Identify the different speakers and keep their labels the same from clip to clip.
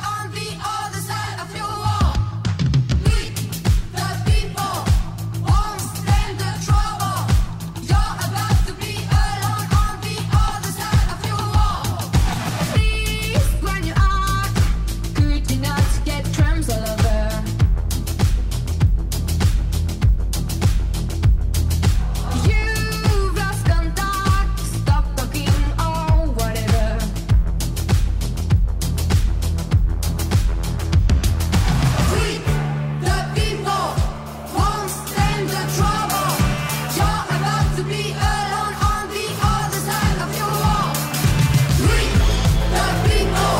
Speaker 1: on the other side of your wall. We, the people, won't stand the trouble. You're about to be alone on the other side of your wall. Please, when you are, could you not get crumbs all over? You've lost contact. Stop talking or whatever. We, the people, won't stand the trouble. You're about to be alone on the other side of your wall. We, the people,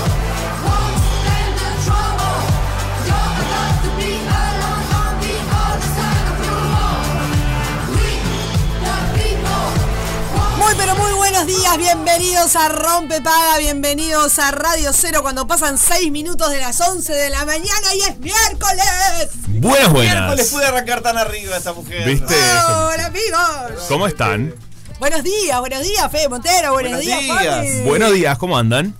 Speaker 1: won't stand the trouble. You're about to be alone on the other side of your wall.
Speaker 2: Muy pero muy buenos días, bienvenidos a Rompe Paga, bienvenidos a Radio Cero cuando pasan 6 minutos de las 11 de la mañana y es miércoles.
Speaker 3: Buenas,
Speaker 4: miércoles
Speaker 3: buenas.
Speaker 4: pude arrancar tan arriba esta mujer.
Speaker 3: ¿Viste?
Speaker 2: Hola amigos.
Speaker 3: ¿Cómo están?
Speaker 2: Buenos días, buenos días, Fede Montero, buenos,
Speaker 4: Buenos
Speaker 2: días,
Speaker 4: días.
Speaker 2: Juanes.
Speaker 3: Buenos días, ¿cómo andan?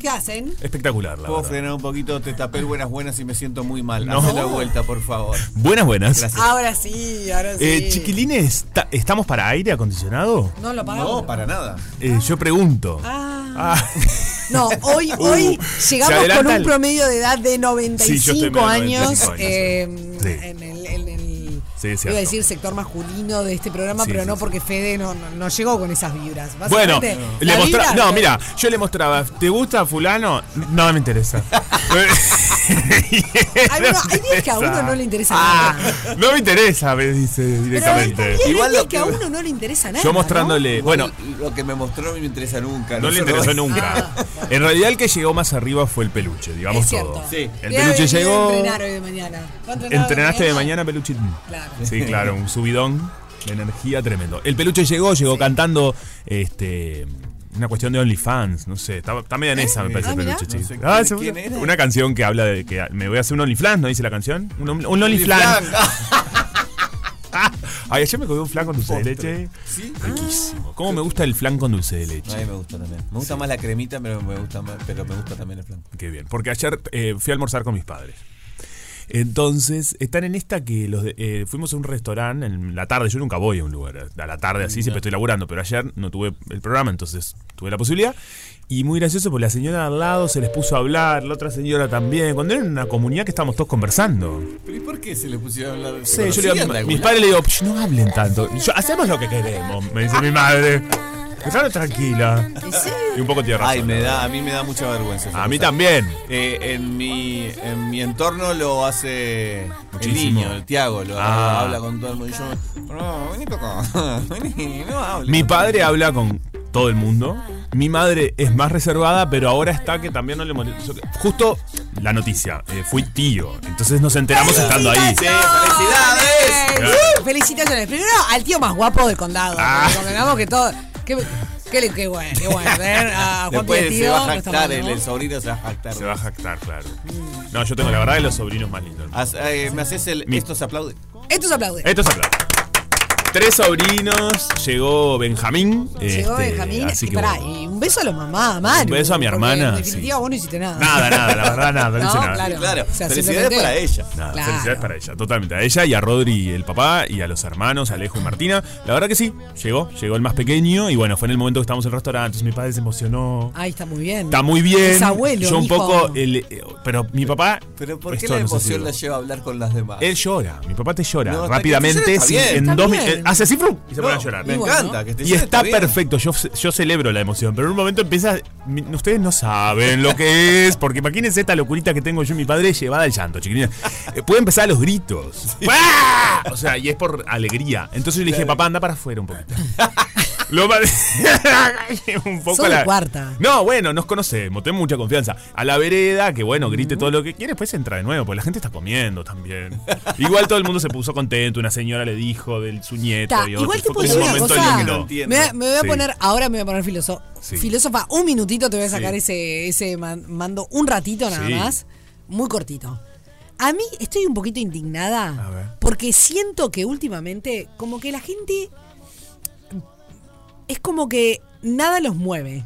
Speaker 2: ¿Qué hacen?
Speaker 3: Espectacular, la
Speaker 4: Puedo
Speaker 3: verdad.
Speaker 4: frenar un poquito, te tapé el buenas buenas y me siento muy mal.
Speaker 3: No.
Speaker 4: Hacé la vuelta, por favor.
Speaker 3: Buenas, buenas.
Speaker 4: Gracias.
Speaker 2: Ahora sí, ahora Ah, sí.
Speaker 3: Eh, chiquilines, ¿ta- ¿estamos para aire acondicionado?
Speaker 2: No lo pagamos.
Speaker 4: No, para nada.
Speaker 3: Eh, yo pregunto.
Speaker 2: Ah.
Speaker 3: Ah,
Speaker 2: No, hoy,
Speaker 3: Uh,
Speaker 2: hoy
Speaker 3: se
Speaker 2: llegamos
Speaker 3: adelanta
Speaker 2: con un
Speaker 3: el-
Speaker 2: promedio de edad de 95
Speaker 3: Sí, yo estoy medio
Speaker 2: años.
Speaker 3: 95 años,
Speaker 2: eh,
Speaker 3: sí.
Speaker 2: En el. en el-
Speaker 3: Sí, es
Speaker 2: iba a
Speaker 3: cierto.
Speaker 2: decir sector masculino de este programa,
Speaker 3: Sí,
Speaker 2: pero
Speaker 3: sí,
Speaker 2: no
Speaker 3: sí.
Speaker 2: porque Fede no, no, no llegó con esas vibras.
Speaker 3: bueno,
Speaker 2: Básicamente,
Speaker 3: le
Speaker 2: la
Speaker 3: mostraba.
Speaker 2: vibra-
Speaker 3: No, mira, yo le mostraba. ¿Te gusta Fulano? No me interesa.
Speaker 2: Ay, bueno, hay días que a uno no le interesa
Speaker 3: Ah,
Speaker 2: nada.
Speaker 3: no me interesa, me dice
Speaker 2: Pero hay
Speaker 3: directamente.
Speaker 2: días
Speaker 4: Igual lo
Speaker 2: que a
Speaker 4: que-
Speaker 2: uno no le interesa nada.
Speaker 3: Yo
Speaker 2: ¿no?
Speaker 3: mostrándole. Bueno,
Speaker 4: lo que me mostró no me interesa nunca.
Speaker 3: No le
Speaker 4: sé,
Speaker 3: interesó
Speaker 4: no-
Speaker 3: nunca. En realidad el que llegó más arriba fue el peluche, digamos
Speaker 2: Es cierto.
Speaker 3: todo.
Speaker 4: Sí.
Speaker 3: El
Speaker 2: Mirá,
Speaker 3: peluche
Speaker 2: vení a
Speaker 3: llegó.
Speaker 2: entrenar hoy de mañana. ¿Va a entrenar
Speaker 3: Entrenaste de mañana, peluche.
Speaker 2: Claro.
Speaker 3: Sí, claro, un subidón de energía tremendo. El peluche llegó, llegó cantando este una cuestión de OnlyFans, no sé, estaba, está media en esa, me parece
Speaker 2: Ah,
Speaker 3: el
Speaker 2: mirá.
Speaker 3: peluche.
Speaker 4: No
Speaker 3: chico.
Speaker 4: sé
Speaker 3: Ah,
Speaker 4: quién-
Speaker 3: se-
Speaker 4: quién era.
Speaker 3: una canción que habla de que me voy a hacer un OnlyFans, ¿no dice la canción? Un, un- un
Speaker 4: Flan.
Speaker 3: OnlyFans. Ah, ay, ayer me comí un flan con dulce de
Speaker 4: Postre.
Speaker 3: leche.
Speaker 4: ¿Sí? Ah.
Speaker 3: Riquísimo. ¿Cómo me gusta el flan con dulce de leche?
Speaker 4: A mí me gusta también. Me gusta más la cremita, pero me gusta más, pero me gusta también el flan.
Speaker 3: Qué bien, porque ayer eh, fui a almorzar con mis padres. Entonces, están en esta que los de- eh, fuimos a un restaurante en la tarde. Yo nunca voy a un lugar eh, a la tarde así, siempre estoy laburando, pero ayer no tuve el programa, entonces tuve la posibilidad. Y muy gracioso, porque la señora al lado se les puso a hablar, la otra señora también. Cuando era una comunidad que estábamos todos conversando.
Speaker 4: ¿Pero y por qué se le pusieron a hablar?
Speaker 3: Sí, yo le digo, a mi- mis padres le digo, "Sh, no hablen tanto. Yo, Hacemos lo que queremos, me dice mi madre. Déjalo tranquila. Y un poco tiene razón.
Speaker 4: Ay, me da, a mí me da mucha vergüenza. esa
Speaker 3: A mí
Speaker 4: cosa.
Speaker 3: también.
Speaker 4: Eh, en, mi, en mi entorno lo hace
Speaker 3: Muchísimo.
Speaker 4: el niño, el Tiago, lo
Speaker 3: Ah.
Speaker 4: habla con todo el mundo. Y yo, no, vení para acá, vení, no hables.
Speaker 3: Mi padre habla con todo el mundo. Mi madre es más reservada, pero ahora está que también no le molesta. Justo la noticia, eh, fui tío. Entonces nos enteramos estando ahí.
Speaker 4: Sí, felicidades.
Speaker 2: ¡Felicidades! Felicitaciones. Primero al tío más guapo del condado.
Speaker 3: Ah.
Speaker 2: porque Convengamos que todo. Qué, qué, qué bueno, qué bueno. ¿eh? Ah. Ver a Juan
Speaker 4: Después
Speaker 2: Pietro,
Speaker 4: se va a
Speaker 2: que está
Speaker 4: jactar,
Speaker 2: mal,
Speaker 4: el,
Speaker 2: ¿no?
Speaker 4: el sobrino se va a jactar.
Speaker 3: Se va a jactar, claro. No, yo tengo la verdad de los sobrinos más lindos.
Speaker 4: Haz- eh, me haces el.
Speaker 3: Mi-
Speaker 4: Esto se aplaude.
Speaker 2: Esto se aplaude.
Speaker 3: Esto es aplauso. Tres sobrinos, llegó Benjamín.
Speaker 2: Llegó
Speaker 3: este,
Speaker 2: Benjamín.
Speaker 3: así
Speaker 2: y,
Speaker 3: que
Speaker 2: pará,
Speaker 3: bueno.
Speaker 2: y un beso a la mamá, Manu.
Speaker 3: beso a mi
Speaker 2: porque
Speaker 3: hermana,
Speaker 2: En definitiva,
Speaker 3: sí.
Speaker 2: vos no hiciste nada.
Speaker 3: Nada, nada, la verdad, nada, no,
Speaker 2: No,
Speaker 3: hice nada.
Speaker 2: claro.
Speaker 4: Claro,
Speaker 2: O sea,
Speaker 4: felicidades
Speaker 2: simplemente-
Speaker 4: para ella.
Speaker 3: Nada,
Speaker 2: Claro.
Speaker 3: felicidades para ella, totalmente. A ella y a Rodri, el papá, y a los hermanos, Alejo y Martina. La verdad que sí, llegó, llegó el más pequeño y bueno, fue en el momento que estábamos en el restaurante, entonces mi padre se emocionó.
Speaker 2: Ahí Ah, está muy bien.
Speaker 3: Está muy bien.
Speaker 2: Es abuelo.
Speaker 3: Yo un
Speaker 2: hijo.
Speaker 3: poco, el- eh, pero mi papá...
Speaker 4: Pero ¿por qué
Speaker 3: esto
Speaker 4: la
Speaker 3: no sé si
Speaker 4: emoción
Speaker 3: lo-
Speaker 4: la lleva a hablar con las demás?
Speaker 3: Él llora, mi papá te llora
Speaker 4: No, está que
Speaker 3: rápidamente,
Speaker 4: está
Speaker 3: sin-
Speaker 4: bien.
Speaker 3: en
Speaker 2: Está
Speaker 3: dos
Speaker 2: bien.
Speaker 3: minutos. Hace así, ¡frum! y se
Speaker 4: No,
Speaker 3: pone a llorar.
Speaker 4: Me
Speaker 2: Y bueno,
Speaker 4: encanta que esté
Speaker 3: Y está
Speaker 4: bien.
Speaker 3: perfecto, yo, yo celebro la emoción, pero en un momento empieza. mi- Ustedes no saben lo que es, porque imagínense esta locurita que tengo yo y mi padre llevada al llanto, chiquilina. Eh, puede empezar a los gritos. ¡Ah! O sea, y es por alegría. Entonces yo le dije, papá, anda para afuera un poquito. Lo ma- un poco
Speaker 2: Sos de
Speaker 3: la-
Speaker 2: cuarta.
Speaker 3: No, bueno, nos conocemos, tengo mucha confianza. A la vereda, que bueno, grite todo lo que quiere, después entra de nuevo, porque la gente está comiendo también. Igual todo el mundo se puso contento, una señora le dijo del su nieto
Speaker 2: Ta,
Speaker 3: y otro.
Speaker 2: igual te
Speaker 3: Fue
Speaker 2: puedo
Speaker 3: como
Speaker 2: decir
Speaker 3: un
Speaker 2: una
Speaker 3: momento
Speaker 2: cosa.
Speaker 3: lindo.
Speaker 4: No
Speaker 2: Ah, Me,
Speaker 4: entiendo.
Speaker 2: voy a- me voy a
Speaker 3: Sí.
Speaker 2: poner, ahora me voy a poner filósofo.
Speaker 3: Sí.
Speaker 2: Filósofa, un minutito te voy a sacar
Speaker 3: Sí.
Speaker 2: ese, ese man- mando, un ratito nada
Speaker 3: Sí.
Speaker 2: más, muy cortito. A mí estoy un poquito
Speaker 3: A ver.
Speaker 2: indignada porque siento que últimamente como que la gente es como que nada los mueve,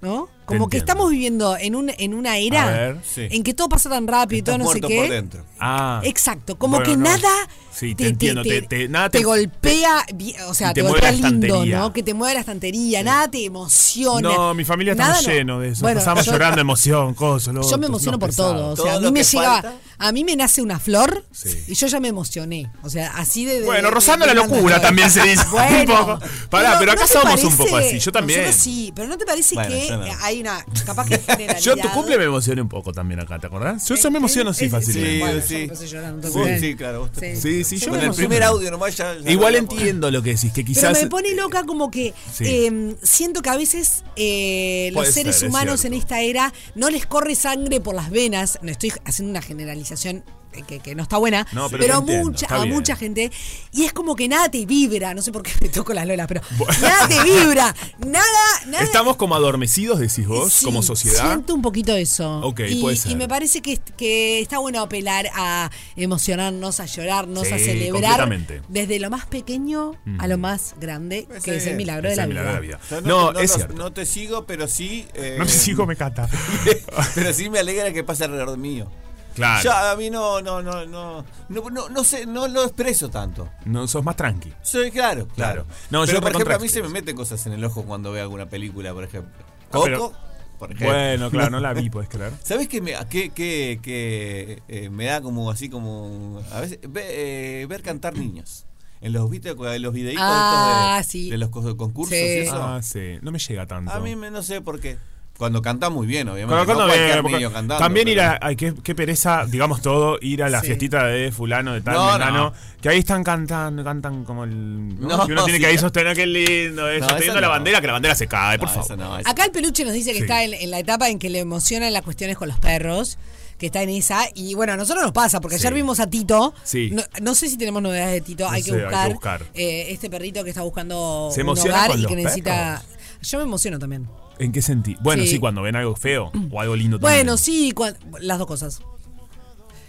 Speaker 2: ¿no? Como que
Speaker 3: entiendo.
Speaker 2: estamos viviendo en, un, en una
Speaker 3: A
Speaker 2: era
Speaker 3: ver,
Speaker 4: sí.
Speaker 2: en que todo pasa tan rápido y todo
Speaker 4: Estás
Speaker 2: no sé
Speaker 4: muerto
Speaker 2: qué.
Speaker 4: por dentro.
Speaker 3: Ah.
Speaker 2: Exacto, como
Speaker 3: Bueno,
Speaker 2: que
Speaker 3: no.
Speaker 2: nada
Speaker 3: Sí, te, entiendo, te, te- nada
Speaker 2: te golpea, vi- o sea,
Speaker 3: y
Speaker 2: te,
Speaker 3: te mueve
Speaker 2: golpea
Speaker 3: la
Speaker 2: lindo,
Speaker 3: estantería.
Speaker 2: ¿no? Que te mueve la estantería, nada te emociona.
Speaker 3: No, mi familia
Speaker 2: nada
Speaker 3: estaba
Speaker 2: no-
Speaker 3: lleno de eso.
Speaker 2: Bueno,
Speaker 3: Estábamos
Speaker 2: yo-
Speaker 3: llorando emoción, cosas. lo
Speaker 2: Yo
Speaker 3: otro,
Speaker 2: me emociono
Speaker 3: no,
Speaker 2: por
Speaker 3: pesado.
Speaker 2: todo, o sea,
Speaker 4: Todo
Speaker 2: a mí
Speaker 4: lo
Speaker 2: me
Speaker 4: que
Speaker 2: llega,
Speaker 4: falta.
Speaker 2: a mí me nace una flor
Speaker 3: Sí.
Speaker 2: y yo ya me emocioné, o sea, así de... de-
Speaker 3: Bueno,
Speaker 2: de-
Speaker 3: rozando
Speaker 2: de
Speaker 3: la
Speaker 2: grande
Speaker 3: locura
Speaker 2: estoy.
Speaker 3: también se dice.
Speaker 2: Bueno,
Speaker 3: un poco. Pará, pero acá
Speaker 2: ¿no te
Speaker 3: somos un
Speaker 2: parece-
Speaker 3: poco así. Yo también.
Speaker 2: Nosotros sí, pero ¿no te parece
Speaker 4: Bueno,
Speaker 2: que
Speaker 4: yo no.
Speaker 2: eh, hay una capaz que generalidad?
Speaker 3: Yo en tu cumple me emocioné un poco también acá, ¿te acordás? Yo se me emociono así
Speaker 2: Eh, Sí,
Speaker 3: fácilmente.
Speaker 2: bueno, yo
Speaker 4: sí.
Speaker 2: empecé llorando,
Speaker 4: Sí,
Speaker 2: entonces-
Speaker 4: sí, claro, vos te-
Speaker 3: Sí, sí, yo
Speaker 4: Con
Speaker 3: me
Speaker 4: el
Speaker 3: emociono.
Speaker 4: primer audio nomás ya. ya
Speaker 3: Igual
Speaker 4: lo hablamos.
Speaker 3: entiendo lo que decís, que quizás.
Speaker 2: Pero me pone loca como que
Speaker 3: Sí.
Speaker 2: eh, siento que a veces eh, los
Speaker 3: Puede
Speaker 2: seres
Speaker 3: ser, es
Speaker 2: humanos en
Speaker 3: cierto.
Speaker 2: esta era no les corre sangre por las venas. No estoy haciendo una generalización eh, que, que no está buena,
Speaker 3: No, pero
Speaker 2: pero,
Speaker 3: te
Speaker 2: a
Speaker 3: entiendo,
Speaker 2: mucha,
Speaker 3: está
Speaker 2: a
Speaker 3: bien.
Speaker 2: mucha gente. Y es como que nada te vibra. No sé por qué me toco las lolas, pero nada te vibra. Nada, nada.
Speaker 3: Estamos como adormecidos, decís vos,
Speaker 2: Sí,
Speaker 3: como sociedad.
Speaker 2: Siento un poquito eso.
Speaker 3: Ok,
Speaker 2: y,
Speaker 3: puede ser.
Speaker 2: y me parece que, est- que está bueno apelar a emocionarnos, a llorarnos, a
Speaker 3: Sí,
Speaker 2: celebrar.
Speaker 3: completamente.
Speaker 2: Desde lo más pequeño a lo más grande,
Speaker 4: Pues
Speaker 2: que es
Speaker 4: sí,
Speaker 2: el milagro,
Speaker 3: Es
Speaker 2: de, la
Speaker 3: el milagro de la
Speaker 2: vida.
Speaker 3: vida.
Speaker 4: No,
Speaker 3: No,
Speaker 4: no,
Speaker 3: es
Speaker 4: no-
Speaker 3: cierto.
Speaker 4: No te sigo, pero sí. eh,
Speaker 3: No te sigo, me cata.
Speaker 4: pero sí me alegra que pase alrededor mío.
Speaker 3: Claro.
Speaker 4: Yo a mí no, no, no, no, no, no, no sé, no lo expreso tanto.
Speaker 3: No, sos más tranqui.
Speaker 4: Soy claro,
Speaker 3: Claro.
Speaker 4: claro.
Speaker 3: No,
Speaker 4: pero
Speaker 3: yo
Speaker 4: por
Speaker 3: recontra
Speaker 4: ejemplo a mí se
Speaker 3: expreso.
Speaker 4: me meten cosas en el ojo cuando veo alguna película, por ejemplo.
Speaker 3: Ah,
Speaker 4: Coco,
Speaker 3: pero-
Speaker 4: por ejemplo.
Speaker 3: Bueno, claro, no la vi, podés creer.
Speaker 4: ¿Sabes qué me, qué- qué- qué, eh, me da como así como. A veces. ve- eh, ver cantar niños. En los, ¿viste? En los videitos
Speaker 2: Ah,
Speaker 4: estos de,
Speaker 2: sí.
Speaker 4: de los cos- concursos
Speaker 2: Sí.
Speaker 4: y eso.
Speaker 3: Ah, sí. No me llega tanto.
Speaker 4: a mí me, no sé por qué. Cuando canta muy bien, obviamente.
Speaker 3: Cuando
Speaker 4: no
Speaker 3: cuando
Speaker 4: cualquier
Speaker 3: ve- porque
Speaker 4: niño cantando,
Speaker 3: también
Speaker 4: pero-
Speaker 3: ir a. Ay, qué, qué pereza, digamos todo, ir a la
Speaker 2: Sí.
Speaker 3: fiestita de fulano, de tal,
Speaker 4: No,
Speaker 3: mengano,
Speaker 4: no.
Speaker 3: Que ahí están cantando, cantan como el.
Speaker 4: No,
Speaker 3: y uno tiene
Speaker 4: sí.
Speaker 3: que ahí sostener, qué lindo, eh,
Speaker 4: No,
Speaker 3: sosteniendo
Speaker 4: eso
Speaker 3: la
Speaker 4: no.
Speaker 3: bandera, que la bandera se cae,
Speaker 4: No,
Speaker 3: por
Speaker 4: eso
Speaker 3: favor.
Speaker 4: no, eso-
Speaker 2: Acá el peluche nos dice que
Speaker 3: Sí.
Speaker 2: está en, en la etapa en que le emocionan las cuestiones con los perros, que está en esa. Y bueno, a nosotros nos pasa, porque ayer
Speaker 3: Sí.
Speaker 2: vimos a Tito.
Speaker 3: Sí.
Speaker 2: No, no sé si tenemos novedades de Tito,
Speaker 3: No
Speaker 2: hay, que
Speaker 3: sé, hay que
Speaker 2: buscar,
Speaker 3: buscar.
Speaker 2: eh, este perrito que está buscando
Speaker 3: ¿Se
Speaker 2: un
Speaker 3: emociona
Speaker 2: hogar
Speaker 3: con
Speaker 2: y
Speaker 3: los
Speaker 2: que necesita. Yo me emociono también.
Speaker 3: ¿En qué sentido? Bueno,
Speaker 2: Sí.
Speaker 3: sí. cuando ven algo feo o algo lindo también.
Speaker 2: Bueno, sí, cuan- las dos cosas.
Speaker 3: O sea,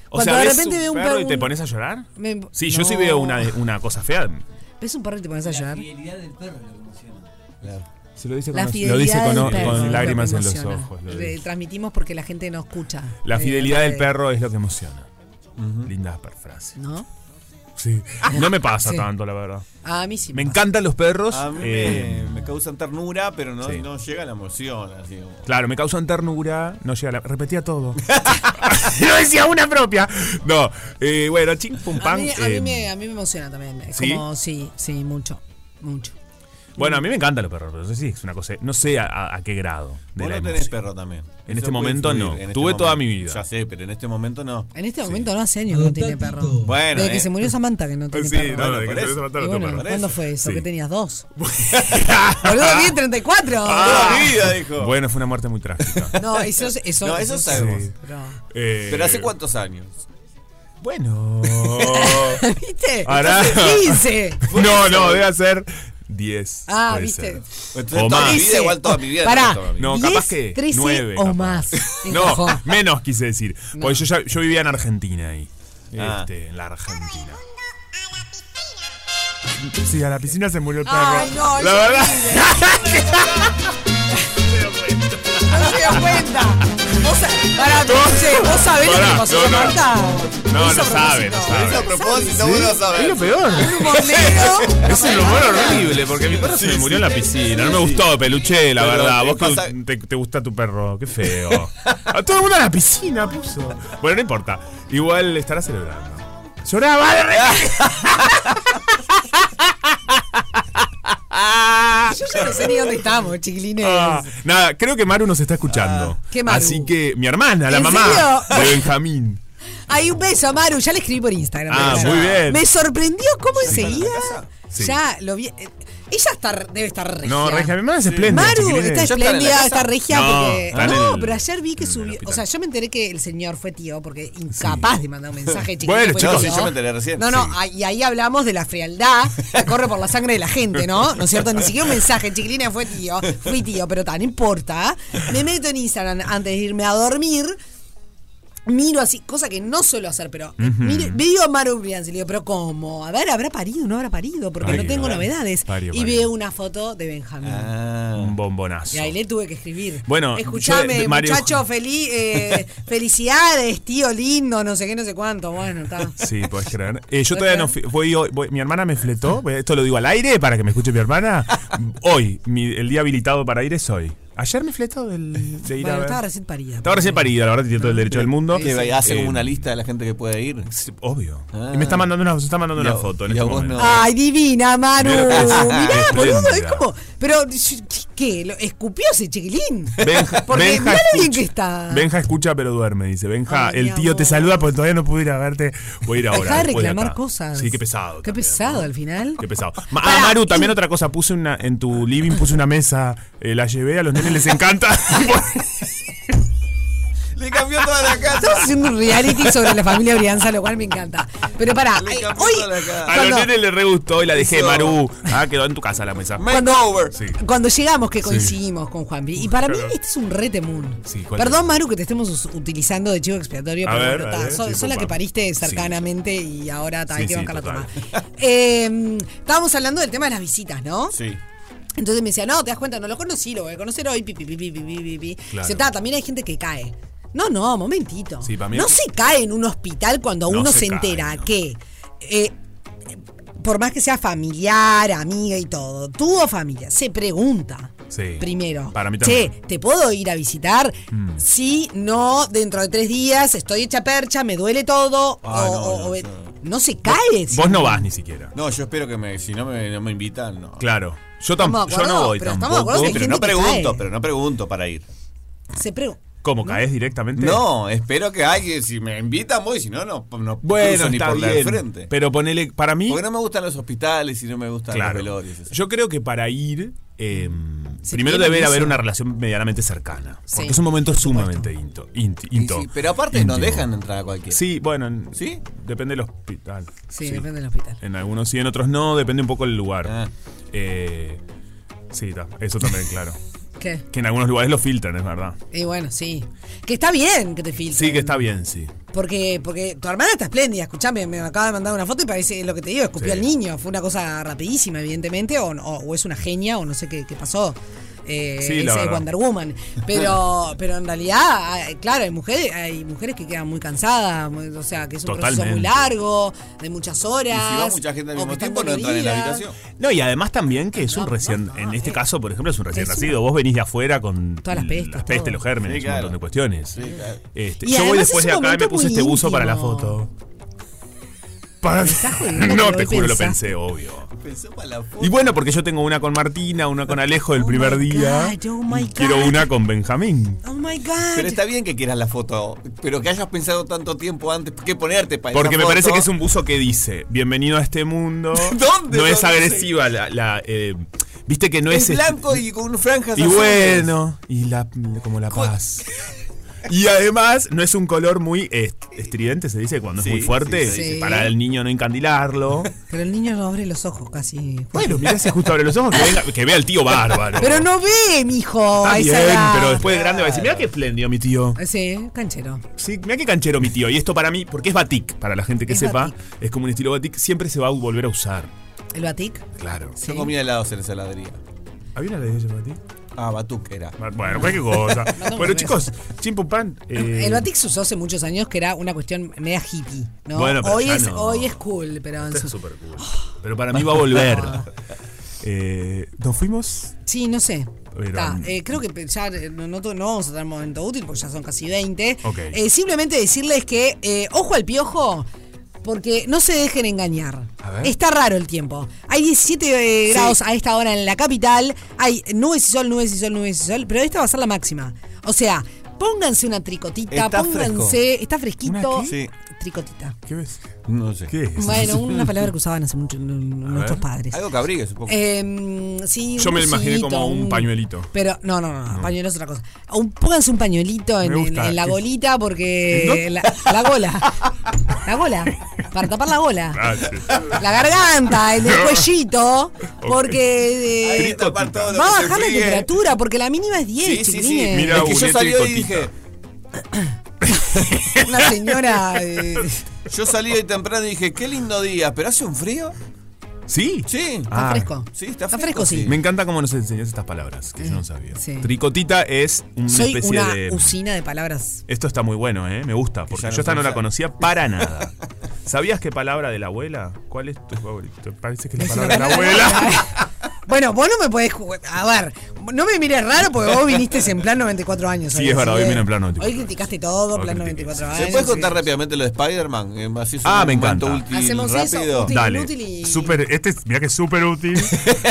Speaker 2: cuando de
Speaker 3: ves
Speaker 2: repente
Speaker 3: un
Speaker 2: veo un
Speaker 3: perro
Speaker 2: perro-
Speaker 3: y te pones a llorar.
Speaker 2: Me-
Speaker 3: Sí, yo sí
Speaker 2: no.
Speaker 3: veo una, una cosa fea.
Speaker 2: ¿Ves un perro y te pones a llorar?
Speaker 4: Claro.
Speaker 3: Se lo dice
Speaker 2: La
Speaker 3: con,
Speaker 2: fidelidad
Speaker 3: lo dice
Speaker 2: del
Speaker 3: con,
Speaker 2: perro
Speaker 3: con
Speaker 2: es lo que
Speaker 3: lágrimas
Speaker 2: me
Speaker 3: en los
Speaker 2: emociona.
Speaker 3: ojos. lo
Speaker 2: Le-
Speaker 3: dice.
Speaker 2: Transmitimos porque la gente no escucha.
Speaker 3: La
Speaker 2: Eh,
Speaker 3: fidelidad
Speaker 2: de-
Speaker 3: del perro es lo que emociona. Linda frase.
Speaker 2: ¿No?
Speaker 3: Sí. No me pasa
Speaker 2: Sí.
Speaker 3: tanto, la verdad.
Speaker 2: A mí sí.
Speaker 3: Me
Speaker 2: pasa.
Speaker 3: encantan los perros.
Speaker 4: A mí
Speaker 3: eh,
Speaker 4: me, me causan ternura, pero no,
Speaker 3: sí.
Speaker 4: no llega la emoción. Así como-
Speaker 3: Claro, me causan ternura. No llega la. Repetía todo. no decía una propia. No. eh, bueno, ching, pum,
Speaker 2: A
Speaker 3: pam.
Speaker 2: mí, a,
Speaker 3: eh,
Speaker 2: mí me, a mí me emociona también. Es
Speaker 3: ¿Sí?
Speaker 2: como, sí, sí, mucho. Mucho.
Speaker 3: Bueno, a mí me encantan los perros, pero sí, es una cosa. No sé a- a, a qué grado de
Speaker 4: Vos
Speaker 3: la
Speaker 4: no tenés
Speaker 3: emoción.
Speaker 4: perro también.
Speaker 3: En este momento no. Tuve toda mi vida.
Speaker 4: Ya sé, pero en este momento no.
Speaker 2: En este momento no hace años que no tiene perro.
Speaker 4: Bueno,
Speaker 2: Desde que
Speaker 4: eh.
Speaker 2: se murió Samantha que no tiene
Speaker 3: Sí,
Speaker 2: perro.
Speaker 3: no,
Speaker 4: Bueno,
Speaker 3: de que
Speaker 4: por
Speaker 3: se
Speaker 4: eso.
Speaker 3: desmataron
Speaker 2: Y
Speaker 3: los
Speaker 2: bueno,
Speaker 3: perros.
Speaker 2: ¿cuándo fue eso?
Speaker 3: Sí.
Speaker 2: Que tenías dos. Boludo, bien 34.
Speaker 4: Toda mi vida, dijo.
Speaker 3: Bueno, fue una muerte muy trágica.
Speaker 2: No, eso, eso,
Speaker 4: No, eso sabemos.
Speaker 2: No.
Speaker 3: Eh,
Speaker 4: Pero ¿hace cuántos años?
Speaker 3: Bueno.
Speaker 2: ¿Viste?
Speaker 3: Hará-
Speaker 2: Entonces, 15.
Speaker 3: Oh. no, no, debe ser 10.
Speaker 2: Ah,
Speaker 3: puede
Speaker 2: viste.
Speaker 3: ser.
Speaker 4: Entonces,
Speaker 3: O
Speaker 4: toda
Speaker 3: más.
Speaker 4: mi vida, igual toda mi vida.
Speaker 2: Pará.
Speaker 4: toda mi vida.
Speaker 3: No,
Speaker 2: 10,
Speaker 3: capaz que
Speaker 2: 13
Speaker 3: nueve,
Speaker 2: o
Speaker 3: capaz.
Speaker 2: más. Ojo.
Speaker 3: No, menos quise decir. Porque yo, ya- yo vivía en Argentina ahí.
Speaker 4: Ah.
Speaker 3: Este, en la Argentina. Sí, a la piscina se murió el perro.
Speaker 2: Ay, no,
Speaker 3: la
Speaker 2: es
Speaker 3: verdad.
Speaker 2: No se dio cuenta. Vos, sa- pará, che, ¿vos sabés lo que
Speaker 3: Pará,
Speaker 2: le pasó
Speaker 3: no,
Speaker 2: a
Speaker 3: no.
Speaker 2: Marta?
Speaker 3: No,
Speaker 2: Lo hizo
Speaker 3: no
Speaker 2: a
Speaker 3: sabe, no
Speaker 2: propósito.
Speaker 3: sabe.
Speaker 4: a propósito, vos no sabés.
Speaker 3: Es lo peor.
Speaker 2: Humo negro.
Speaker 3: Es un humor horrible, porque mi perro se me murió en la piscina. No me gustó, peluche, la
Speaker 4: Pero
Speaker 3: verdad.
Speaker 4: te
Speaker 3: Vos
Speaker 4: pasa-
Speaker 3: que te, te gusta tu perro, qué feo. A todo el mundo en la piscina puso. Bueno, no importa. Igual estará celebrando. Lloraba. de re-
Speaker 2: Yo ya no sé ni dónde estamos, chiquilines. Ah,
Speaker 3: Ah, nada, creo que Maru nos está escuchando.
Speaker 2: ¿qué Maru?
Speaker 3: Así que mi hermana, la
Speaker 2: ¿En
Speaker 3: mamá
Speaker 2: serio?
Speaker 3: de Benjamín.
Speaker 2: Hay un beso a Maru, ya le escribí por Instagram.
Speaker 3: Ah,
Speaker 2: Maru.
Speaker 3: muy bien.
Speaker 2: Me sorprendió cómo enseguida.
Speaker 3: Sí.
Speaker 2: Ya lo vi. eh, Ella está, debe estar regia.
Speaker 3: No, Regia, mi hermana es espléndida.
Speaker 2: Maru
Speaker 3: chiquilines.
Speaker 2: está
Speaker 4: ¿Ya están en la
Speaker 2: espléndida,
Speaker 4: casa?
Speaker 2: está regia
Speaker 3: No,
Speaker 2: porque.
Speaker 3: están en
Speaker 2: No,
Speaker 3: el-
Speaker 2: pero ayer vi que
Speaker 3: en el
Speaker 2: subió. O
Speaker 3: hospital.
Speaker 2: sea, yo me enteré que el señor fue tío porque incapaz de mandar un mensaje chiquilín,
Speaker 3: Bueno,
Speaker 2: fue
Speaker 3: chicos,
Speaker 2: tío.
Speaker 3: sí,
Speaker 4: yo me enteré recién,
Speaker 2: No, no,
Speaker 4: sí.
Speaker 2: ahí- Ah, y ahí hablamos de la frialdad que corre por la sangre de la gente, ¿no? ¿No es cierto? Ni siquiera un mensaje, chiquilina fue tío, fui tío, pero tan, no importa. Me meto en Instagram antes de irme a dormir. Miro así, cosa que no suelo hacer, pero miro- veo a Maru Brian y le digo, pero ¿cómo? A ver, ¿habrá parido? ¿No habrá parido? Porque no
Speaker 3: Parió.
Speaker 2: tengo novedades.
Speaker 3: Parió,
Speaker 2: y
Speaker 3: parió.
Speaker 2: veo una foto de Benjamín.
Speaker 4: Ah.
Speaker 3: Un bombonazo.
Speaker 2: Y ahí le tuve que escribir.
Speaker 3: Ah, Bueno, yo
Speaker 2: escuchame,
Speaker 3: de- Mario-
Speaker 2: muchacho, feliz, eh, felicidades, tío lindo, no sé qué, no sé cuánto. Bueno, está.
Speaker 3: Sí, puedes creer. Eh, yo todavía no fui- voy, hoy- voy- Mi hermana me fletó. Esto lo digo al aire para que me escuche mi hermana. Hoy, mi- el día habilitado para ir es hoy. Ayer me fletó del, de ir
Speaker 2: Bueno,
Speaker 3: a ver.
Speaker 2: estaba recién parida.
Speaker 3: Estaba recién parida, la verdad, tiene
Speaker 4: Ah,
Speaker 3: todo el derecho del mundo.
Speaker 4: Que hace
Speaker 3: Eh,
Speaker 4: como una lista de la gente que puede ir.
Speaker 3: sí, Obvio.
Speaker 4: Ah.
Speaker 3: Y me está mandando una, se está mandando
Speaker 4: Y a-
Speaker 3: una foto. En
Speaker 4: y a
Speaker 3: este
Speaker 4: vos
Speaker 3: momento.
Speaker 4: no.
Speaker 2: Ay, divina, Maru.
Speaker 3: Mira lo que es.
Speaker 2: Mirá, boludo, es
Speaker 3: Espléndida.
Speaker 2: como. Pero, ¿qué? ¿Lo escupió ese chiquilín?
Speaker 3: Benja,
Speaker 2: Porque
Speaker 3: Benja
Speaker 2: mirá lo bien
Speaker 3: escucha-
Speaker 2: que está.
Speaker 3: Benja escucha pero duerme, dice. Benja,
Speaker 2: Ay, mi
Speaker 3: el tío te
Speaker 2: amor.
Speaker 3: saluda porque todavía no pude ir a verte. Voy a ir ahora.
Speaker 2: Deja de
Speaker 3: después
Speaker 2: reclamar
Speaker 3: acá.
Speaker 2: cosas.
Speaker 3: Sí, qué pesado.
Speaker 2: Qué
Speaker 3: también,
Speaker 2: pesado
Speaker 3: ¿no?
Speaker 2: al final.
Speaker 3: Qué pesado. Ma-
Speaker 2: Pará,
Speaker 3: ah, Maru,
Speaker 2: y-
Speaker 3: también otra cosa, puse una, en tu living puse una mesa, eh, la llevé, a los nenes les encanta.
Speaker 4: Le cambió toda la
Speaker 2: Estamos
Speaker 4: casa.
Speaker 2: haciendo un reality sobre la familia Brianza, lo cual me encanta. Pero pará,
Speaker 4: Le
Speaker 2: eh,
Speaker 4: cambió
Speaker 2: hoy.
Speaker 4: toda la cara.
Speaker 3: a los
Speaker 2: cuando-
Speaker 3: nenes les re gustó y la dejé,
Speaker 4: Eso.
Speaker 3: Maru. Ah, quedó en tu casa la mesa.
Speaker 4: Makeover.
Speaker 3: Sí.
Speaker 2: Cuando llegamos que coincidimos con Juanpi. Y para mí este es un rete moon.
Speaker 3: Sí, ¿cuál
Speaker 2: Perdón,
Speaker 3: es?
Speaker 2: Maru, que te estemos us- utilizando de chivo expiatorio,
Speaker 3: A
Speaker 2: pero
Speaker 3: ver,
Speaker 2: bueno,
Speaker 3: a
Speaker 2: ta,
Speaker 3: ver,
Speaker 2: so-
Speaker 3: sí,
Speaker 2: sos la
Speaker 3: compa.
Speaker 2: que pariste
Speaker 3: Sí.
Speaker 2: cercanamente y ahora ta, hay
Speaker 3: Sí,
Speaker 2: que
Speaker 3: sí,
Speaker 2: bancar la toma.
Speaker 3: total.
Speaker 2: Eh, estábamos hablando del tema de las visitas, ¿no?
Speaker 4: Sí.
Speaker 2: Entonces me decía, no, te das cuenta, no lo conocí, lo voy a conocer hoy, pi, pi, pi, pi, pi, pi, pi, pi.
Speaker 3: Claro.
Speaker 2: Dice, "Ta, también hay gente que cae. No, no, momentito.
Speaker 3: Sí, para mí-
Speaker 2: no se cae en un hospital cuando
Speaker 3: No
Speaker 2: uno se,
Speaker 3: se cae,
Speaker 2: entera
Speaker 3: no.
Speaker 2: que, eh, por más que sea familiar, amiga y todo, tuvo familia, se pregunta.
Speaker 3: Sí.
Speaker 2: Primero.
Speaker 3: Para mí
Speaker 2: Che,
Speaker 3: también.
Speaker 2: ¿te puedo ir a visitar?
Speaker 3: Mm.
Speaker 2: Sí, no, dentro de tres días estoy hecha percha, me duele todo.
Speaker 4: Ah,
Speaker 2: o-
Speaker 4: no,
Speaker 2: o-
Speaker 4: no,
Speaker 2: o-
Speaker 4: eso no.
Speaker 2: no se cae. si
Speaker 3: Vos no vas ni siquiera.
Speaker 4: No, yo espero que me, si no me, no me invitan, no.
Speaker 3: Claro. Yo,
Speaker 2: Estamos
Speaker 3: tampoco
Speaker 2: de
Speaker 3: yo no
Speaker 2: acuerdo,
Speaker 3: voy
Speaker 2: pero estamos de
Speaker 3: tampoco.
Speaker 2: acuerdo que
Speaker 4: Pero
Speaker 2: gente
Speaker 4: no
Speaker 2: que
Speaker 4: pregunto,
Speaker 2: cae.
Speaker 4: pero no pregunto para ir.
Speaker 2: Se pregunta.
Speaker 3: ¿Cómo caes directamente?
Speaker 4: No, espero que alguien, si me invitan, voy, si no, no, no
Speaker 3: Bueno,
Speaker 4: cruzo ni
Speaker 3: está
Speaker 4: por la
Speaker 3: bien.
Speaker 4: frente.
Speaker 3: Pero ponele, para mí,
Speaker 4: Porque no me gustan los hospitales y no me gustan los velorios. eso.
Speaker 3: Yo creo que para ir, eh,
Speaker 2: Se
Speaker 3: primero
Speaker 2: tiene
Speaker 3: debe
Speaker 2: eso.
Speaker 3: haber una relación medianamente cercana.
Speaker 2: Sí,
Speaker 3: Porque es un momento sumamente into, int-
Speaker 4: Y
Speaker 3: into-
Speaker 4: sí, pero aparte no
Speaker 3: íntimo.
Speaker 4: dejan entrar a cualquiera.
Speaker 3: Sí, bueno, en-
Speaker 4: ¿Sí?
Speaker 3: depende del hospital.
Speaker 2: Sí, depende del hospital.
Speaker 3: En algunos sí, en otros no, depende un poco del lugar.
Speaker 4: Ah.
Speaker 3: Eh, sí, ta, eso también, claro.
Speaker 2: ¿Qué?
Speaker 3: Que en algunos lugares lo filtran, es verdad.
Speaker 2: Y bueno, sí. Que está bien que te filtres.
Speaker 3: Sí, que está bien, sí.
Speaker 2: Porque, porque tu hermana está espléndida, escuchame, me acaba de mandar una foto y parece lo que te digo, escupió
Speaker 3: Sí.
Speaker 2: al niño. Fue una cosa rapidísima, evidentemente, o, o- o es una genia, o no sé qué, qué pasó. Eh,
Speaker 3: Sí,
Speaker 2: esa
Speaker 3: la
Speaker 2: es
Speaker 3: verdad.
Speaker 2: Wonder Woman. Pero, pero en realidad, hay- claro, hay mujeres, hay mujeres que quedan muy cansadas, muy- o sea, que es un proceso muy
Speaker 3: Totalmente.
Speaker 2: largo, de muchas
Speaker 4: Y
Speaker 2: horas.
Speaker 4: si va mucha gente
Speaker 2: o
Speaker 4: al
Speaker 2: que
Speaker 4: mismo
Speaker 2: están
Speaker 4: tiempo, no entran en la
Speaker 2: doloridas.
Speaker 4: habitación.
Speaker 3: No, y además también que es
Speaker 2: No,
Speaker 3: un recién,
Speaker 2: no, no,
Speaker 3: en este
Speaker 2: eh.
Speaker 3: caso, por ejemplo, es un recién
Speaker 2: Es
Speaker 3: nacido. Vos venís de afuera con
Speaker 2: Todas las pestes,
Speaker 3: las pestes,
Speaker 2: todo.
Speaker 3: los gérmenes,
Speaker 4: Sí, claro.
Speaker 3: un montón de cuestiones.
Speaker 4: Sí, claro.
Speaker 3: Este,
Speaker 2: Y
Speaker 3: yo voy
Speaker 2: además
Speaker 3: después
Speaker 2: es
Speaker 3: de
Speaker 2: un
Speaker 3: acá y me
Speaker 2: momento
Speaker 3: puse
Speaker 2: muy
Speaker 3: este buzo para la
Speaker 2: íntimo.
Speaker 3: foto. Para...
Speaker 2: jodiendo
Speaker 3: no,
Speaker 2: que
Speaker 3: te
Speaker 2: hoy
Speaker 3: juro,
Speaker 2: pensaste.
Speaker 3: lo pensé, obvio.
Speaker 4: Pensó para la foto.
Speaker 3: Y bueno, porque yo tengo una con Martina, una con Alejo el
Speaker 2: Oh
Speaker 3: primer
Speaker 2: my
Speaker 3: día.
Speaker 2: God, oh my
Speaker 3: y quiero
Speaker 2: God.
Speaker 3: una con Benjamín.
Speaker 2: Oh my God.
Speaker 4: Pero está bien que quieras la foto, pero que hayas pensado tanto tiempo antes que ponerte para
Speaker 3: Porque
Speaker 4: esa
Speaker 3: me
Speaker 4: foto.
Speaker 3: parece que es un buzo que dice, bienvenido a este mundo.
Speaker 4: ¿Dónde?
Speaker 3: No es
Speaker 4: ¿Dónde?
Speaker 3: agresiva la... la, eh, Viste que no
Speaker 4: Es
Speaker 3: es... este-
Speaker 4: blanco y con franjas
Speaker 3: Y
Speaker 4: azules.
Speaker 3: bueno, y la, como la paz. Y además, no es un color muy est- estridente, se dice, cuando
Speaker 4: Sí,
Speaker 3: es muy fuerte,
Speaker 4: sí,
Speaker 2: sí.
Speaker 3: para el niño no encandilarlo.
Speaker 2: Pero el niño no abre los ojos casi.
Speaker 3: Bueno, mirá si justo abre los ojos, que, venga- que vea al tío bárbaro.
Speaker 2: Pero no ve, mijo.
Speaker 3: Está
Speaker 2: a esa
Speaker 3: bien,
Speaker 2: edad.
Speaker 3: pero después de grande va a decir, mirá qué espléndido mi tío.
Speaker 2: Sí, canchero.
Speaker 3: Sí, mirá qué canchero mi tío. Y esto para mí, porque es batik, para la gente que
Speaker 2: Es
Speaker 3: sepa,
Speaker 2: batik.
Speaker 3: es como un estilo batik, siempre se va a volver a usar.
Speaker 2: ¿El batik?
Speaker 3: Claro.
Speaker 4: Yo comía helados en la saladería.
Speaker 3: ¿Había una ley de Mati?
Speaker 4: Ah, Batuk era.
Speaker 3: Bueno, cualquier cosa. bueno, chicos, Chimpupán. Eh,
Speaker 2: El batik se usó hace muchos años que era una cuestión media hippie, ¿no?
Speaker 3: Bueno, pero
Speaker 2: hoy,
Speaker 3: ya
Speaker 2: es,
Speaker 3: no.
Speaker 2: hoy es cool, pero en
Speaker 3: Está
Speaker 2: su-
Speaker 3: súper cool. Pero para mí va a volver. Eh, Nos fuimos.
Speaker 2: Sí, no sé.
Speaker 3: Pero-
Speaker 2: Está, eh, creo que ya eh, no, no to- no vamos a tener momento útil porque ya son casi 20.
Speaker 3: Ok.
Speaker 2: Eh, simplemente decirles que eh, ojo al piojo porque no se dejen engañar.
Speaker 3: A ver.
Speaker 2: Está raro el tiempo. Hay 17 eh, grados a esta hora en la capital. Hay nubes y sol, nubes y sol, nubes y sol. Pero esta va a ser la máxima. O sea, pónganse una tricotita,
Speaker 4: Está
Speaker 2: pónganse. Está fresquito.
Speaker 3: ¿Una
Speaker 4: qué? Sí.
Speaker 2: Tricotita.
Speaker 3: ¿Qué ves?
Speaker 4: No sé.
Speaker 3: ¿Qué es?
Speaker 2: Bueno, una palabra que usaban hace mucho nuestros padres.
Speaker 4: Algo que abrigue, supongo.
Speaker 2: Eh, sí,
Speaker 3: Yo
Speaker 2: un
Speaker 3: me lo imaginé
Speaker 2: bolsillito,
Speaker 3: como un pañuelito.
Speaker 2: Pero no, no, no, no, pañuelo es otra cosa. Un, pónganse un pañuelito en,
Speaker 3: Me gusta.
Speaker 2: en- en la
Speaker 3: ¿Qué?
Speaker 2: bolita porque
Speaker 3: ¿En
Speaker 2: la, la gola. La gola. Para tapar la gola.
Speaker 3: Ah, sí.
Speaker 2: La garganta, el del cuellito, porque eh,
Speaker 4: Ahí tapar todo lo
Speaker 2: va a
Speaker 4: que se
Speaker 2: bajar la
Speaker 4: enfríe.
Speaker 2: temperatura, porque la mínima es 10,
Speaker 4: Sí, sí, sí.
Speaker 2: chiquilines.
Speaker 3: Mira,
Speaker 4: es que yo
Speaker 3: Julieta
Speaker 4: salí
Speaker 3: y
Speaker 4: hoy y
Speaker 3: Cotita.
Speaker 4: dije,
Speaker 2: Una señora eh,
Speaker 4: yo salí hoy temprano y dije, qué lindo día, pero hace un frío.
Speaker 3: ¿Sí?
Speaker 4: Sí.
Speaker 2: está
Speaker 3: Ah,
Speaker 2: fresco.
Speaker 4: Sí, está
Speaker 2: Está
Speaker 4: fresco,
Speaker 2: fresco, sí.
Speaker 3: Me encanta cómo nos enseñas estas palabras, que yo no sabía.
Speaker 2: Sí.
Speaker 3: Tricotita es una
Speaker 2: Soy
Speaker 3: especie
Speaker 2: una
Speaker 3: de.
Speaker 2: usina de palabras.
Speaker 3: Esto está muy bueno, ¿eh? Me gusta, porque
Speaker 4: Ya no
Speaker 3: yo esta no la
Speaker 4: sabes.
Speaker 3: conocía para nada. ¿Sabías qué palabra de la abuela? ¿Cuál es tu favorito? Parece que es la
Speaker 2: Es
Speaker 3: palabra de
Speaker 2: una
Speaker 3: la
Speaker 2: palabra
Speaker 3: abuela.
Speaker 2: Bueno, vos no me podés jugar. A ver, no me mires raro porque vos viniste en plan 94 años.
Speaker 3: Sí,
Speaker 2: hoy,
Speaker 3: es verdad,
Speaker 2: así
Speaker 3: hoy
Speaker 2: que
Speaker 3: vine en plan 94
Speaker 2: Hoy criticaste todo,
Speaker 3: Hoy
Speaker 2: plan
Speaker 3: critiqué.
Speaker 2: 94 años.
Speaker 4: ¿Se puede contar
Speaker 2: Eh, sí.
Speaker 4: rápidamente lo de Spider-Man? Eh, así es
Speaker 3: Ah,
Speaker 4: un
Speaker 3: me
Speaker 4: momento
Speaker 3: encanta.
Speaker 4: útil,
Speaker 2: Hacemos eso,
Speaker 4: rápido.
Speaker 2: útil.
Speaker 3: Dale.
Speaker 2: inútil y-
Speaker 3: Super, este, es- mirá que es súper útil.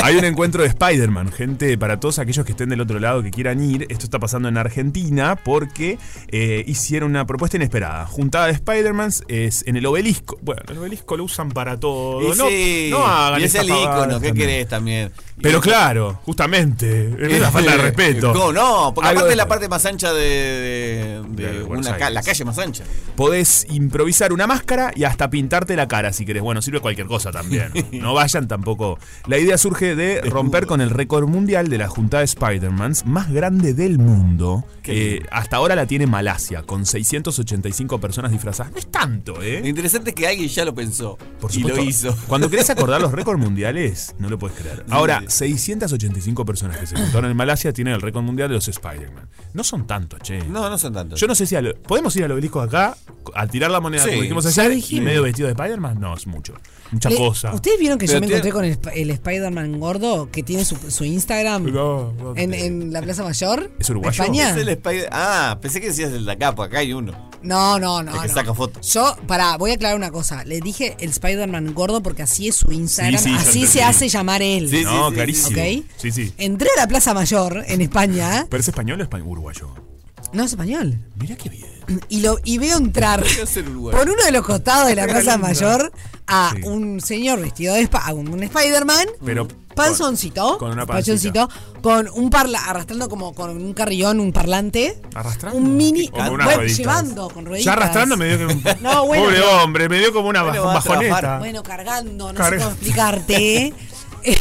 Speaker 3: Hay un encuentro de Spider-Man, gente, para todos aquellos que estén del otro lado que quieran ir. Esto está pasando en Argentina porque eh, hicieron una propuesta inesperada. Juntada de Spider-Man es en el obelisco. Bueno, el obelisco lo usan para todo.
Speaker 4: Y
Speaker 3: no,
Speaker 4: sí,
Speaker 3: no hagan
Speaker 4: y es
Speaker 3: esas
Speaker 4: el
Speaker 3: pavadas
Speaker 4: ícono, ¿qué
Speaker 3: también.
Speaker 4: querés también? Y-
Speaker 3: Pero claro, justamente, es una falta de respeto.
Speaker 4: No, Eh, no, porque
Speaker 3: Algo
Speaker 4: aparte
Speaker 3: de-
Speaker 4: es la parte más ancha de, de- de
Speaker 3: De Buenos
Speaker 4: una ca-
Speaker 3: Aires.
Speaker 4: la calle más ancha.
Speaker 3: Podés improvisar una máscara y hasta pintarte la cara si querés. Bueno, sirve cualquier cosa también. No vayan tampoco. La idea surge de romper con el récord mundial de la juntada de Spider-Man más grande del mundo.
Speaker 4: Qué
Speaker 3: Eh, hasta ahora la tiene Malasia, con 685 personas disfrazadas. No es tanto,
Speaker 4: Lo
Speaker 3: ¿eh?
Speaker 4: interesante es que alguien ya lo pensó
Speaker 3: Por
Speaker 4: y lo
Speaker 3: supuesto,
Speaker 4: hizo.
Speaker 3: Cuando querés acordar los récords mundiales, no lo puedes creer. Ahora, 685 personas que se juntaron en Malasia tienen el récord mundial de los Spider-Man. No son tantos, che.
Speaker 4: No, no son tantos.
Speaker 3: Yo no sé si a lo- podemos ir al obelisco acá a tirar la moneda
Speaker 4: Sí,
Speaker 3: como dijimos
Speaker 4: ya
Speaker 3: ayer y
Speaker 4: dijimos.
Speaker 3: medio vestido de Spider-Man. No, es mucho. Mucha
Speaker 2: Le-
Speaker 3: cosa.
Speaker 2: Eh, ¿Ustedes vieron que yo
Speaker 4: Pero
Speaker 2: me
Speaker 4: tiene-
Speaker 2: encontré con el, Sp- el Spider-Man gordo que tiene su, su Instagram
Speaker 3: No, no
Speaker 2: en,
Speaker 3: te-
Speaker 2: en la Plaza Mayor?
Speaker 3: ¿Es uruguayo?
Speaker 2: España?
Speaker 4: Es el Spider- ah, pensé que decías el de acá, porque acá hay uno.
Speaker 2: No, no, no.
Speaker 4: El que
Speaker 2: no.
Speaker 4: saca fotos.
Speaker 2: Yo, pará, voy a aclarar una cosa. Le dije el Spider-Man gordo porque así es su Instagram,
Speaker 3: sí, yo
Speaker 2: así
Speaker 3: entendí.
Speaker 2: se hace llamar él.
Speaker 4: Sí,
Speaker 3: no, clarísimo.
Speaker 2: ¿Ok?
Speaker 3: Sí, sí.
Speaker 2: Entré a la Plaza Mayor en España.
Speaker 3: ¿Pero es español o espa- uruguayo?
Speaker 2: No es español.
Speaker 3: Mira qué bien.
Speaker 2: y lo y veo entrar
Speaker 4: Podría ser uruguayo.
Speaker 2: por uno de los costados de la Plaza Mayor a
Speaker 3: Sí.
Speaker 2: un señor vestido de spa- a un Spider-Man,
Speaker 3: Pero
Speaker 2: panzoncito,
Speaker 3: con una pancita.
Speaker 2: panzoncito, con un parla arrastrando como con un carrillón, un parlante,
Speaker 3: Arrastrando.
Speaker 2: un mini,
Speaker 3: Como unas
Speaker 2: bueno,
Speaker 3: rueditas.
Speaker 2: llevando con rueditas,
Speaker 3: Ya arrastrando me dio que.
Speaker 2: No, bueno,
Speaker 3: Pobre
Speaker 2: pero-
Speaker 3: hombre, me dio como una
Speaker 4: Bueno,
Speaker 3: baj-
Speaker 4: va a
Speaker 3: bajoneta.
Speaker 4: trabajar.
Speaker 2: bueno cargando, no
Speaker 3: Carga-
Speaker 2: sé cómo explicarte, Eh,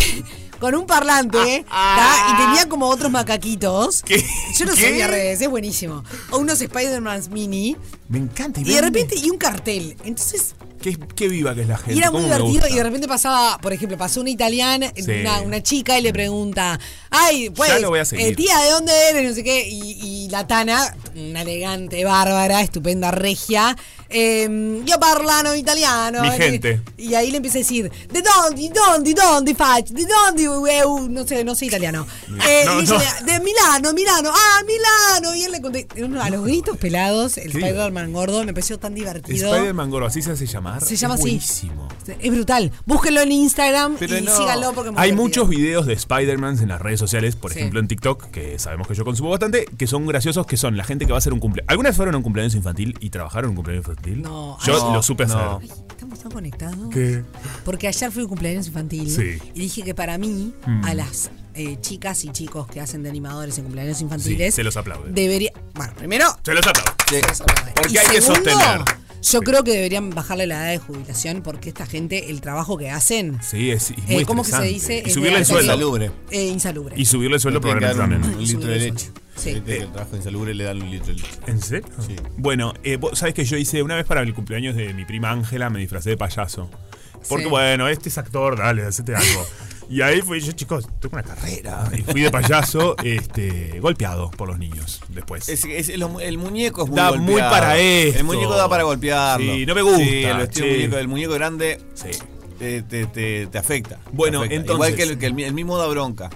Speaker 2: con un parlante, ¿tá? y tenía como otros macaquitos,
Speaker 3: Ah, ¿Qué?
Speaker 2: yo no
Speaker 3: ¿Qué?
Speaker 2: sabía redes, es buenísimo, o unos Spider-Mans mini.
Speaker 3: Me encanta.
Speaker 2: Y de
Speaker 3: vende.
Speaker 2: repente, y un cartel. Entonces,
Speaker 3: Qué, qué viva que es la gente.
Speaker 2: Y era muy
Speaker 3: cómo me
Speaker 2: divertido
Speaker 3: gusta.
Speaker 2: y de repente pasaba, por ejemplo, pasó una italiana,
Speaker 3: Sí.
Speaker 2: una, una chica y le pregunta, ay, pues,
Speaker 3: lo voy a
Speaker 2: eh,
Speaker 3: seguir.
Speaker 2: tía, ¿de dónde eres? No sé qué. Y, y la Tana, una elegante, bárbara, estupenda, regia, ehm, yo parlano italiano.
Speaker 3: Mi
Speaker 2: Eh,
Speaker 3: gente.
Speaker 2: Y ahí le empieza a decir, ¿de dónde, dónde, dónde, faccio? ¿De dónde? eh, uh, no sé, no sé italiano. Eh,
Speaker 3: No,
Speaker 2: y ella
Speaker 3: no.
Speaker 2: le- De Milano, Milano, ah, Milano. Y él le contesta, uno, a los gritos pelados, el
Speaker 3: Qué
Speaker 2: Spider-Man gordo, me pareció tan divertido.
Speaker 3: Spider-Man Goro, así se hace llamar.
Speaker 2: Se
Speaker 3: Es
Speaker 2: llama así.
Speaker 3: Buenísimo.
Speaker 2: Es brutal. Búsquenlo en Instagram
Speaker 4: Pero
Speaker 2: y
Speaker 4: no.
Speaker 2: síganlo porque es muy
Speaker 3: Hay
Speaker 2: divertido.
Speaker 3: muchos videos de Spider-Man en las redes sociales, por
Speaker 2: Sí.
Speaker 3: ejemplo en TikTok, que sabemos que yo consumo bastante, que son graciosos, que son la gente que va a hacer un cumpleaños. ¿Algunas fueron a un cumpleaños infantil y trabajaron en un cumpleaños infantil?
Speaker 2: No.
Speaker 3: Yo
Speaker 4: No,
Speaker 3: lo supe hacer.
Speaker 4: no.
Speaker 2: Ay, Estamos tan conectados.
Speaker 3: ¿Qué?
Speaker 2: Porque ayer fui un cumpleaños infantil
Speaker 3: Sí. Mm.
Speaker 2: y dije que para mí, a las eh, chicas y chicos que hacen de animadores en cumpleaños infantiles,
Speaker 3: Sí, se los aplaude.
Speaker 2: Debería. Bueno, primero.
Speaker 3: Se los aplaudo.
Speaker 4: Sí.
Speaker 3: Porque
Speaker 2: y
Speaker 3: hay que
Speaker 2: segundo,
Speaker 3: sostener.
Speaker 2: Yo creo que deberían bajarle la edad de jubilación porque esta gente, el trabajo que hacen.
Speaker 3: Sí, es, es
Speaker 2: eh,
Speaker 3: muy
Speaker 2: ¿Cómo que se
Speaker 3: estresante.
Speaker 2: dice?
Speaker 3: Y
Speaker 2: Es
Speaker 3: subirle
Speaker 2: de
Speaker 3: el
Speaker 2: alta
Speaker 3: sueldo.
Speaker 2: tensión.
Speaker 4: Insalubre.
Speaker 2: Eh, insalubre.
Speaker 3: Y subirle el sueldo
Speaker 4: Le tienen
Speaker 3: por
Speaker 4: que dar un,
Speaker 3: también.
Speaker 4: un litro de leche.
Speaker 2: Sí.
Speaker 4: Viste que El trabajo insalubre le dan un litro de leche.
Speaker 3: ¿En serio?
Speaker 4: Sí.
Speaker 3: Bueno, eh, vos sabés que yo hice una vez para el cumpleaños de mi prima Ángela, me disfracé de payaso. Porque
Speaker 2: Sí.
Speaker 3: bueno, este es actor, dale, hacete algo. Y ahí fui yo, chicos, tengo una carrera. Y fui de payaso este, golpeado por los niños después.
Speaker 4: Es- es- el, mu- el muñeco es muy
Speaker 3: Pues. Da muy
Speaker 4: golpeado.
Speaker 3: para esto.
Speaker 4: El muñeco da para golpearlo.
Speaker 3: Sí, no me gusta,
Speaker 4: Sí, el vestido
Speaker 3: sí.
Speaker 4: muñeco, el muñeco grande
Speaker 3: Sí.
Speaker 4: te, te- te- te afecta.
Speaker 3: Bueno,
Speaker 4: te afecta.
Speaker 3: entonces-
Speaker 4: Igual que el, que el mi- el mismo da bronca.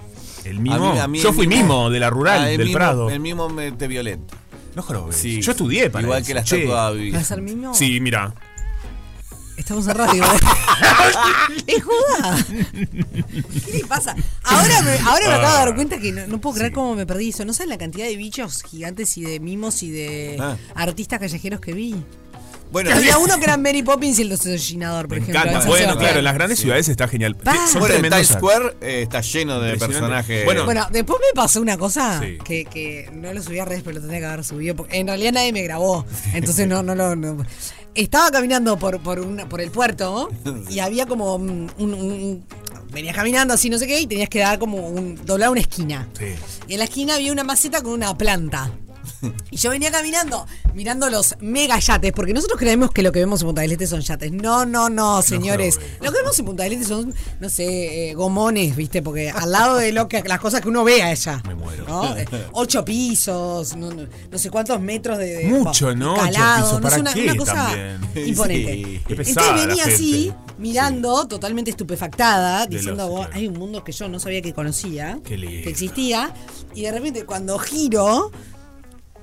Speaker 3: El mimo.
Speaker 4: A mí- a mí
Speaker 3: yo
Speaker 4: el
Speaker 3: fui mimo, de la rural,
Speaker 4: Ah, el
Speaker 3: del
Speaker 4: mimo-
Speaker 3: Prado.
Speaker 4: El mismo me, te violenta.
Speaker 3: No jorobes.
Speaker 4: Sí.
Speaker 3: Yo estudié para
Speaker 4: Igual
Speaker 3: eso,
Speaker 4: que la
Speaker 3: che.
Speaker 4: estatua de David.
Speaker 2: ¿Vas al mismo?
Speaker 3: Sí, mira.
Speaker 2: Estamos en radio. ¿eh? ¿Es joda? ¿Qué le pasa? Ahora me, ahora me acabo de
Speaker 4: Ah.
Speaker 2: dar cuenta que no, no puedo creer cómo me perdí eso. ¿No saben la cantidad de bichos gigantes y de mimos y de
Speaker 4: Ah.
Speaker 2: artistas callejeros que vi?
Speaker 4: Bueno,
Speaker 2: Había uno que era Mary Poppins y el desollinador, por
Speaker 3: Me
Speaker 2: ejemplo.
Speaker 3: encanta.
Speaker 2: en San
Speaker 3: Bueno,
Speaker 2: Sebastián.
Speaker 3: claro, en las grandes ciudades está genial.
Speaker 2: Pa.
Speaker 3: Son
Speaker 4: bueno, el
Speaker 3: tremendos
Speaker 4: Times
Speaker 3: ar-
Speaker 4: Square eh, está lleno de
Speaker 3: Impresionante.
Speaker 4: personajes.
Speaker 3: Bueno,
Speaker 2: Bueno, después me pasó una cosa
Speaker 3: Sí.
Speaker 2: que, que no lo subí a redes, pero lo tendría que haber subido. Porque en realidad nadie me grabó. Entonces no, no lo. no. Estaba caminando por, por, una- por el puerto y había como un, un- un- Venías caminando así, no sé qué, y tenías que dar como un. doblar una esquina.
Speaker 3: Sí.
Speaker 2: Y en la esquina había una maceta con una planta. Y yo venía caminando, mirando los mega yates, porque nosotros creemos que lo que vemos en Punta del Este son yates. No, no, no, señores.
Speaker 3: jodas.
Speaker 2: Lo que vemos en Punta del Este son, no sé, eh, gomones, ¿viste? Porque al lado de lo que las cosas que uno vea ella.
Speaker 3: Me muero.
Speaker 2: ¿no? Eh, Ocho pisos, no, no- no sé cuántos metros de. de-
Speaker 3: Mucho, ¿no? Ocho
Speaker 2: calado,
Speaker 3: pisos,
Speaker 2: no sé,
Speaker 3: ¿para
Speaker 2: una,
Speaker 3: qué
Speaker 2: una cosa
Speaker 3: también?
Speaker 2: imponente.
Speaker 4: Sí.
Speaker 3: Qué pesada
Speaker 2: Entonces venía
Speaker 3: la
Speaker 2: así,
Speaker 3: gente.
Speaker 2: mirando, totalmente estupefactada,
Speaker 3: De
Speaker 2: diciendo,
Speaker 3: los-
Speaker 2: "Vos,
Speaker 3: claro.
Speaker 2: hay un mundo que yo no sabía que conocía,
Speaker 3: Qué lindo.
Speaker 2: que existía, y de repente cuando giro,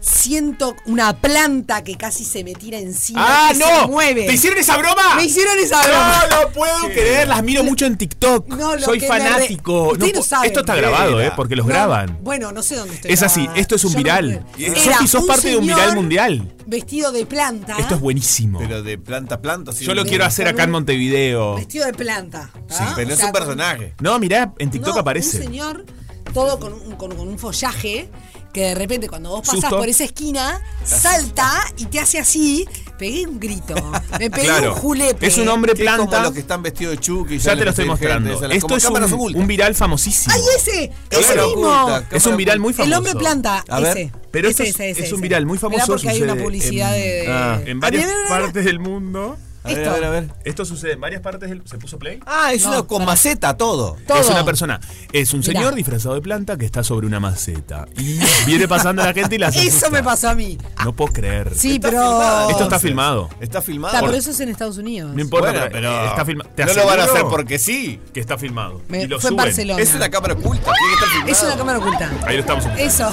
Speaker 2: siento una planta que casi se me tira encima,
Speaker 3: ¡Ah,
Speaker 2: que
Speaker 3: no!
Speaker 2: se mueve.
Speaker 3: ¿Te hicieron esa broma?
Speaker 2: Me hicieron esa broma.
Speaker 3: No lo puedo creer, las miro mucho en TikTok.
Speaker 2: No, lo
Speaker 3: Soy
Speaker 2: que me re-
Speaker 3: fanático.
Speaker 2: Ustedes
Speaker 3: No
Speaker 2: no
Speaker 3: po-
Speaker 2: saben.
Speaker 3: esto está grabado,
Speaker 4: Era.
Speaker 3: ¿eh? Porque los
Speaker 2: No,
Speaker 3: graban.
Speaker 2: Bueno, no sé dónde estoy.
Speaker 3: Es así,
Speaker 2: grabada.
Speaker 3: esto es un
Speaker 2: ah, Yo no
Speaker 3: viral.
Speaker 2: puedo-
Speaker 3: Sofi,
Speaker 2: Era
Speaker 3: sos
Speaker 2: un
Speaker 3: parte de un
Speaker 2: señor
Speaker 3: viral mundial.
Speaker 2: Vestido de planta.
Speaker 3: Esto es buenísimo.
Speaker 4: pero de planta a planta. sí,
Speaker 3: Yo lo
Speaker 4: de-
Speaker 3: quiero hacer acá en Montevideo.
Speaker 2: Vestido de planta.
Speaker 4: Sí,
Speaker 2: ¿ah?
Speaker 4: pero
Speaker 2: O
Speaker 4: es
Speaker 2: sea,
Speaker 4: un
Speaker 2: con-
Speaker 4: personaje.
Speaker 3: No, mirá, en TikTok
Speaker 2: No,
Speaker 3: aparece.
Speaker 2: Un señor, todo con un, con- con un follaje, que de repente cuando vos pasás
Speaker 3: Susto.
Speaker 2: por esa esquina, salta y te hace así. Pegué un grito. Me pegué
Speaker 3: Claro.
Speaker 2: un julepe.
Speaker 3: Es un hombre
Speaker 4: Que es como
Speaker 3: planta.
Speaker 4: los que están vestidos de Chucky.
Speaker 3: Ya te lo estoy mostrando. Esto es un, un viral famosísimo.
Speaker 2: ¡Ay, ese! ¡Ese
Speaker 3: Claro.
Speaker 2: mismo!
Speaker 4: Oculta.
Speaker 3: Es un viral muy famoso.
Speaker 2: El hombre planta,
Speaker 4: A ver.
Speaker 2: ese.
Speaker 3: Pero esto
Speaker 2: ese,
Speaker 3: es-
Speaker 2: ese, ese,
Speaker 3: es un
Speaker 2: ese.
Speaker 3: viral muy
Speaker 2: Mirá
Speaker 3: famoso.
Speaker 2: porque hay una
Speaker 3: sucede
Speaker 2: publicidad
Speaker 3: en-
Speaker 2: de.
Speaker 3: ah,
Speaker 2: Ah,
Speaker 3: en varias
Speaker 2: mirá, mirá, mirá.
Speaker 3: partes del mundo.
Speaker 4: A ver,
Speaker 2: Esto.
Speaker 4: a ver, a ver.
Speaker 3: Esto sucede en varias partes del. ¿Se puso play?
Speaker 4: Ah, es
Speaker 2: No,
Speaker 4: una con
Speaker 2: para.
Speaker 4: maceta todo.
Speaker 2: Todo.
Speaker 3: Es una persona. Es un
Speaker 2: Mirá.
Speaker 3: señor disfrazado de planta que está sobre una maceta. Y viene pasando la gente y las. asusta.
Speaker 2: Eso me pasó a mí.
Speaker 3: No puedo creer.
Speaker 2: Sí,
Speaker 4: Está
Speaker 2: pero.
Speaker 4: filmado,
Speaker 3: Esto está
Speaker 4: entonces.
Speaker 3: filmado.
Speaker 4: Está filmado.
Speaker 2: Está, pero eso es en Estados Unidos.
Speaker 3: No importa,
Speaker 4: Bueno,
Speaker 3: pero, está filmado.
Speaker 4: no lo van a hacer porque sí.
Speaker 3: Que está filmado.
Speaker 2: Me-
Speaker 3: y lo
Speaker 2: fue en
Speaker 3: suben.
Speaker 2: Barcelona.
Speaker 4: Es una cámara oculta. Tiene que estar filmado.
Speaker 2: Es una cámara oculta.
Speaker 3: Ahí lo estamos.
Speaker 2: Eso.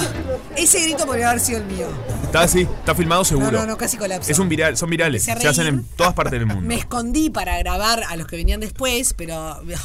Speaker 2: Ese grito podría haber sido el mío.
Speaker 3: Está así. Está filmado seguro.
Speaker 2: No, no, no, casi colapso.
Speaker 3: Es un viral. Son virales.
Speaker 2: Empecé a
Speaker 3: Se hacen
Speaker 2: reír.
Speaker 3: en todas partes del mundo.
Speaker 2: Me escondí para grabar a los que venían después, pero.
Speaker 4: Busca-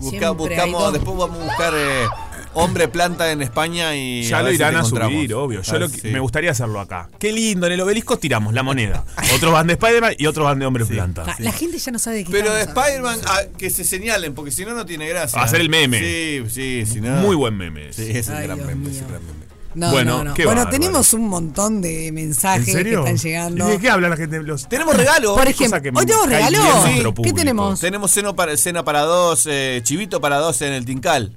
Speaker 2: siempre hay
Speaker 4: buscamos,
Speaker 2: dos.
Speaker 4: después vamos a buscar eh, hombre planta en España y.
Speaker 3: Ya
Speaker 4: ver
Speaker 3: lo
Speaker 4: si
Speaker 3: irán
Speaker 4: te
Speaker 3: a
Speaker 4: encontramos.
Speaker 3: subir, obvio. Yo
Speaker 4: Ah,
Speaker 3: lo que-
Speaker 4: sí.
Speaker 3: me gustaría hacerlo acá. Qué lindo, en el obelisco tiramos la moneda. Otros van de Spider-Man y otros van de Hombre Planta.
Speaker 2: La, la gente ya no sabe de qué
Speaker 4: Pero de
Speaker 2: estamos hablando.
Speaker 4: Spider-Man, ah, que se señalen, porque si no, no tiene gracia.
Speaker 3: Hacer el meme.
Speaker 4: Sí, sí, si no.
Speaker 3: Muy buen meme. ese.
Speaker 4: Sí, es un
Speaker 2: Ay,
Speaker 4: gran
Speaker 2: Dios
Speaker 4: meme, es
Speaker 2: mío.
Speaker 4: un gran meme.
Speaker 2: No,
Speaker 3: Bueno,
Speaker 2: no, no.
Speaker 3: qué
Speaker 2: bueno,
Speaker 3: bárbaro.
Speaker 2: tenemos un montón de mensajes que están llegando.
Speaker 3: ¿Y de qué habla la gente? Los-
Speaker 4: Tenemos regalo.
Speaker 2: Por
Speaker 3: cosa
Speaker 2: ejemplo,
Speaker 3: que
Speaker 2: ¿hoy tenemos
Speaker 3: cae bien
Speaker 2: regalo?
Speaker 3: nuestro
Speaker 2: Sí. ¿Qué
Speaker 3: público.
Speaker 2: tenemos?
Speaker 4: Tenemos seno para, cena para dos, eh, chivito para dos en el Tincal.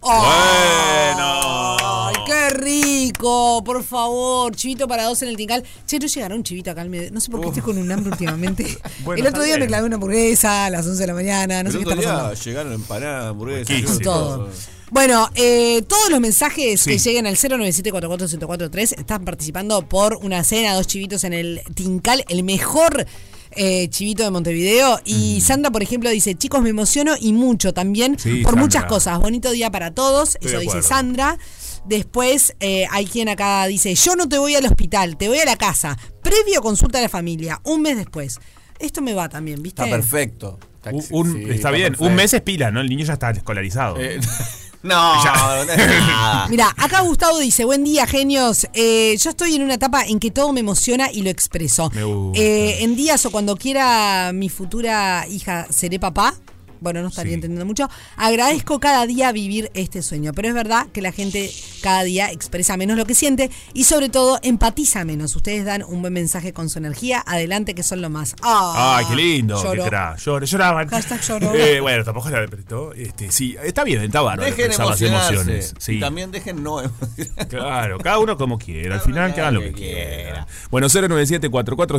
Speaker 2: ¡Ay, qué rico! Por favor, chivito para dos en el tincal. Che, no llegará un chivito acá al medio. No sé por qué estoy con un hambre últimamente.
Speaker 3: Bueno,
Speaker 2: el otro
Speaker 3: está
Speaker 2: día me
Speaker 3: bien.
Speaker 2: clavé una hamburguesa a las 11 de la mañana. Ah, No
Speaker 4: El
Speaker 2: sé qué
Speaker 4: otro
Speaker 2: está
Speaker 4: día
Speaker 2: pasando.
Speaker 4: llegaron empanadas, hamburguesas.
Speaker 3: Riquísimo.
Speaker 4: llegaron
Speaker 2: todo. Bueno, eh, todos los mensajes que
Speaker 3: Sí.
Speaker 2: lleguen al 097-44143 están participando por una cena, dos chivitos en el Tincal, el mejor eh, chivito de Montevideo.
Speaker 3: Mm.
Speaker 2: Y Sandra, por ejemplo, dice, chicos, me emociono y mucho también
Speaker 3: Sí,
Speaker 2: por
Speaker 3: Sandra.
Speaker 2: muchas cosas. Bonito día para todos,
Speaker 3: Estoy
Speaker 2: eso
Speaker 3: de
Speaker 2: dice
Speaker 3: acuerdo.
Speaker 2: Sandra. Después eh, hay quien acá dice, yo no te voy al hospital, te voy a la casa, previo consulta a la familia, un mes después. Esto me va también, ¿viste?
Speaker 4: Está perfecto.
Speaker 3: Un- un-
Speaker 4: Sí,
Speaker 3: está bien,
Speaker 4: perfecto.
Speaker 3: un mes es pila, ¿no? El niño ya está escolarizado.
Speaker 4: Eh, no,
Speaker 3: Ya.
Speaker 4: no
Speaker 3: Ah.
Speaker 4: es nada.
Speaker 2: Mira, acá Gustavo dice, buen día, genios. Eh, yo estoy en una etapa en que todo me emociona y lo expreso.
Speaker 3: Me gusta.
Speaker 2: Eh, en días o cuando quiera mi futura hija seré papá. Bueno, no estaría
Speaker 3: Sí.
Speaker 2: entendiendo mucho. Agradezco cada día vivir este sueño, pero es verdad que la gente cada día expresa menos lo que siente y sobre todo empatiza menos. Ustedes dan un buen mensaje con su energía. Adelante, que son lo más. Ah,
Speaker 3: Ay, qué lindo,
Speaker 2: lloro.
Speaker 3: qué cra- llor- lloraban.
Speaker 2: Hashtag lloró.
Speaker 3: Eh, bueno, tampoco era apretó. Este, sí, está bien, está bárbaro.
Speaker 4: Dejen
Speaker 3: expresar las
Speaker 4: emocionarse.
Speaker 3: emociones. Sí.
Speaker 4: Y también dejen no em- emocionarse.
Speaker 3: Claro, cada uno como quiera. Al final que hagan lo que
Speaker 4: que
Speaker 3: quiera. Bueno, 097 44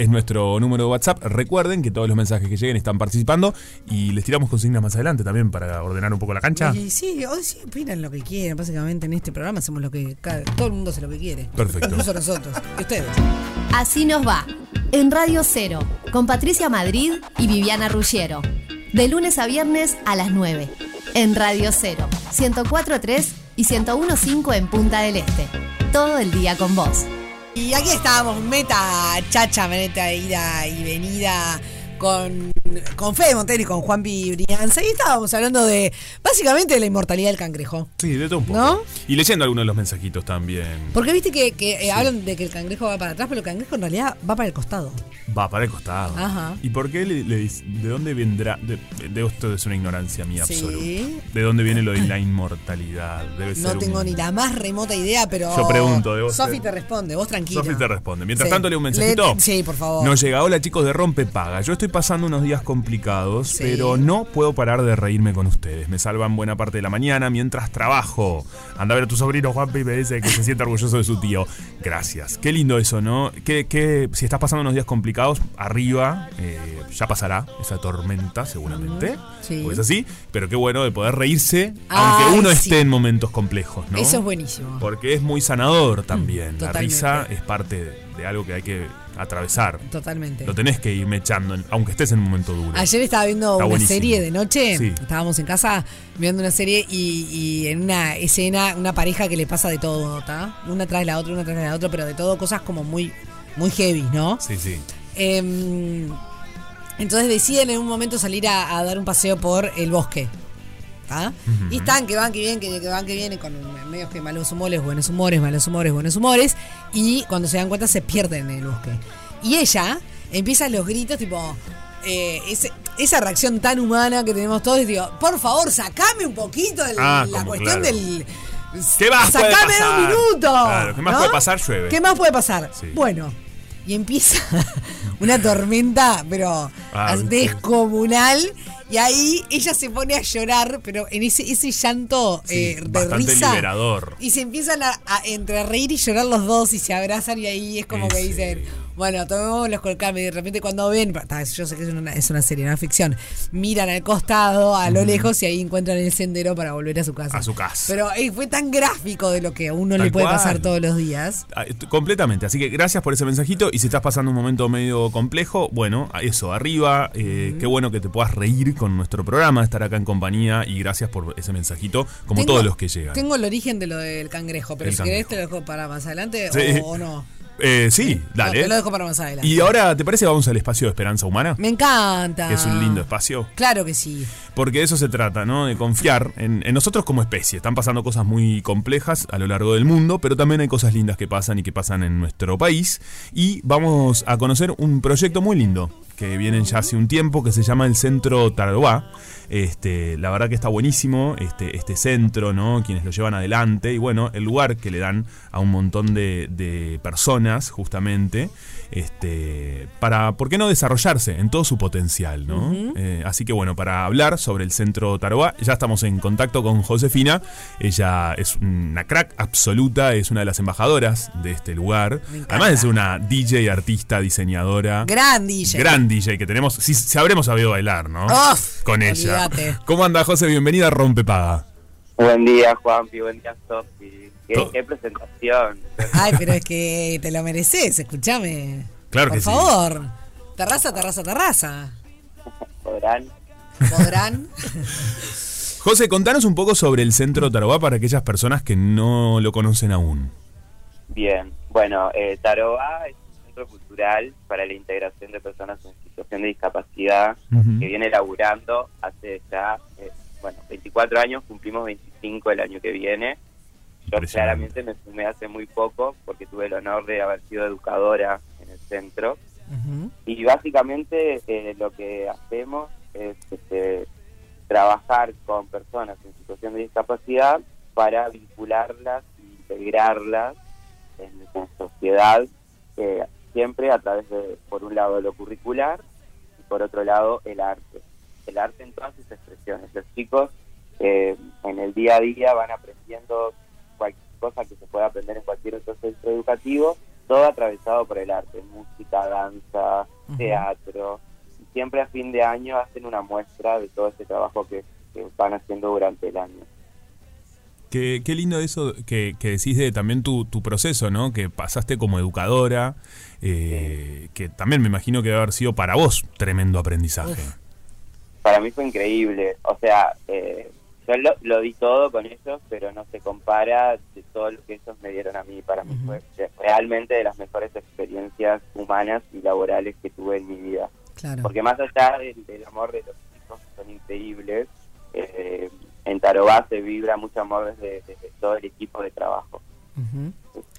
Speaker 3: es nuestro número de WhatsApp. Recuerden que todos los mensajes que lleguen están participando Y les tiramos consignas más adelante también para ordenar un poco la cancha.
Speaker 2: Y sí, hoy sí opinan lo que quieren. Básicamente en este programa hacemos lo que. cada- todo el mundo hace lo que quiere.
Speaker 3: Perfecto.
Speaker 2: Incluso nosotros. y ustedes.
Speaker 5: Así nos va. En Radio Cero, con Patricia Madrid y Viviana Ruggiero. De lunes a viernes a las 9. En Radio Cero, 104.3 y 101.5 en Punta del Este. Todo el día con vos.
Speaker 2: Y aquí estábamos, meta chacha, meta ida y venida con, con Fede Montero y con Juanpi Brianza. Y estábamos hablando de, básicamente, de la inmortalidad del cangrejo.
Speaker 3: Sí, de todo un poco.
Speaker 2: ¿No?
Speaker 3: Y leyendo algunos de los mensajitos también.
Speaker 2: Porque viste que, que, eh, hablan de que el cangrejo va para atrás, pero el cangrejo en realidad va para el costado.
Speaker 3: Va para el costado.
Speaker 2: Ajá.
Speaker 3: ¿Y por qué le, le dice- de dónde vendrá? De, de esto es una ignorancia mía
Speaker 2: Sí.
Speaker 3: absoluta. ¿De dónde viene lo de la inmortalidad? Debe
Speaker 2: No
Speaker 3: ser
Speaker 2: tengo
Speaker 3: un-
Speaker 2: ni la más remota idea, pero.
Speaker 3: Yo pregunto, de vos. eh,
Speaker 2: Sofi te responde, vos tranquila.
Speaker 3: Sofi te responde. Mientras
Speaker 2: Sí.
Speaker 3: tanto, leo un mensajito.
Speaker 2: Le- sí, por favor.
Speaker 3: Nos llega, hola chicos de Rompe Paga. Yo estoy pasando unos días complicados,
Speaker 2: Sí.
Speaker 3: pero no puedo parar de reírme con ustedes. Me salvan buena parte de la mañana mientras trabajo. Anda a ver a tu sobrino Juanpi y me dice que se siente orgulloso de su tío. Gracias. Qué lindo eso, ¿no? Que, si estás pasando unos días complicados, arriba eh, ya pasará esa tormenta seguramente.
Speaker 2: Sí.
Speaker 3: Porque es así. Pero qué bueno de poder reírse,
Speaker 2: Ay,
Speaker 3: aunque uno
Speaker 2: sí.
Speaker 3: esté en momentos complejos, ¿no?
Speaker 2: Eso es buenísimo.
Speaker 3: Porque es muy sanador también. La
Speaker 2: totalmente.
Speaker 3: risa es parte de, de algo que hay que atravesar.
Speaker 2: Totalmente.
Speaker 3: Lo tenés que ir mechando, en- aunque estés en un momento duro.
Speaker 2: Ayer estaba viendo
Speaker 3: Está
Speaker 2: una
Speaker 3: buenísimo.
Speaker 2: serie de noche,
Speaker 3: Sí.
Speaker 2: estábamos en casa viendo una serie y, y en una escena una pareja que le pasa de todo, ¿está? Una tras la otra, una tras la otra, pero de todo cosas como muy, muy heavy, ¿no?
Speaker 3: Sí, sí.
Speaker 2: Em, entonces deciden en un momento salir a, a dar un paseo por el bosque. ¿tá? Y están que van, que vienen, que, que van, que vienen, con medios que malos humores, buenos humores, malos humores, buenos humores. Y cuando se dan cuenta se pierden en el bosque. Y ella empieza los gritos tipo... eh, ese- esa reacción tan humana que tenemos todos, digo, por favor, sacame un poquito de
Speaker 3: Ah,
Speaker 2: la
Speaker 3: como,
Speaker 2: cuestión
Speaker 3: claro.
Speaker 2: del...
Speaker 3: ¿Qué más puede
Speaker 2: ¡Sacame
Speaker 3: pasar?
Speaker 2: un minuto!
Speaker 3: Claro, ¿qué más
Speaker 2: ¿no?
Speaker 3: puede pasar? Llueve.
Speaker 2: ¿Qué más puede pasar?
Speaker 3: Sí.
Speaker 2: Bueno, y empieza una tormenta, pero
Speaker 3: Ah, viste.
Speaker 2: descomunal. Y ahí ella se pone a llorar, pero en ese, ese llanto
Speaker 3: Sí,
Speaker 2: eh, de
Speaker 3: bastante
Speaker 2: risa.
Speaker 3: liberador.
Speaker 2: Y se empiezan a, a- entre reír y llorar los dos y se abrazan y ahí es como
Speaker 3: Y
Speaker 2: que
Speaker 3: sí.
Speaker 2: dicen, bueno, tomemos los colcame. Y de repente cuando ven, pa- ta, yo sé que es una, es una serie, una ficción, miran al costado, a lo lejos y ahí encuentran el sendero para volver a su casa.
Speaker 3: A su casa.
Speaker 2: Pero eh, fue tan gráfico de lo que a uno
Speaker 3: Tal
Speaker 2: le puede pasar
Speaker 3: cual.
Speaker 2: todos los días.
Speaker 3: Ah, t- Completamente, así que gracias por ese mensajito y si estás pasando un momento medio complejo, bueno, a eso, arriba, eh, qué bueno que te puedas reír con nuestro programa, estar acá en compañía y gracias por ese mensajito, como
Speaker 2: Tengo-
Speaker 3: todos los que llegan.
Speaker 2: Tengo el origen de lo del cangrejo, pero
Speaker 3: El
Speaker 2: si querés
Speaker 3: cangrejo.
Speaker 2: te lo dejo para más adelante
Speaker 3: Sí.
Speaker 2: o, o no.
Speaker 3: Eh, sí, dale.
Speaker 2: No, te lo dejo para más adelante.
Speaker 3: y ahora, ¿te parece vamos al espacio de Esperanza Humana?
Speaker 2: Me encanta.
Speaker 3: Que es un lindo espacio.
Speaker 2: Claro que sí.
Speaker 3: Porque de eso se trata, ¿no? De confiar en, en nosotros como especie. Están pasando cosas muy complejas a lo largo del mundo, pero también hay cosas lindas que pasan y que pasan en nuestro país. Y vamos a conocer un proyecto muy lindo que vienen ya hace un tiempo, que se llama el Centro Tardoá. Este, la verdad que está buenísimo este, este centro, ¿no? Quienes lo llevan adelante y bueno, el lugar que le dan a un montón de, de personas justamente este, para, ¿por qué no desarrollarse en todo su potencial, ¿no? Eh, así que bueno, para hablar sobre el Centro Taroá, ya estamos en contacto con Josefina, ella es una crack absoluta, es una de las embajadoras de este lugar,
Speaker 2: encanta.
Speaker 3: además es una DJ, artista, diseñadora.
Speaker 2: Gran DJ.
Speaker 3: Gran DJ que tenemos, si, si habremos sabido bailar, ¿no?
Speaker 2: Uf,
Speaker 3: Con ella.
Speaker 2: olvídate.
Speaker 3: ¿Cómo anda, José? Bienvenida a Rompepaga.
Speaker 6: Buen día, Juanpi. Buen día, Sofi. ¿Qué,
Speaker 3: To-
Speaker 6: qué presentación.
Speaker 2: Ay, pero es que te lo mereces, escúchame.
Speaker 3: Claro
Speaker 2: Por
Speaker 3: que sí.
Speaker 2: favor. Terraza, terraza, terraza.
Speaker 6: ¿Podrán?
Speaker 2: Podrán.
Speaker 3: José, contanos un poco sobre el Centro Tarobá para aquellas personas que no lo conocen aún.
Speaker 6: Bien. Bueno, eh, Taroba es un centro cultural para la integración de personas en situación de discapacidad
Speaker 3: Ujú.
Speaker 6: que viene laburando hace ya, eh, bueno, 24 años, cumplimos 25 el año que viene. Yo
Speaker 3: Impresionante.
Speaker 6: claramente me sumé hace muy poco porque tuve el honor de haber sido educadora en el centro.
Speaker 2: Ujú.
Speaker 6: Y básicamente eh, lo que hacemos es este, trabajar con personas en situación de discapacidad para vincularlas, integrarlas en la sociedad, eh, siempre a través de, por un lado, lo curricular y por otro lado, el arte. El arte en todas sus expresiones. Los chicos eh, en el día a día van aprendiendo cualquier cosa que se pueda aprender en cualquier otro centro educativo, todo atravesado por el arte, música, danza, teatro, siempre a fin de año hacen una muestra de todo ese trabajo que, que van haciendo durante el año.
Speaker 3: Qué, qué lindo eso que, que decís de también tu, tu proceso, ¿no? Que pasaste como educadora, eh, que también me imagino que debe haber sido para vos tremendo aprendizaje.
Speaker 6: Para mí fue increíble, o sea, eh, yo lo, lo di todo con ellos, pero no se compara de todo lo que ellos me dieron a mí. Para mí fue de- realmente de las mejores experiencias humanas y laborales que tuve en mi vida.
Speaker 2: Claro.
Speaker 6: Porque más allá del, del amor de los chicos, que son increíbles, eh, en Tarobá se vibra mucho amor desde, desde todo el equipo de trabajo.
Speaker 2: Ujú.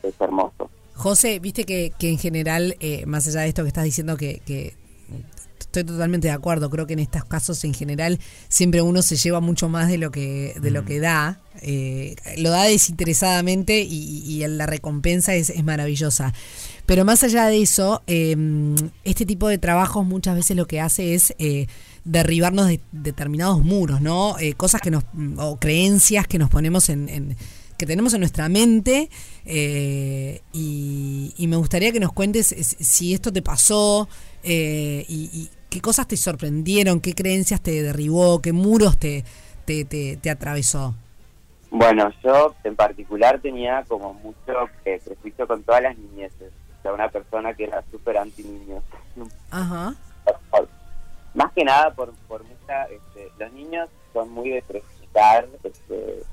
Speaker 6: Es, es hermoso.
Speaker 2: José, viste que, que en general, eh, más allá de esto que estás diciendo, que, que estoy totalmente de acuerdo, creo que en estos casos en general siempre uno se lleva mucho más de lo que, de lo que da, eh, lo da desinteresadamente y, y- y la recompensa es, es maravillosa. Pero más allá de eso, eh, este tipo de trabajos muchas veces lo que hace es... eh, derribarnos de determinados muros, ¿no? Eh, cosas que nos o creencias que nos ponemos en, en- que tenemos en nuestra mente eh, y, y me gustaría que nos cuentes es- si esto te pasó eh, y, y qué cosas te sorprendieron, qué creencias te derribó, qué muros te te, te, te atravesó.
Speaker 6: Bueno, yo en particular tenía como mucho eh, prejuicio con todas las niñeces. O sea, una persona que era súper anti-niños.
Speaker 2: Ajá.
Speaker 6: por- más que nada por, por mucha este, los niños son muy de presentar este,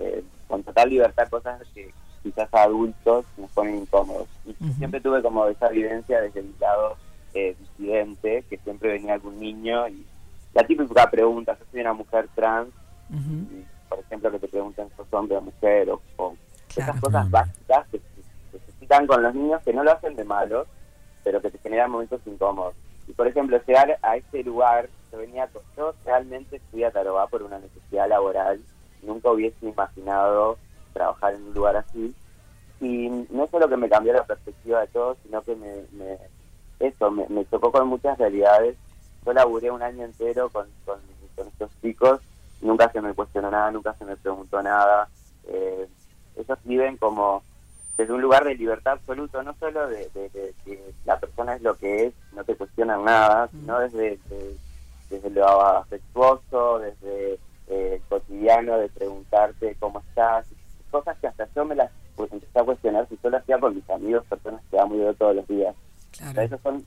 Speaker 6: eh, con total libertad cosas que quizás a adultos nos ponen incómodos y
Speaker 2: Ujú.
Speaker 6: siempre tuve como esa evidencia desde mi lado eh, disidente que siempre venía algún niño y la típica pregunta yo soy una mujer trans
Speaker 2: ujú.
Speaker 6: y, por ejemplo que te preguntan sos hombre o mujer o, o
Speaker 2: Claro.
Speaker 6: esas cosas básicas que que se citan con los niños que no lo hacen de malos pero que te generan momentos incómodos y por ejemplo llegar a este lugar yo venía con- yo realmente fui a Tarobá por una necesidad laboral nunca hubiese imaginado trabajar en un lugar así y no solo que me cambió la perspectiva de todo sino que me, me- eso me, me chocó con muchas realidades yo laburé un año entero con, con, con estos chicos nunca se me cuestionó nada, nunca se me preguntó nada. Eh, ellos viven como desde un lugar de libertad absoluto, no solo de, de- de que la persona es lo que es, no te cuestionan nada, sino desde, de- desde lo afectuoso, desde eh, el cotidiano, de preguntarte cómo estás, cosas que hasta yo me las pues, empecé a cuestionar si yo las hacía con mis amigos, personas que amo y veo todos los días. O sea,
Speaker 2: Claro.
Speaker 6: ellos son,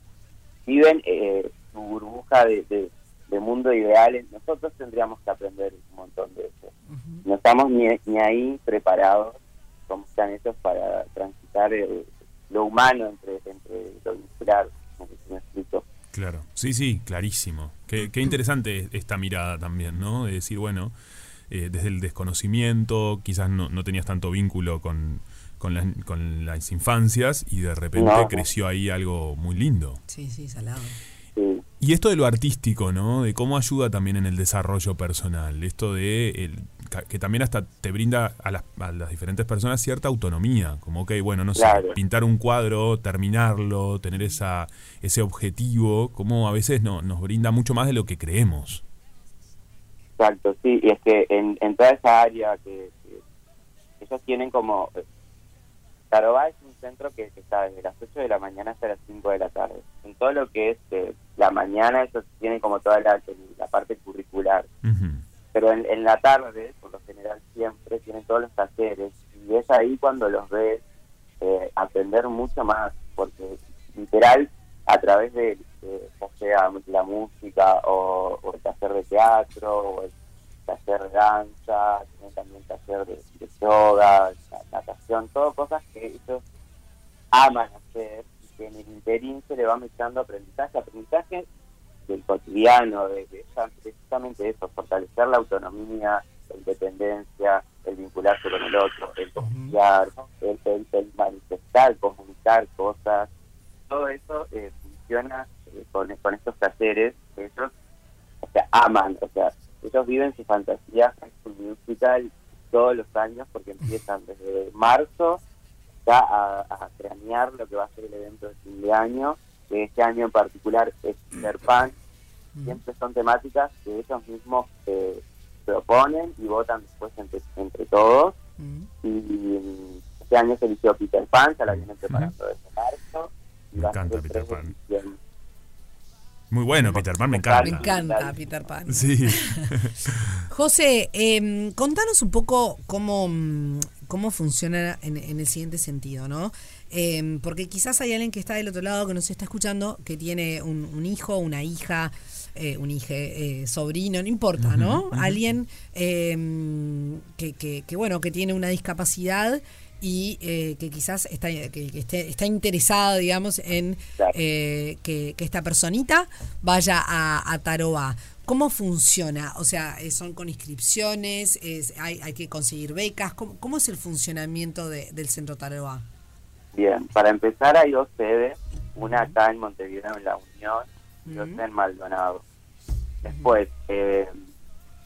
Speaker 6: viven eh, su burbuja de, de- de mundo ideal. Nosotros tendríamos que aprender un montón de eso. No estamos ni, ni ahí preparados, como están ellos, para transitar eh, lo humano entre, entre lo vincular, como que se me explico.
Speaker 3: Claro. Sí, sí, clarísimo. Qué, qué interesante esta mirada también, ¿no? De decir, bueno, eh, desde el desconocimiento, quizás no, no tenías tanto vínculo con, con, las, con las infancias y de repente
Speaker 6: No.
Speaker 3: creció ahí algo muy lindo.
Speaker 2: Sí, sí, salado.
Speaker 6: Sí.
Speaker 3: Y esto de lo artístico, ¿no? De cómo ayuda también en el desarrollo personal. Esto de el- ca- que también hasta te brinda a las, a las diferentes personas cierta autonomía. Como, ok, bueno, no sé,
Speaker 6: Claro.
Speaker 3: pintar un cuadro, terminarlo, tener esa, ese objetivo, como a veces no, nos brinda mucho más de lo que creemos.
Speaker 6: Exacto, sí, y es que en, en toda esa área que, que ellos tienen como... Tarobá es un centro que, que está desde las 8 de la mañana hasta las 5 de la tarde. En todo lo que es eh, la mañana, ellos tienen como toda la, la parte curricular.
Speaker 3: Ujú.
Speaker 6: Pero en, en la tarde, por lo general siempre, tienen todos los talleres. Y es ahí cuando los ves eh, aprender mucho más, porque literal, a través de, eh, ya sea la música o, o el taller de teatro, o el taller de danza, tienen también taller de, de yoga, na- natación, todo cosas que ellos aman hacer y que en el interín se le va mezclando aprendizaje, aprendizaje del cotidiano, de, de esa- precisamente eso, fortalecer la autonomía, la independencia, el vincularse con el otro, el confiar, el, el- el manifestar, comunicar cosas, todo eso eh, funciona eh, con, con estos talleres que ellos o sea, aman, o sea, ellos viven su fantasía High School musical todos los años porque empiezan desde marzo ya a, a cranear lo que va a ser el evento de fin de año, que este año en particular es Pan
Speaker 3: Mm.
Speaker 6: siempre son temáticas que ellos mismos eh, proponen y votan después entre, entre todos. Y, mm, este año se eligió Peter Pan, ya la vienen preparando desde marzo. y
Speaker 3: Me
Speaker 6: va a ser
Speaker 3: encanta
Speaker 6: el
Speaker 3: Peter
Speaker 6: 3 de
Speaker 3: Pan.
Speaker 6: diciembre.
Speaker 3: Muy bueno, Peter Pan, me
Speaker 2: Me
Speaker 3: encanta.
Speaker 2: encanta Peter Pan.
Speaker 3: Sí.
Speaker 2: José, eh, contanos un poco cómo, mm, cómo funciona en, en el siguiente sentido, ¿no? Eh, porque quizás hay alguien que está del otro lado, que nos está escuchando, que tiene un, un hijo, una hija, eh, un hije, eh, sobrino, no importa, ¿no? Alguien eh, que, que- que, bueno, que tiene una discapacidad y eh, que quizás está, que- que esté- está interesado, digamos, en
Speaker 6: Claro.
Speaker 2: eh, que, que esta personita vaya a, a Taroa. ¿Cómo funciona? O sea, eh, ¿son con inscripciones? Es, hay, hay que conseguir becas? ¿Cómo, cómo es el funcionamiento de- del Centro Taroa?
Speaker 6: Bien, para empezar hay dos sedes, una acá en Montevideo, en La Unión, y otra en Maldonado. Después, eh,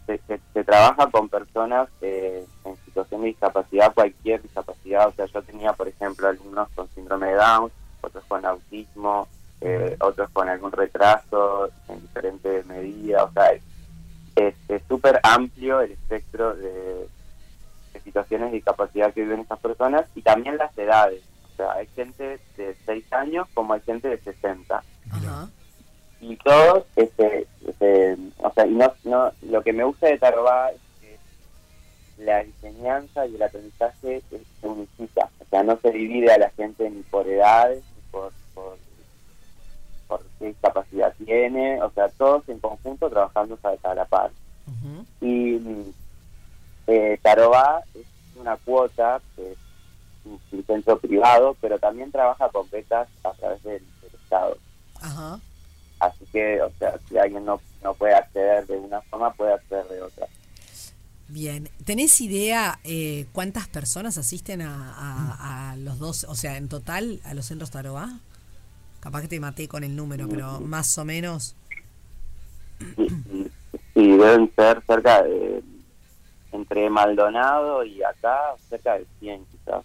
Speaker 6: se, se- se trabaja con personas eh, en situación de discapacidad, cualquier discapacidad. O sea, yo tenía, por ejemplo, algunos con síndrome de Down, otros con autismo, eh, otros con algún retraso en diferentes medidas. O sea, es- es súper amplio el espectro de, de situaciones de discapacidad que viven estas personas y también las edades. O sea, hay gente de 6 años como hay gente de 60.
Speaker 2: Ajá.
Speaker 6: Y todos, este, este, o sea, y no, no, lo que me gusta de Tarobá es que la enseñanza y el aprendizaje es- se unifica. O sea, no se divide a la gente ni por edades, ni por, por, por qué discapacidad tiene. O sea, todos en conjunto trabajando a a la par.
Speaker 2: Ujú.
Speaker 6: Y mm, eh, Tarobá es una cuota, es un un centro privado, pero también trabaja con becas a través del, del Estado.
Speaker 2: Ajá.
Speaker 6: Así que, o sea, si alguien no, no puede acceder de una forma, puede acceder de otra.
Speaker 2: Bien. ¿Tenés idea eh, cuántas personas asisten a, a- a los dos, o sea, en total, a los Centros Taroa? Capaz que te maté con el número, pero más o menos.
Speaker 6: Y, y- y deben ser cerca de, entre Maldonado y acá, cerca de 100 quizás.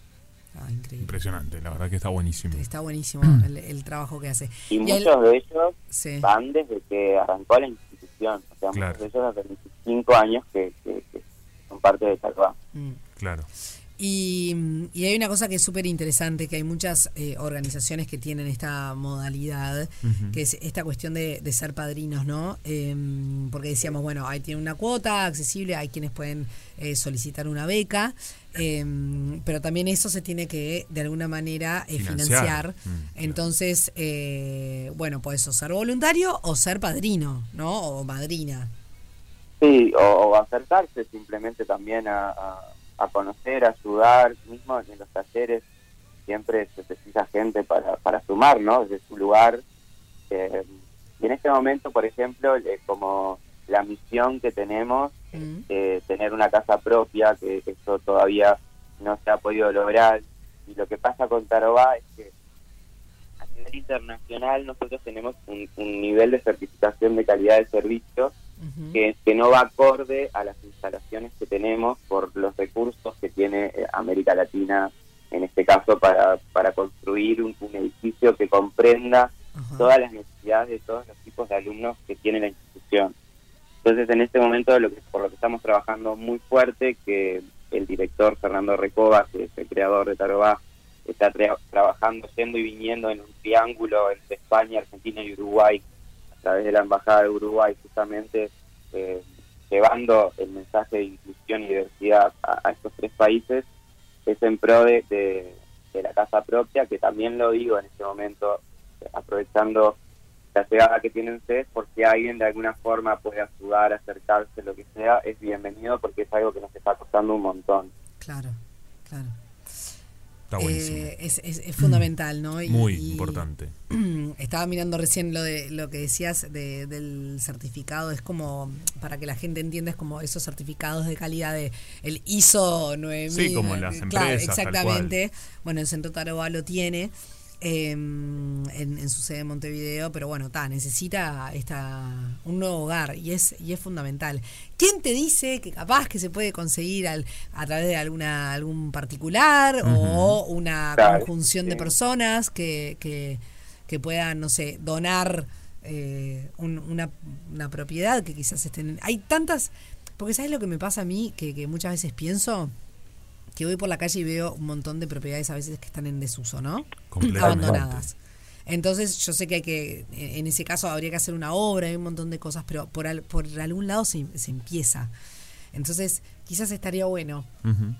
Speaker 2: Ah, increíble.
Speaker 3: Impresionante, la verdad que está buenísimo.
Speaker 2: Está buenísimo el, el trabajo que hace.
Speaker 6: Y
Speaker 2: Y el-
Speaker 6: muchos de ellos
Speaker 2: sí.
Speaker 6: van desde que arrancó la institución. O sea,
Speaker 3: Claro.
Speaker 6: muchos de ellos hace 25 años que, que- que son parte de Tarobá.
Speaker 2: Mm.
Speaker 3: Claro.
Speaker 2: Y, y hay una cosa que es súper interesante, que hay muchas eh, organizaciones que tienen esta modalidad, que es esta cuestión de, de ser padrinos, ¿no? Eh, porque decíamos, bueno, ahí tienen una cuota accesible, hay quienes pueden eh, solicitar una beca, eh, pero también eso se tiene que, de alguna manera, eh, financiar.
Speaker 3: Financiar. Mm, claro.
Speaker 2: Entonces, eh, bueno, puedes o ser voluntario o ser padrino, ¿no? O madrina.
Speaker 6: Sí, o, o acercarse simplemente también a, a- a conocer, a ayudar, mismo en los talleres siempre se precisa gente para, para sumar, ¿no? Desde su lugar. eh, y en este momento, por ejemplo, eh, como la misión que tenemos
Speaker 2: Mm.
Speaker 6: eh, tener una casa propia, que eso todavía no se ha podido lograr. Y lo que pasa con Tarobá es que a nivel internacional nosotros tenemos un, un nivel de certificación de calidad de servicio
Speaker 2: Ujú.
Speaker 6: que, que no va acorde a las instalaciones que tenemos por los recursos que tiene eh, América Latina, en este caso, para, para construir un, un edificio que comprenda
Speaker 2: Ajá.
Speaker 6: todas las necesidades de todos los tipos de alumnos que tiene la institución. Entonces, en este momento, lo que, por lo que estamos trabajando muy fuerte, que el director Fernando Recoba, que es el creador de Tarobá, está tra- trabajando, yendo y viniendo en un triángulo entre España, Argentina y Uruguay, a través de la Embajada de Uruguay, justamente eh, llevando el mensaje de inclusión y diversidad a, a estos tres países, es en pro de- de- de la casa propia, que también lo digo en este momento, aprovechando la llegada que tienen ustedes, por si alguien de alguna forma puede ayudar, acercarse, lo que sea, es bienvenido porque es algo que nos está costando un montón.
Speaker 2: Claro, claro.
Speaker 3: Está buenísimo.
Speaker 2: Eh, es, es- es fundamental, ¿no? Y-
Speaker 3: Muy
Speaker 2: y-
Speaker 3: importante.
Speaker 2: Estaba mirando recién lo de lo que decías de- del certificado, es como para que la gente entienda es como esos certificados de calidad de el ISO 9000.
Speaker 3: Sí, como en las
Speaker 2: Claro,
Speaker 3: empresas, tal
Speaker 2: exactamente. Bueno, el Centro Taroba lo tiene eh, en, en su sede de Montevideo, pero bueno, ta, necesita esta un nuevo hogar y es y es fundamental. ¿Quién te dice que capaz que se puede conseguir al, a través de alguna algún particular o una
Speaker 6: Claro,
Speaker 2: conjunción de
Speaker 6: sí.
Speaker 2: personas que, que, que puedan, no sé, donar eh, un- una, una propiedad que quizás estén... Hay tantas... Porque ¿sabes lo que me pasa a mí? Que, que muchas veces pienso que voy por la calle y veo un montón de propiedades a veces que están en desuso, ¿no?
Speaker 3: Completamente.
Speaker 2: Abandonadas. Entonces yo sé que hay que, eh, en ese caso habría que hacer una obra y un montón de cosas, pero por, al- por algún lado se, se empieza. Entonces quizás estaría bueno,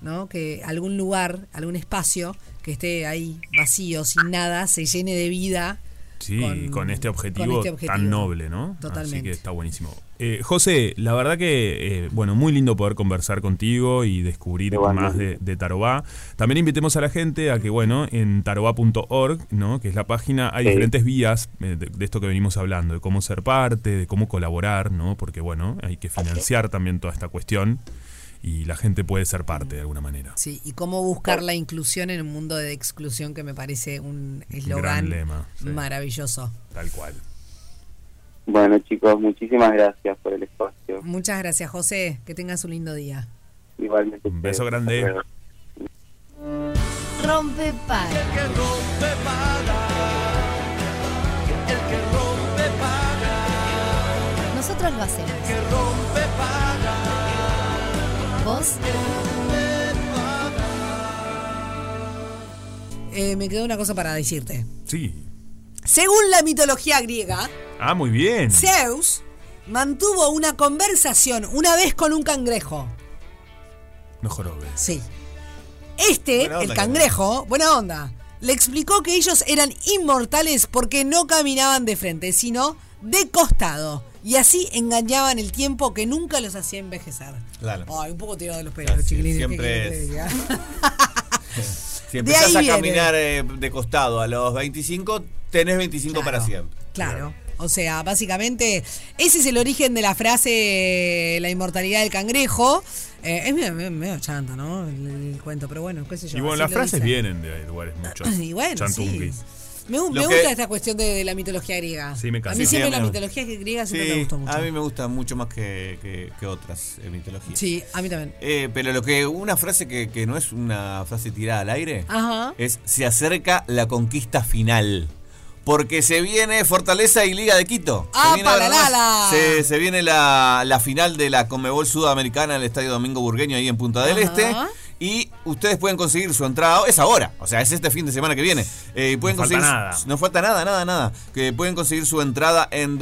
Speaker 2: ¿no? Que algún lugar, algún espacio que esté ahí vacío, sin nada, se llene de vida.
Speaker 3: Sí, con, este, objetivo
Speaker 2: con este objetivo.
Speaker 3: tan noble, ¿no? Así
Speaker 2: Totalmente.
Speaker 3: que está buenísimo. Eh, José, la verdad que, eh, bueno, muy lindo poder conversar contigo y descubrir
Speaker 6: Igualmente.
Speaker 3: más de, de Tarobá. También invitemos a la gente a que, bueno, en tarobá.org, ¿no? Que es la página, hay
Speaker 6: Sí.
Speaker 3: diferentes vías eh, de, de esto que venimos hablando, de cómo ser parte, de cómo colaborar, ¿no? Porque, bueno, hay que financiar también toda esta cuestión y la gente puede ser parte de alguna manera.
Speaker 2: Sí, y cómo buscar la inclusión en un mundo de exclusión que me parece un
Speaker 3: Gran
Speaker 2: eslogan
Speaker 3: lema, sí.
Speaker 2: maravilloso.
Speaker 3: Tal cual.
Speaker 6: Bueno, chicos, muchísimas gracias por el espacio.
Speaker 2: Muchas gracias, José. Que tengas un lindo día.
Speaker 6: Igualmente.
Speaker 3: Un beso
Speaker 6: ustedes.
Speaker 3: grande.
Speaker 6: Hasta luego.
Speaker 5: Rompe para. Nosotros lo hacemos. Vos
Speaker 2: Eh, me quedó una cosa para decirte.
Speaker 3: Sí.
Speaker 2: Según la mitología griega,
Speaker 3: Ah, muy bien.
Speaker 2: Zeus mantuvo una conversación una vez con un cangrejo.
Speaker 3: No jorobes.
Speaker 2: Sí. Este,
Speaker 4: Buena
Speaker 2: el
Speaker 4: onda,
Speaker 2: cangrejo, buena onda, le explicó que ellos eran inmortales porque no caminaban de frente, sino de costado. Y así engañaban el tiempo que nunca los hacía envejecer.
Speaker 4: Claro.
Speaker 2: Ay, un poco tirado de los pelos,
Speaker 4: Claro,
Speaker 2: Oh, los
Speaker 4: sí,
Speaker 2: chiquilines. ¿qué
Speaker 4: siempre
Speaker 2: querés que
Speaker 4: es.
Speaker 2: te diga?
Speaker 4: Si empezás
Speaker 2: ahí
Speaker 4: a
Speaker 2: viene.
Speaker 4: caminar eh, de costado a los 25, tenés 25 para
Speaker 2: Claro,
Speaker 4: siempre.
Speaker 2: Claro. O sea, básicamente, ese es el origen de la frase la inmortalidad del cangrejo. Eh, es medio, medio- medio chanta, ¿no? El, el cuento, pero bueno, qué sé yo.
Speaker 3: Y bueno,
Speaker 2: así
Speaker 3: las
Speaker 2: lo
Speaker 3: frases
Speaker 2: dice.
Speaker 3: vienen de lugares muchos.
Speaker 2: Y bueno, sí.
Speaker 3: Chantunquis.
Speaker 2: Me, gu-
Speaker 4: Lo
Speaker 2: me
Speaker 4: que-
Speaker 2: gusta esta cuestión de, de la mitología griega.
Speaker 3: Sí,
Speaker 2: A
Speaker 3: me encanta.
Speaker 2: mí
Speaker 3: Sí,
Speaker 2: siempre
Speaker 4: a mí
Speaker 2: la
Speaker 4: me-
Speaker 2: mitología griega siempre me
Speaker 4: Sí,
Speaker 2: gustó mucho.
Speaker 4: a mí me gusta mucho más que, que- que otras eh, mitologías.
Speaker 2: Sí, a mí también.
Speaker 4: Eh, pero lo que una frase que, que no es una frase tirada al aire
Speaker 2: Ajá.
Speaker 4: es se acerca la conquista final. Porque se viene Fortaleza y Liga de Quito.
Speaker 2: ¡Ah,
Speaker 4: se, viene
Speaker 2: para
Speaker 4: verdad,
Speaker 2: la la!
Speaker 4: se- se viene la, la final de la Comebol Sudamericana en el Estadio Domingo Burgueño ahí en Punta del
Speaker 2: Ajá.
Speaker 4: Este. Y ustedes pueden conseguir su entrada. Es ahora, o sea, es este fin de semana que viene. Eh, y pueden
Speaker 3: No falta
Speaker 4: conseguir,
Speaker 3: nada.
Speaker 4: No falta nada, nada, nada. Que pueden conseguir su entrada en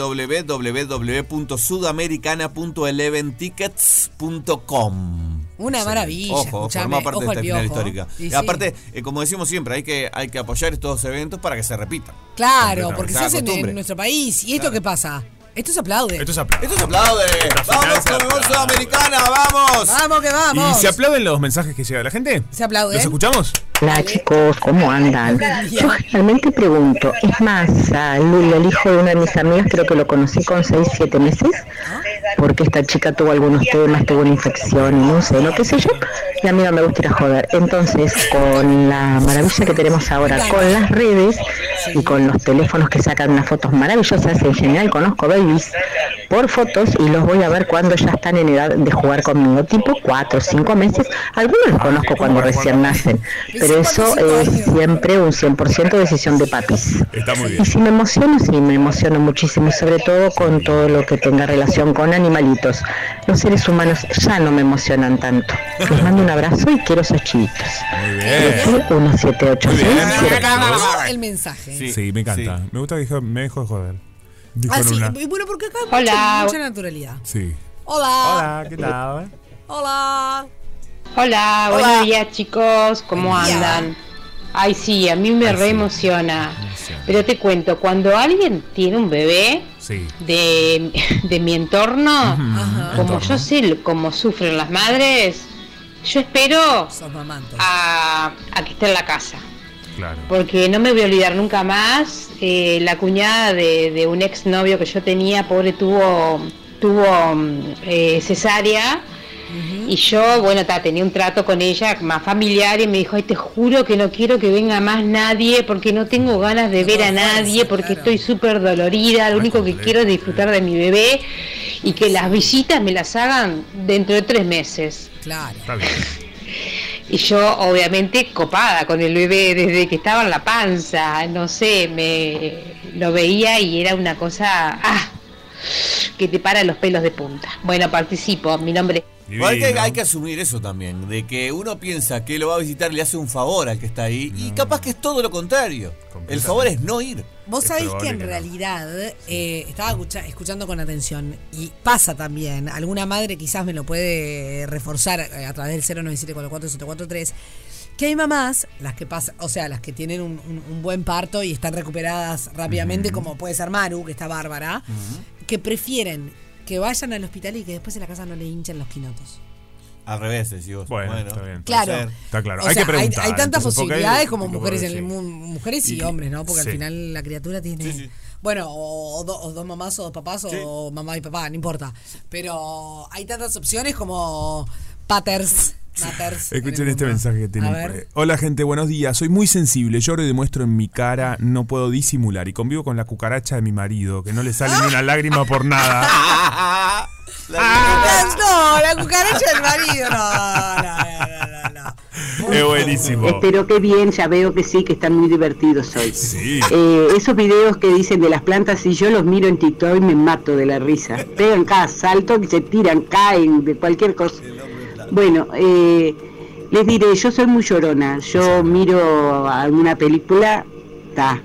Speaker 4: www.sudamericana.eleventickets.com.
Speaker 2: Una
Speaker 4: Sí.
Speaker 2: maravilla,
Speaker 4: Ojo,
Speaker 2: escuchame,
Speaker 4: forma parte
Speaker 2: ojo
Speaker 4: de
Speaker 2: al
Speaker 4: esta final
Speaker 2: piojo.
Speaker 4: histórica.
Speaker 2: Y
Speaker 4: Y
Speaker 2: sí.
Speaker 4: aparte, eh, como decimos siempre, hay que, hay que apoyar estos eventos para que se repitan.
Speaker 2: Claro, porque se
Speaker 4: Cada
Speaker 2: hace en,
Speaker 4: costumbre.
Speaker 2: en nuestro país. ¿Y esto
Speaker 4: Claro.
Speaker 2: qué pasa? Esto se aplaude.
Speaker 3: Esto se aplaude.
Speaker 4: ¡Esto se aplaude!
Speaker 3: La final
Speaker 4: ¡Vamos
Speaker 3: se
Speaker 4: con
Speaker 3: aplaude.
Speaker 4: Sudamericana! ¡Vamos!
Speaker 2: Vamos que vamos.
Speaker 3: ¿Y se aplauden los mensajes que llega de la gente?
Speaker 2: Se aplauden.
Speaker 3: ¿Los escuchamos?
Speaker 7: Hola chicos, ¿cómo andan? Yo generalmente pregunto, es más, a Luli, el hijo de una de mis amigas, creo que lo conocí con 6, 7 meses, porque esta chica tuvo algunos temas, tuvo una infección y no sé, no qué sé yo, la amiga me gusta ir a joder. Entonces, con la maravilla que tenemos ahora, con las redes y con los teléfonos que sacan unas fotos maravillosas, en general conozco babies por fotos y los voy a ver cuando ya están en edad de jugar conmigo, tipo 4 o 5 meses, algunos los conozco cuando recién nacen, pero eso es siempre un 100% decisión de papis.
Speaker 3: Está muy bien.
Speaker 7: Y si me emociono, sí, me emociono muchísimo, sobre todo con todo lo que tenga relación con animalitos. Los seres humanos ya no me emocionan tanto. Les mando un abrazo y quiero esos chivitos.
Speaker 3: Muy bien.
Speaker 4: Bien.
Speaker 7: 1786
Speaker 2: Todo el mensaje.
Speaker 4: Sí.
Speaker 3: Sí, me encanta.
Speaker 4: Sí.
Speaker 3: Me gusta que dijo- me dejó de joder. Dijo
Speaker 2: Ah,
Speaker 3: en
Speaker 2: sí.
Speaker 3: una.
Speaker 2: Y bueno, porque acá hay
Speaker 8: Hola.
Speaker 2: mucha, mucha naturalidad.
Speaker 3: Sí.
Speaker 2: Hola.
Speaker 3: ¿qué tal?
Speaker 2: Hola. Hola.
Speaker 8: Hola, buenos días chicos, ¿cómo
Speaker 2: Buen día.
Speaker 8: andan? Ay, sí, a mí me
Speaker 3: Ay, sí.
Speaker 8: reemociona.
Speaker 3: Emociona.
Speaker 8: Pero te cuento, cuando alguien tiene un bebé
Speaker 3: Sí.
Speaker 8: de, de mi entorno,
Speaker 3: Ajá.
Speaker 8: como yo sé lo- cómo sufren las madres, yo espero
Speaker 2: Sos mamantos.
Speaker 8: a, a que esté en la casa.
Speaker 3: Claro.
Speaker 8: Porque no me voy a olvidar nunca más. eh, la cuñada de, de un exnovio que yo tenía, pobre, tuvo, tuvo mm, eh, cesárea. Y yo, bueno, ta, tenía un trato con ella más familiar y me dijo, ay, te juro que no quiero que venga más nadie porque no tengo ganas de
Speaker 2: No
Speaker 8: ver
Speaker 2: tengo
Speaker 8: a nadie
Speaker 2: fuerza,
Speaker 8: porque
Speaker 2: claro.
Speaker 8: estoy súper dolorida, lo
Speaker 3: Ay,
Speaker 8: único que
Speaker 3: completo,
Speaker 8: quiero es disfrutar de mi bebé y que las visitas me las hagan dentro de tres meses.
Speaker 2: Claro.
Speaker 3: Está bien.
Speaker 8: Y yo, obviamente, copada con el bebé desde que estaba en la panza, no sé, me lo veía y era una cosa ah, que te para los pelos de punta. Bueno, participo, mi nombre es
Speaker 4: Igual hay, que,
Speaker 3: Divino.
Speaker 4: hay que asumir eso también, de que uno piensa que lo va a visitar, le hace un favor al que está ahí, y
Speaker 3: Mm.
Speaker 4: capaz que es todo lo contrario. El favor es no ir.
Speaker 2: Vos
Speaker 3: Es
Speaker 2: sabés que
Speaker 3: probable
Speaker 2: en
Speaker 3: que no.
Speaker 2: realidad eh, estaba escucha- escuchando con atención y pasa también, alguna madre quizás me lo puede reforzar eh, a través del 0974473, que hay mamás, las que pasa, o sea, las que tienen un, un- un buen parto y están recuperadas rápidamente, como puede ser Maru, que está bárbara, que prefieren que vayan al hospital y que después en la casa no le hinchen los quinotos.
Speaker 4: Al revés, decís vos.
Speaker 3: Bueno, está bien.
Speaker 4: puede
Speaker 2: Claro.
Speaker 4: ser.
Speaker 3: Está claro.
Speaker 2: O
Speaker 3: hay
Speaker 2: sea,
Speaker 3: que preguntar.
Speaker 2: hay, tantas
Speaker 3: entonces, porque hay-
Speaker 2: posibilidades como
Speaker 3: porque
Speaker 2: mujeres en el
Speaker 3: sí.
Speaker 2: mu- mujeres y,
Speaker 3: Y-
Speaker 2: hombres, ¿no? Porque
Speaker 3: sí.
Speaker 2: al final la criatura tiene.
Speaker 4: sí.
Speaker 2: Bueno, o, o do- o dos mamás o dos papás o mamá y papá, no importa. Pero hay tantas opciones como paters. maters en
Speaker 3: Escuchen
Speaker 2: el
Speaker 3: este
Speaker 2: mundo.
Speaker 3: mensaje que
Speaker 2: A
Speaker 3: tienen.
Speaker 2: ver.
Speaker 3: Hola gente, buenos días. Soy muy sensible, lloro y demuestro en mi cara, no puedo disimular y convivo con la cucaracha de mi marido, que no le sale ni una lágrima por nada.
Speaker 4: Ah, la-
Speaker 2: No, la cucaracha del marido. No, no, no, no, no.
Speaker 3: es buenísimo.
Speaker 7: Pero qué bien, ya veo que sí, que están muy divertidos hoy.
Speaker 3: Sí.
Speaker 7: Eh, esos videos que dicen de las plantas, y yo los miro en TikTok y me mato de la risa. Pegan cada salto y se tiran, caen de cualquier cosa. Bueno, eh, les diré, yo soy muy llorona. Yo miro alguna película, ta,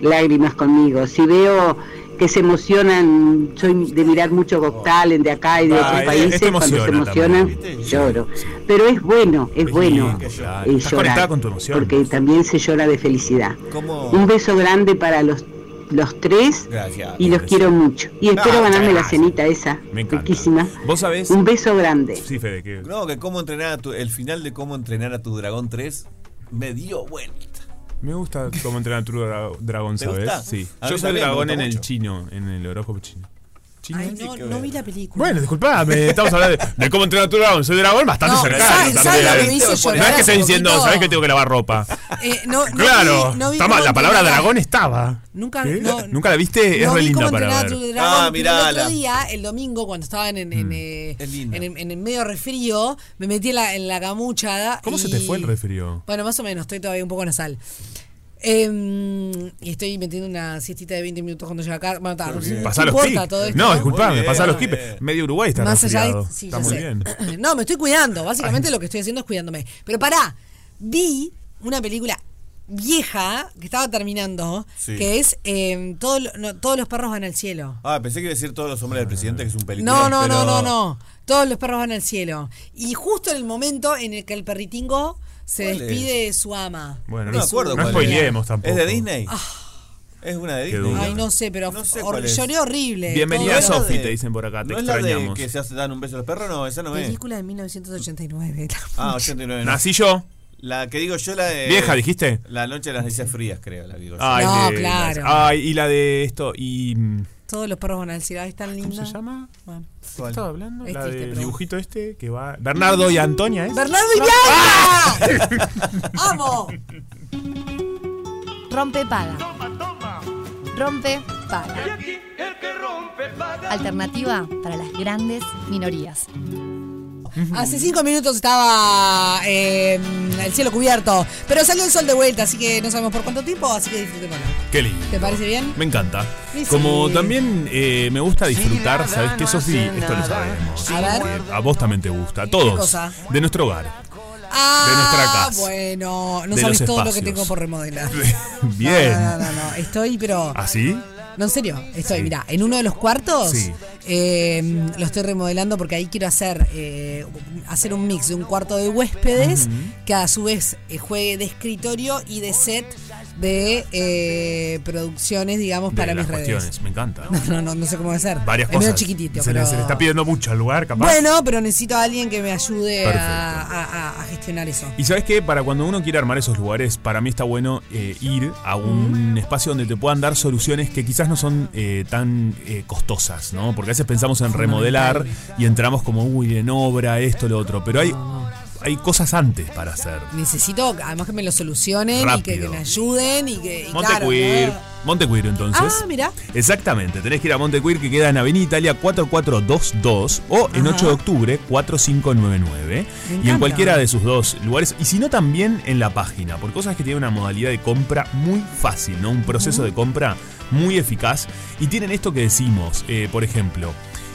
Speaker 7: lágrimas conmigo. Si veo que se emocionan, soy de mirar mucho Got Talent de acá y de
Speaker 3: Ah,
Speaker 7: otros
Speaker 3: esto
Speaker 7: países, cuando se
Speaker 3: emociona
Speaker 7: emocionan,
Speaker 3: también, ¿viste?
Speaker 7: lloro. Pero es bueno, es bueno
Speaker 3: lindo, claro.
Speaker 7: eh,
Speaker 3: Estás
Speaker 7: llorar,
Speaker 3: conectada con tu emoción.
Speaker 7: porque también se llora de felicidad.
Speaker 4: ¿Cómo?
Speaker 7: Un beso grande para los, los tres
Speaker 4: Gracias.
Speaker 7: y los
Speaker 3: Gracias.
Speaker 7: quiero mucho. Y espero
Speaker 3: Ah,
Speaker 7: ganarme la
Speaker 3: gracias.
Speaker 7: cenita esa,
Speaker 3: Me encanta.
Speaker 7: riquísima.
Speaker 3: Vos sabés.
Speaker 7: Un beso grande.
Speaker 3: Sí, Fede, que.
Speaker 4: No, que cómo entrenar a tu, el final de cómo entrenar a tu dragón 3 me dio vuelta.
Speaker 3: Me gusta cómo entrenar a tu dra- dragón,
Speaker 4: ¿Te
Speaker 3: ¿sabes?
Speaker 4: gusta?
Speaker 3: Sí.
Speaker 4: A mí
Speaker 3: Yo soy
Speaker 4: también me
Speaker 3: dragón
Speaker 4: gusta
Speaker 3: en el
Speaker 4: mucho.
Speaker 3: chino, en el horóscopo chino. ¿Chino? eh.
Speaker 2: Ay, no, no vi la película.
Speaker 3: Bueno, disculpame, estamos hablando de, de cómo entrenar a tu dragón. Soy dragón bastante
Speaker 2: No,
Speaker 3: cercano.
Speaker 2: ¿sabes-
Speaker 3: también.
Speaker 2: sabes lo que me hizo
Speaker 3: no
Speaker 2: llorar
Speaker 3: es que
Speaker 2: hace
Speaker 3: estoy diciendo,
Speaker 2: poquito?
Speaker 3: ¿sabes que tengo que lavar ropa?
Speaker 2: Eh, no, no
Speaker 3: Claro,
Speaker 2: vi- no vi
Speaker 3: está
Speaker 2: cómo
Speaker 3: mal, la palabra
Speaker 2: entrenar-
Speaker 3: dragón estaba.
Speaker 2: Nunca,
Speaker 3: ¿Qué?
Speaker 2: no,
Speaker 3: ¿Nunca la viste?
Speaker 2: no
Speaker 3: es re
Speaker 2: vi
Speaker 3: linda
Speaker 2: cómo
Speaker 3: para
Speaker 2: entrenar a
Speaker 3: ver.
Speaker 2: tu dragón,
Speaker 4: Ah,
Speaker 2: pero el
Speaker 4: mirala.
Speaker 2: otro día, el domingo, cuando estaba en, en, en,
Speaker 3: Mm.
Speaker 2: eh,
Speaker 4: Es linda.
Speaker 2: en el, en el medio refrío, me metí en la, en la camucha.
Speaker 3: ¿Cómo se
Speaker 2: y-
Speaker 3: te fue el refrío?
Speaker 2: Bueno, más o menos, estoy todavía un poco nasal. Eh, y estoy metiendo una siestita de 20 minutos cuando llega acá. Bueno, está, no
Speaker 3: Pasá los
Speaker 2: importa
Speaker 3: pipes.
Speaker 2: todo esto.
Speaker 3: No, disculpame,
Speaker 4: bien,
Speaker 3: pasá los
Speaker 4: muy
Speaker 3: pipes.
Speaker 4: bien.
Speaker 3: Medio Uruguay está
Speaker 2: Más allá de-
Speaker 3: resfriado.
Speaker 2: sí,
Speaker 3: está
Speaker 2: ya
Speaker 3: muy
Speaker 2: sé.
Speaker 3: bien.
Speaker 2: No, me estoy cuidando. Básicamente lo que estoy haciendo es cuidándome. Pero pará, vi una película vieja que estaba terminando,
Speaker 4: Sí.
Speaker 2: que es eh, todo lo- no, Todos los perros van al cielo.
Speaker 4: Ah, pensé que iba a decir todos los hombres del presidente, que es un película.
Speaker 2: No, no, no, no, no. Todos los perros van al cielo. Y justo en el momento en el que el perritingo se
Speaker 4: ¿Cuál
Speaker 2: despide de su ama. Ah.
Speaker 3: Bueno,
Speaker 4: No me acuerdo
Speaker 3: no
Speaker 4: cuál
Speaker 3: spoileemos
Speaker 4: es.
Speaker 3: tampoco.
Speaker 4: ¿Es de Disney? Es una de Disney.
Speaker 3: duro.
Speaker 2: Ay, no sé, pero
Speaker 4: No sé
Speaker 2: hor-
Speaker 4: cuál es.
Speaker 2: lloré horrible.
Speaker 3: Bienvenida
Speaker 2: Todo-
Speaker 3: a Sofi,
Speaker 4: de-
Speaker 3: te dicen por acá, te
Speaker 4: ¿No es la de
Speaker 3: extrañamos.
Speaker 4: que se hace- dan un beso a los perros? No, esa no es.
Speaker 2: Película de 1989.
Speaker 4: Ah, 89. no.
Speaker 3: Nací yo.
Speaker 4: La que digo yo, la de.
Speaker 3: Vieja, dijiste.
Speaker 4: La noche de las noticias frías, creo, la digo yo.
Speaker 3: Ay,
Speaker 2: No,
Speaker 3: de-
Speaker 2: claro.
Speaker 3: Ay, y la de esto. Y, mm,
Speaker 2: Todos los perros van al cielo. Ay, tan
Speaker 3: ¿Cómo
Speaker 2: linda.
Speaker 3: se llama?
Speaker 2: Bueno.
Speaker 3: ¿Qué estaba hablando?
Speaker 2: Es
Speaker 3: La
Speaker 2: triste,
Speaker 3: del
Speaker 2: pero-
Speaker 3: dibujito este que va. Bernardo y Antonia, ¿es?
Speaker 2: Este,
Speaker 3: ¡Ah!
Speaker 2: ¡Bernardo y Bianca! ¡Amo!
Speaker 5: Rompe paga. Rompe paga. Alternativa para las grandes minorías.
Speaker 2: Hace cinco minutos estaba eh, el cielo cubierto, pero salió el sol de vuelta, así que no sabemos por cuánto tiempo, así que disfrutémoslo.
Speaker 3: Qué lindo.
Speaker 2: ¿Te parece bien?
Speaker 3: Me encanta.
Speaker 2: Sí, sí.
Speaker 3: Como también eh, me gusta disfrutar, ¿sabes qué, Sofi? Esto lo sabemos.
Speaker 2: A ver.
Speaker 3: A vos también te gusta, a todos.
Speaker 2: ¿Qué cosa?
Speaker 3: De nuestro hogar.
Speaker 2: Ah,
Speaker 3: nuestra casa.
Speaker 2: bueno, no
Speaker 3: De
Speaker 2: sabes
Speaker 3: los
Speaker 2: todo lo que
Speaker 3: espacios.
Speaker 2: tengo por remodelar.
Speaker 3: Bien. ¿Ah,
Speaker 2: No, no, no, no, estoy, pero...
Speaker 3: ¿Así?
Speaker 2: No, en serio, estoy, mira, en uno de los cuartos
Speaker 3: Sí.
Speaker 2: eh, lo estoy remodelando porque ahí quiero hacer eh, hacer un mix de un cuarto de huéspedes que a su vez eh, juegue de escritorio y de set de eh, producciones, digamos,
Speaker 3: De
Speaker 2: para
Speaker 3: las
Speaker 2: mis redes.
Speaker 3: cuestiones, me encanta.
Speaker 2: No, no, no sé cómo hacer.
Speaker 3: Varias
Speaker 2: es
Speaker 3: cosas.
Speaker 2: medio chiquitito.
Speaker 3: se, le,
Speaker 2: pero-
Speaker 3: se le está pidiendo mucho al lugar, capaz.
Speaker 2: Bueno, pero necesito a alguien que me ayude a,
Speaker 3: Perfecto.
Speaker 2: a- a- a gestionar eso.
Speaker 3: Y sabes qué, para cuando uno quiere armar esos lugares, para mí está bueno eh, ir a un espacio donde te puedan dar soluciones que quizás no son eh, tan eh, costosas, ¿no? Porque a veces pensamos en remodelar y entramos como, uy, en obra, esto, lo otro, pero hay, hay cosas antes para hacer.
Speaker 2: Necesito, además, que me lo solucionen y que,
Speaker 3: Rápido.
Speaker 2: que me ayuden y que. y claro,
Speaker 3: Montecuir.
Speaker 2: ¿no?
Speaker 3: Montecuir, entonces.
Speaker 2: Ah, mirá.
Speaker 3: Exactamente. Tenés que ir a Montecuir, que queda en Avenida Italia 4422 o en 8 de octubre 4599.
Speaker 2: Me
Speaker 3: Y en
Speaker 2: encanta.
Speaker 3: cualquiera de sus dos lugares. Y si no, también en la página. Porque cosas que tiene una modalidad de compra muy fácil, ¿no? Un proceso de compra muy eficaz. Y tienen esto que decimos, eh, por ejemplo.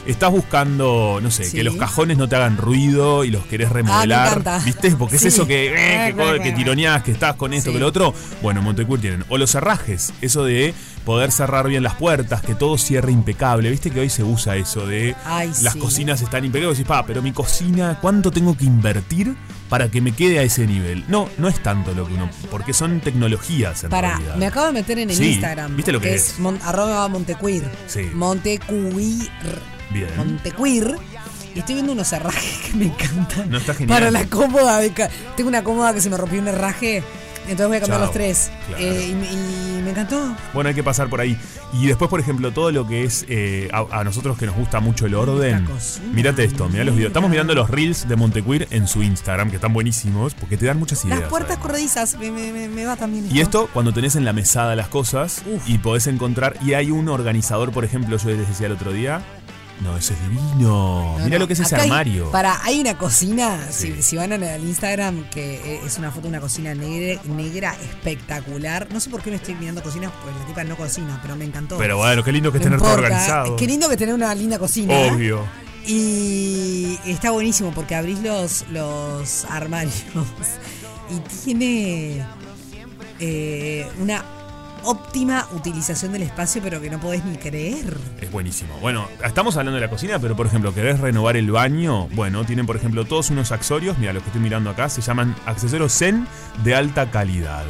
Speaker 3: estás buscando, no sé,
Speaker 2: Sí. Ah,
Speaker 3: que los cajones no te hagan ruido y los querés remodelar.
Speaker 2: encanta.
Speaker 3: ¿Viste? Porque
Speaker 2: Sí.
Speaker 3: es eso que, eh, que,
Speaker 2: Re, re,
Speaker 3: que
Speaker 2: re.
Speaker 3: tironeás, que estás con esto,
Speaker 2: Sí.
Speaker 3: que lo otro. Bueno, en Montecourt tienen. O los cerrajes, eso de poder cerrar bien las puertas, que todo cierre impecable. ¿Viste que hoy se usa eso de
Speaker 2: Ay,
Speaker 3: las
Speaker 2: sí.
Speaker 3: cocinas están impecables? Y decís, pa, pero mi cocina, ¿cuánto tengo que invertir para que me quede a ese nivel? No, no es tanto lo que uno. Porque son tecnologías en
Speaker 2: Para,
Speaker 3: realidad.
Speaker 2: me acabo de meter en el
Speaker 3: Sí,
Speaker 2: Instagram.
Speaker 3: ¿viste lo que es?
Speaker 2: mon- arroba montecuir.
Speaker 3: Sí.
Speaker 2: Montecuir.
Speaker 3: Bien.
Speaker 2: Montecuir. Y estoy viendo unos herrajes que me encantan.
Speaker 3: No está genial.
Speaker 2: Para la cómoda. me ca- Tengo una cómoda que se me rompió un herraje. Entonces voy a cambiar
Speaker 3: Chao.
Speaker 2: los tres.
Speaker 3: Claro.
Speaker 2: Eh, y, me- y me encantó.
Speaker 3: Bueno, hay que pasar por ahí. Y después, por ejemplo, todo lo que es eh, a, a nosotros que nos gusta mucho el orden.
Speaker 2: Esta cocina,
Speaker 3: Mírate esto, mirá los videos. Estamos mirando los reels de Montequeer en su Instagram, que están buenísimos, porque te dan muchas ideas.
Speaker 2: Las puertas
Speaker 3: además.
Speaker 2: corredizas. Me, me- me- me va también.
Speaker 3: Y esto cuando tenés en la mesada las cosas
Speaker 2: Uf.
Speaker 3: y podés encontrar. Y hay un organizador, por ejemplo, yo les decía el otro día. No, ese es divino.
Speaker 2: No,
Speaker 3: Mirá
Speaker 2: no.
Speaker 3: lo que es ese
Speaker 2: Acá hay-
Speaker 3: armario.
Speaker 2: para, hay una cocina,
Speaker 3: Sí.
Speaker 2: si, si van al- al Instagram, que eh, es una foto de una cocina negra, negra espectacular. No sé por qué no estoy mirando cocinas, porque la tipa no cocina, pero me encantó.
Speaker 3: Pero bueno, qué lindo que es
Speaker 2: No
Speaker 3: tener todo
Speaker 2: importa,
Speaker 3: organizado.
Speaker 2: Qué lindo que tener una linda cocina. ¿eh?
Speaker 3: Obvio.
Speaker 2: Y está buenísimo porque abrís los, los armarios y tiene eh, una óptima utilización del espacio, pero que no podés ni creer.
Speaker 3: Es buenísimo. Bueno, estamos hablando de la cocina, pero por ejemplo, ¿querés renovar el baño? Bueno, tienen por ejemplo todos unos accesorios, mira los que estoy mirando acá, se llaman accesorios Zen de alta calidad.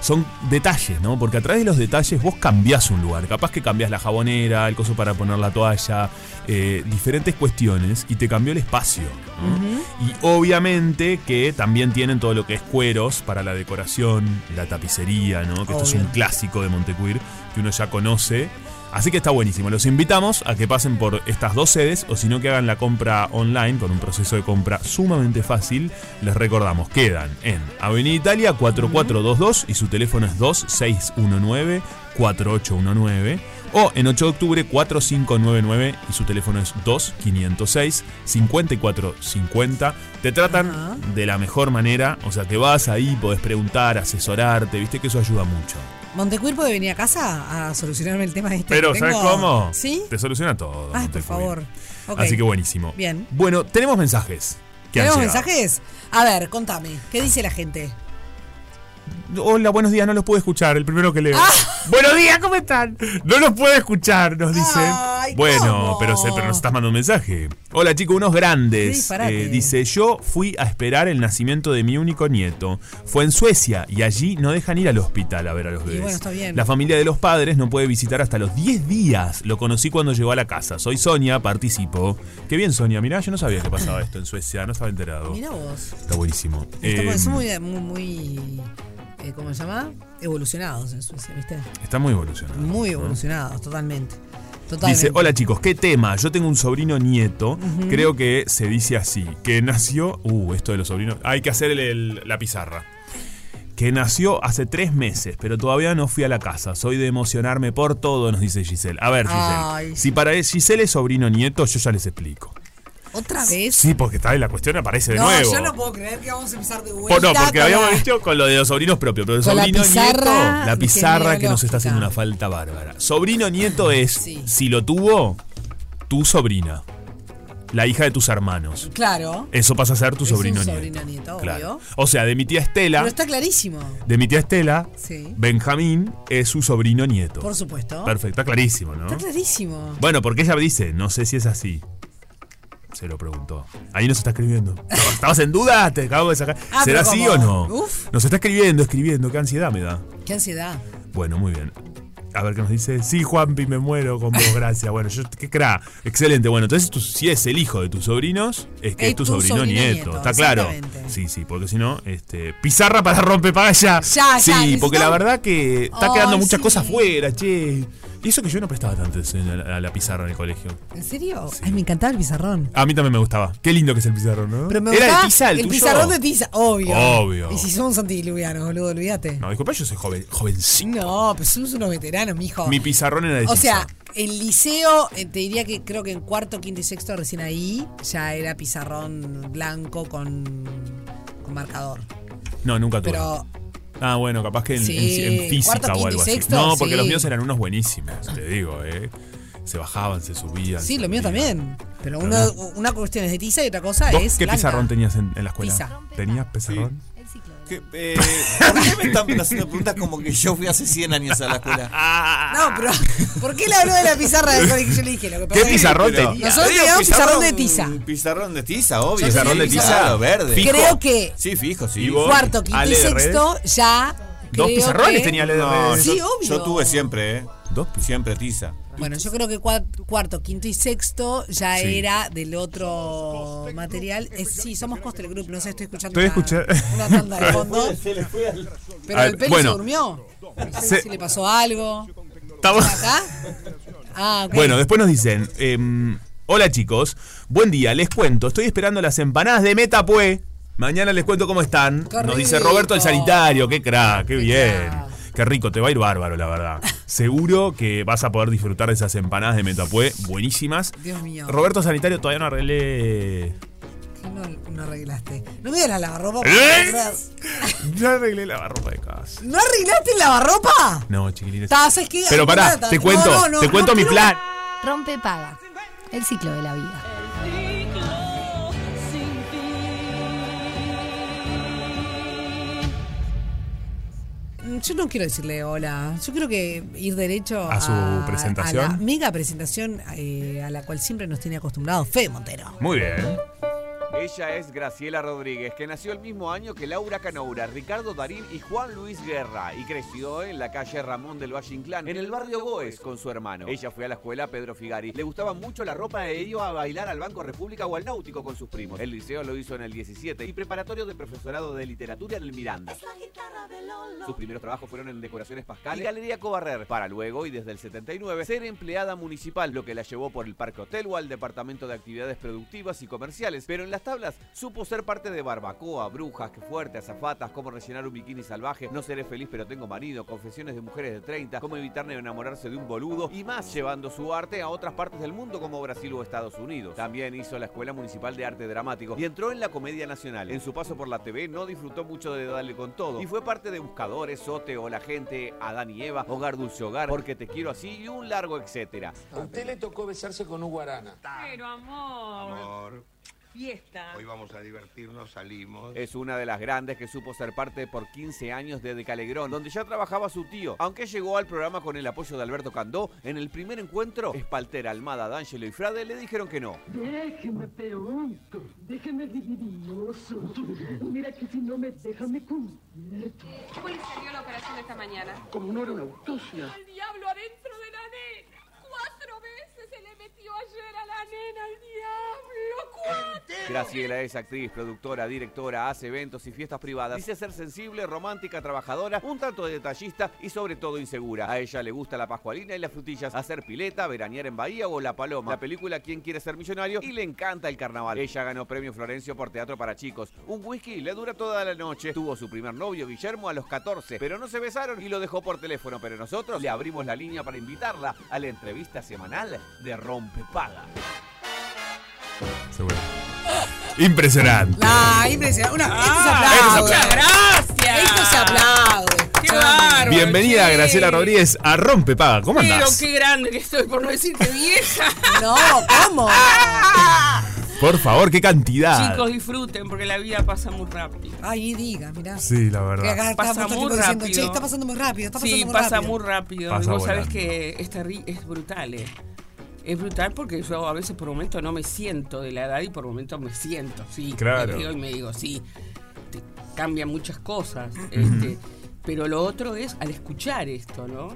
Speaker 3: Son detalles, ¿no? Porque a través de los detalles vos cambiás un lugar. Capaz que cambiás la jabonera, el coso para poner la toalla, eh, diferentes cuestiones y te cambió el espacio. ¿no? Y obviamente que también tienen todo lo que es cueros para la decoración, la tapicería, ¿no? Que esto es
Speaker 2: Obvio.
Speaker 3: un clásico de Montecuir que uno ya conoce. Así que está buenísimo. Los invitamos a que pasen por estas dos sedes o si no que hagan la compra online con un proceso de compra sumamente fácil. Les recordamos, quedan en Avenida Italia 4422 y su teléfono es 2619 4819 o en 8 de octubre 4599 y su teléfono es 2506 5450. Te tratan
Speaker 2: Ajá.
Speaker 3: de la mejor manera, o sea que vas ahí, podés preguntar, asesorarte, viste que eso ayuda mucho.
Speaker 2: Montecuir puede venir a casa a solucionarme el tema este. que
Speaker 3: Pero, ¿sabes
Speaker 2: tengo.
Speaker 3: cómo?
Speaker 2: ¿Sí?
Speaker 3: Te soluciona todo.
Speaker 2: Ay,
Speaker 3: no te
Speaker 2: por favor. Ok.
Speaker 3: Así que buenísimo.
Speaker 2: Bien.
Speaker 3: Bueno, tenemos mensajes. que han
Speaker 2: ¿Tenemos
Speaker 3: llegado.
Speaker 2: mensajes? A ver, contame, ¿qué dice la gente?
Speaker 3: Hola, buenos días, no los pude escuchar, el primero que leo.
Speaker 2: Ah,
Speaker 3: Buenos días, ¿cómo están? No los pude escuchar,
Speaker 2: Ah,
Speaker 3: nos dice.
Speaker 2: Ay,
Speaker 3: bueno,
Speaker 2: Eh, ¿cómo?
Speaker 3: pero, se, pero nos estás mandando un mensaje. Hola chicos, unos
Speaker 2: Qué
Speaker 3: grandes. Eh,
Speaker 2: disparate.
Speaker 3: dice, yo fui a esperar el nacimiento de mi único nieto. Fue en Suecia y allí no dejan ir al hospital a ver a los bebés.
Speaker 2: bueno, está bien.
Speaker 3: La familia de los padres no puede visitar hasta los 10 días. Lo conocí cuando llegó a la casa. Soy Sonia, participo. Qué bien Sonia, mirá, yo no sabía que pasaba esto en Suecia, no estaba enterado.
Speaker 2: Mira vos.
Speaker 3: Está buenísimo.
Speaker 2: Estamos-
Speaker 3: Eh,
Speaker 2: son muy, muy, muy, eh, ¿cómo se llama? Evolucionados en Suecia, ¿viste?
Speaker 3: está muy evolucionado.
Speaker 2: Muy
Speaker 3: ¿no?
Speaker 2: evolucionados, totalmente. Totalmente.
Speaker 3: Dice, hola chicos, ¿qué tema? Yo tengo un sobrino nieto, creo que se dice así, que nació... Uh, esto de los sobrinos... Hay que hacer el- el- la pizarra. Que nació hace tres meses, pero todavía no fui a la casa. Soy de emocionarme por todo, nos dice Giselle. A ver, Giselle.
Speaker 2: Ay.
Speaker 3: Si para Giselle es sobrino nieto, yo ya les explico.
Speaker 2: ¿Otra vez?
Speaker 3: Sí, porque está ahí la cuestión, aparece de
Speaker 2: no,
Speaker 3: nuevo.
Speaker 2: yo no puedo creer que vamos a empezar de vuelta.
Speaker 3: Por- no, porque
Speaker 2: con
Speaker 3: habíamos
Speaker 2: Pues la-
Speaker 3: dicho con lo de los sobrinos propios, pero el
Speaker 2: Con la
Speaker 3: sobrino
Speaker 2: pizarra
Speaker 3: nieto, la pizarra que nos
Speaker 2: genealógica.
Speaker 3: está haciendo una falta bárbara. Sobrino nieto es,
Speaker 2: Sí.
Speaker 3: si lo tuvo, tu sobrina, la hija de tus hermanos.
Speaker 2: Claro.
Speaker 3: Eso pasa a ser tu
Speaker 2: Es
Speaker 3: sobrino
Speaker 2: un
Speaker 3: nieto.
Speaker 2: sobrino nieto, obvio.
Speaker 3: O sea, de mi tía Estela,
Speaker 2: Pero está clarísimo.
Speaker 3: de mi tía Estela,
Speaker 2: Sí.
Speaker 3: Benjamín es su sobrino nieto.
Speaker 2: Por supuesto.
Speaker 3: Perfecto, está clarísimo, ¿no?
Speaker 2: Está clarísimo.
Speaker 3: Bueno, porque ella dice, no sé si es así. Se lo preguntó. Ahí nos está escribiendo. Estabas en duda, te acabo de sacar.
Speaker 2: Ah,
Speaker 3: ¿Será
Speaker 2: pero
Speaker 3: así o
Speaker 2: como-
Speaker 3: no?
Speaker 2: Uf.
Speaker 3: Nos está escribiendo, escribiendo. Qué ansiedad me da.
Speaker 2: Qué ansiedad.
Speaker 3: Bueno, muy bien. A ver qué nos dice. Sí, Juanpi, me muero con vos, gracias. Bueno, yo, qué cra. Excelente. Bueno, entonces tú- si es el hijo de tus sobrinos, es que es,
Speaker 2: Es
Speaker 3: tu,
Speaker 2: tu
Speaker 3: sobrino,
Speaker 2: sobrino
Speaker 3: nieto.
Speaker 2: nieto,
Speaker 3: Está claro.
Speaker 2: exactamente.
Speaker 3: Sí, sí, porque si no, este. Pizarra para rompepagas ya.
Speaker 2: Ya, Ah, ya,
Speaker 3: Sí, porque
Speaker 2: necesitamos-
Speaker 3: la verdad que está
Speaker 2: Ay,
Speaker 3: quedando muchas
Speaker 2: Oh, sí.
Speaker 3: cosas fuera, che. Y eso que yo no prestaba tanta atención a la- a la pizarra en el colegio.
Speaker 2: ¿En serio? Ay, me encantaba el pizarrón.
Speaker 3: A mí también me gustaba. Qué lindo que es el pizarrón, ¿no?
Speaker 2: Pero me
Speaker 3: Era
Speaker 2: gustaba
Speaker 3: de tiza el, tuyo?
Speaker 2: pizarrón de tiza, obvio.
Speaker 3: Obvio.
Speaker 2: Y si somos antidiluvianos, boludo, olvídate.
Speaker 3: No, disculpa, yo soy joven, jovencito.
Speaker 2: No, pero somos unos veteranos, mijo.
Speaker 3: Mi pizarrón era de
Speaker 2: o
Speaker 3: tiza.
Speaker 2: sea, el liceo, eh, te diría que creo que en cuarto, quinto y sexto, recién ahí, ya era pizarrón blanco con, con marcador.
Speaker 3: no, nunca tuve.
Speaker 2: Pero
Speaker 3: Ah, bueno, capaz que en,
Speaker 2: Sí,
Speaker 3: en- en física
Speaker 2: cuarto,
Speaker 3: o
Speaker 2: quinto
Speaker 3: algo
Speaker 2: y
Speaker 3: así.
Speaker 2: sexto,
Speaker 3: no, porque
Speaker 2: sí.
Speaker 3: los míos eran unos buenísimos, te digo, ¿eh? se bajaban, se subían.
Speaker 2: Sí,
Speaker 3: se
Speaker 2: lo mío
Speaker 3: subían.
Speaker 2: también. Pero
Speaker 3: Pero
Speaker 2: una,
Speaker 3: no.
Speaker 2: una cuestión es de tiza y otra cosa
Speaker 3: ¿Vos
Speaker 2: es.
Speaker 3: ¿Qué
Speaker 2: blanca.
Speaker 3: pizarrón tenías en, en la escuela?
Speaker 2: Tiza.
Speaker 3: ¿Tenías pizarrón?
Speaker 9: ¿Qué, eh, ¿Por qué me están haciendo preguntas como que yo fui hace 100 años a la escuela?
Speaker 2: No, pero ¿por qué le habló de la pizarra del colegio? Yo le dije, lo que pasa
Speaker 3: ¿Qué
Speaker 2: es que-
Speaker 3: pizarrón
Speaker 9: Pero-
Speaker 3: tenías?
Speaker 2: Nosotros
Speaker 9: Digo,
Speaker 2: teníamos pizarrón de tiza.
Speaker 9: Pizarrón de tiza, obvio.
Speaker 3: Pizarrón
Speaker 9: Sí,
Speaker 3: de tiza.
Speaker 9: pizarro verde.
Speaker 3: Fijo.
Speaker 2: Creo que
Speaker 9: Sí, fijo, sí.
Speaker 3: ¿Y vos?
Speaker 2: cuarto, quinto y
Speaker 3: Ale de
Speaker 2: sexto ya. creo
Speaker 3: Dos pizarrones
Speaker 2: que-
Speaker 3: tenía Ale de
Speaker 9: No,
Speaker 3: redes.
Speaker 2: Sí,
Speaker 9: yo,
Speaker 2: obvio.
Speaker 9: yo tuve siempre, ¿eh?
Speaker 3: Dos pizarrones.
Speaker 9: Siempre tiza.
Speaker 2: Bueno, yo creo que cua- cuarto, quinto y sexto ya
Speaker 3: Sí.
Speaker 2: era del otro material. Eh, sí, somos Costel Group, no sé, estoy escuchando
Speaker 3: Estoy
Speaker 2: una,
Speaker 3: escuchando-
Speaker 2: una tanda de fondo. Pero
Speaker 3: A
Speaker 2: el
Speaker 3: ver,
Speaker 2: pelo
Speaker 3: bueno.
Speaker 2: se durmió. No sé
Speaker 3: Se-
Speaker 2: si le pasó algo.
Speaker 3: Estamos-
Speaker 2: ¿Acá? Ah, ok.
Speaker 3: Bueno, después nos dicen, em, hola chicos, buen día, les cuento, estoy esperando las empanadas de Metapue. Mañana les cuento cómo están.
Speaker 2: Qué
Speaker 3: nos dice
Speaker 2: rico.
Speaker 3: Roberto el sanitario, qué crack, qué, bien.
Speaker 2: crack.
Speaker 3: Qué rico, te va a ir bárbaro, la verdad. Seguro que vas a poder disfrutar de esas empanadas de Metapue, buenísimas.
Speaker 2: Dios mío.
Speaker 3: Roberto Sanitario todavía no arreglé.
Speaker 2: No, no arreglaste. No me digas la lavarropa.
Speaker 3: ¿Eh? No arreglé la barropa de casa.
Speaker 2: ¿No arreglaste la lavarropa?
Speaker 3: No, chiquilines.
Speaker 2: Ta, ¿sabes qué?
Speaker 3: Pero pará,
Speaker 2: Acordate.
Speaker 3: te
Speaker 2: No,
Speaker 3: cuento,
Speaker 2: no, no,
Speaker 3: te
Speaker 2: no
Speaker 3: cuento mi
Speaker 2: quiero-
Speaker 3: plan.
Speaker 5: Rompe paga. El ciclo de la vida.
Speaker 2: Mm, Yo no quiero decirle hola. Yo creo que ir derecho
Speaker 3: ¿A su presentación?
Speaker 2: a la mega presentación eh, a la cual siempre nos tiene acostumbrados Fede Montero.
Speaker 3: Muy bien.
Speaker 4: Ella es Graciela Rodríguez, que nació el mismo año que Laura Canoura, Ricardo Darín y Juan Luis Guerra, y creció en la calle Ramón del Valle Inclán, en el barrio Goes, con su hermano. Ella fue a la escuela Pedro Figari, le gustaba mucho la ropa e iba a bailar al Banco República o al Náutico con sus primos. El liceo lo hizo en el 17 y preparatorio de profesorado de literatura en el Miranda. Sus primeros trabajos fueron en decoraciones Pascal y Galería Cobarrer, para luego y desde el 79 ser empleada municipal, lo que la llevó por el Parque Hotel o al Departamento de Actividades Productivas y Comerciales. Pero en las tablas supo ser parte de barbacoa, brujas, que fuerte, azafatas, cómo rellenar un bikini salvaje, no seré feliz pero tengo marido, confesiones de mujeres de 30, cómo evitar enamorarse de un boludo y más, llevando su arte a otras partes del mundo como Brasil o Estados Unidos. También hizo la Escuela Municipal de Arte Dramático y entró en la Comedia Nacional. En su paso por la TV no disfrutó mucho de Dale con Todo y fue parte de Buscadores, Sote o La Gente, Adán y Eva, Hogar Dulce Hogar, Porque Te Quiero Así y un largo etcétera.
Speaker 6: A usted le tocó besarse con un guarana.
Speaker 10: Pero amor,
Speaker 6: Amor,
Speaker 10: fiesta.
Speaker 6: hoy vamos a divertirnos, salimos.
Speaker 4: Es una de las grandes que supo ser parte por 15 años de Decalegrón, donde ya trabajaba su tío. Aunque llegó al programa con el apoyo de Alberto Candó, en el primer encuentro, Espaltera, Almada, D'Angelo y Frade le dijeron que no.
Speaker 10: Déjeme peonto, déjeme divinoso. Mira que si no me deja me convierto.
Speaker 1: ¿Cómo le salió la operación de esta mañana?
Speaker 6: Como no era una autopsia.
Speaker 1: El diablo adentro de la nena. Cuatro veces se le metió ayer a la nena el diablo. Cuatro.
Speaker 4: Graciela es actriz, productora, directora, hace eventos y fiestas privadas. Dice ser sensible, romántica, trabajadora, un tanto detallista y sobre todo insegura. A ella le gusta la pascualina y las frutillas, hacer pileta, veranear en Bahía o La Paloma. La película Quién quiere ser millonario y le encanta el carnaval. Ella ganó premio Florencio por teatro para chicos. Un whisky le dura toda la noche. Tuvo su primer novio, Guillermo, a los 14, pero no se besaron y lo dejó por teléfono. Pero nosotros le abrimos la línea para invitarla a la entrevista semanal de Rompepaga.
Speaker 3: Seguro. Impresionante.
Speaker 2: La impresionante. Una,
Speaker 10: Ah,
Speaker 2: esto se aplaude.
Speaker 10: gracias.
Speaker 2: Esto se aplaude.
Speaker 10: Qué bárbaro.
Speaker 3: Bienvenida
Speaker 10: che.
Speaker 3: Graciela Rodríguez a Rompe Paga. ¿Cómo
Speaker 10: Pero
Speaker 3: andás?
Speaker 10: qué grande que estoy, por no decirte vieja. Ah,
Speaker 2: No, ¿cómo?
Speaker 3: Por favor, qué cantidad.
Speaker 10: Chicos, disfruten porque la vida pasa muy rápido.
Speaker 2: Ay, diga, mirá.
Speaker 3: Sí, la
Speaker 2: Que acá
Speaker 3: verdad.
Speaker 2: estamos
Speaker 10: Pasa
Speaker 2: todo el
Speaker 10: muy
Speaker 2: tiempo diciendo,
Speaker 10: rápido.
Speaker 2: che, está pasando muy rápido, está pasando
Speaker 10: Sí,
Speaker 2: muy
Speaker 10: pasa
Speaker 2: rápido.
Speaker 10: muy rápido.
Speaker 3: Pasa
Speaker 10: y vos sabés
Speaker 3: volando.
Speaker 10: que es, terri- es brutal, eh. Es brutal porque yo a veces por momentos no me siento de la edad y por momentos me siento, sí.
Speaker 3: Claro.
Speaker 10: Me veo y me digo, sí, te cambian muchas cosas. este, pero lo otro es al escuchar esto, ¿no?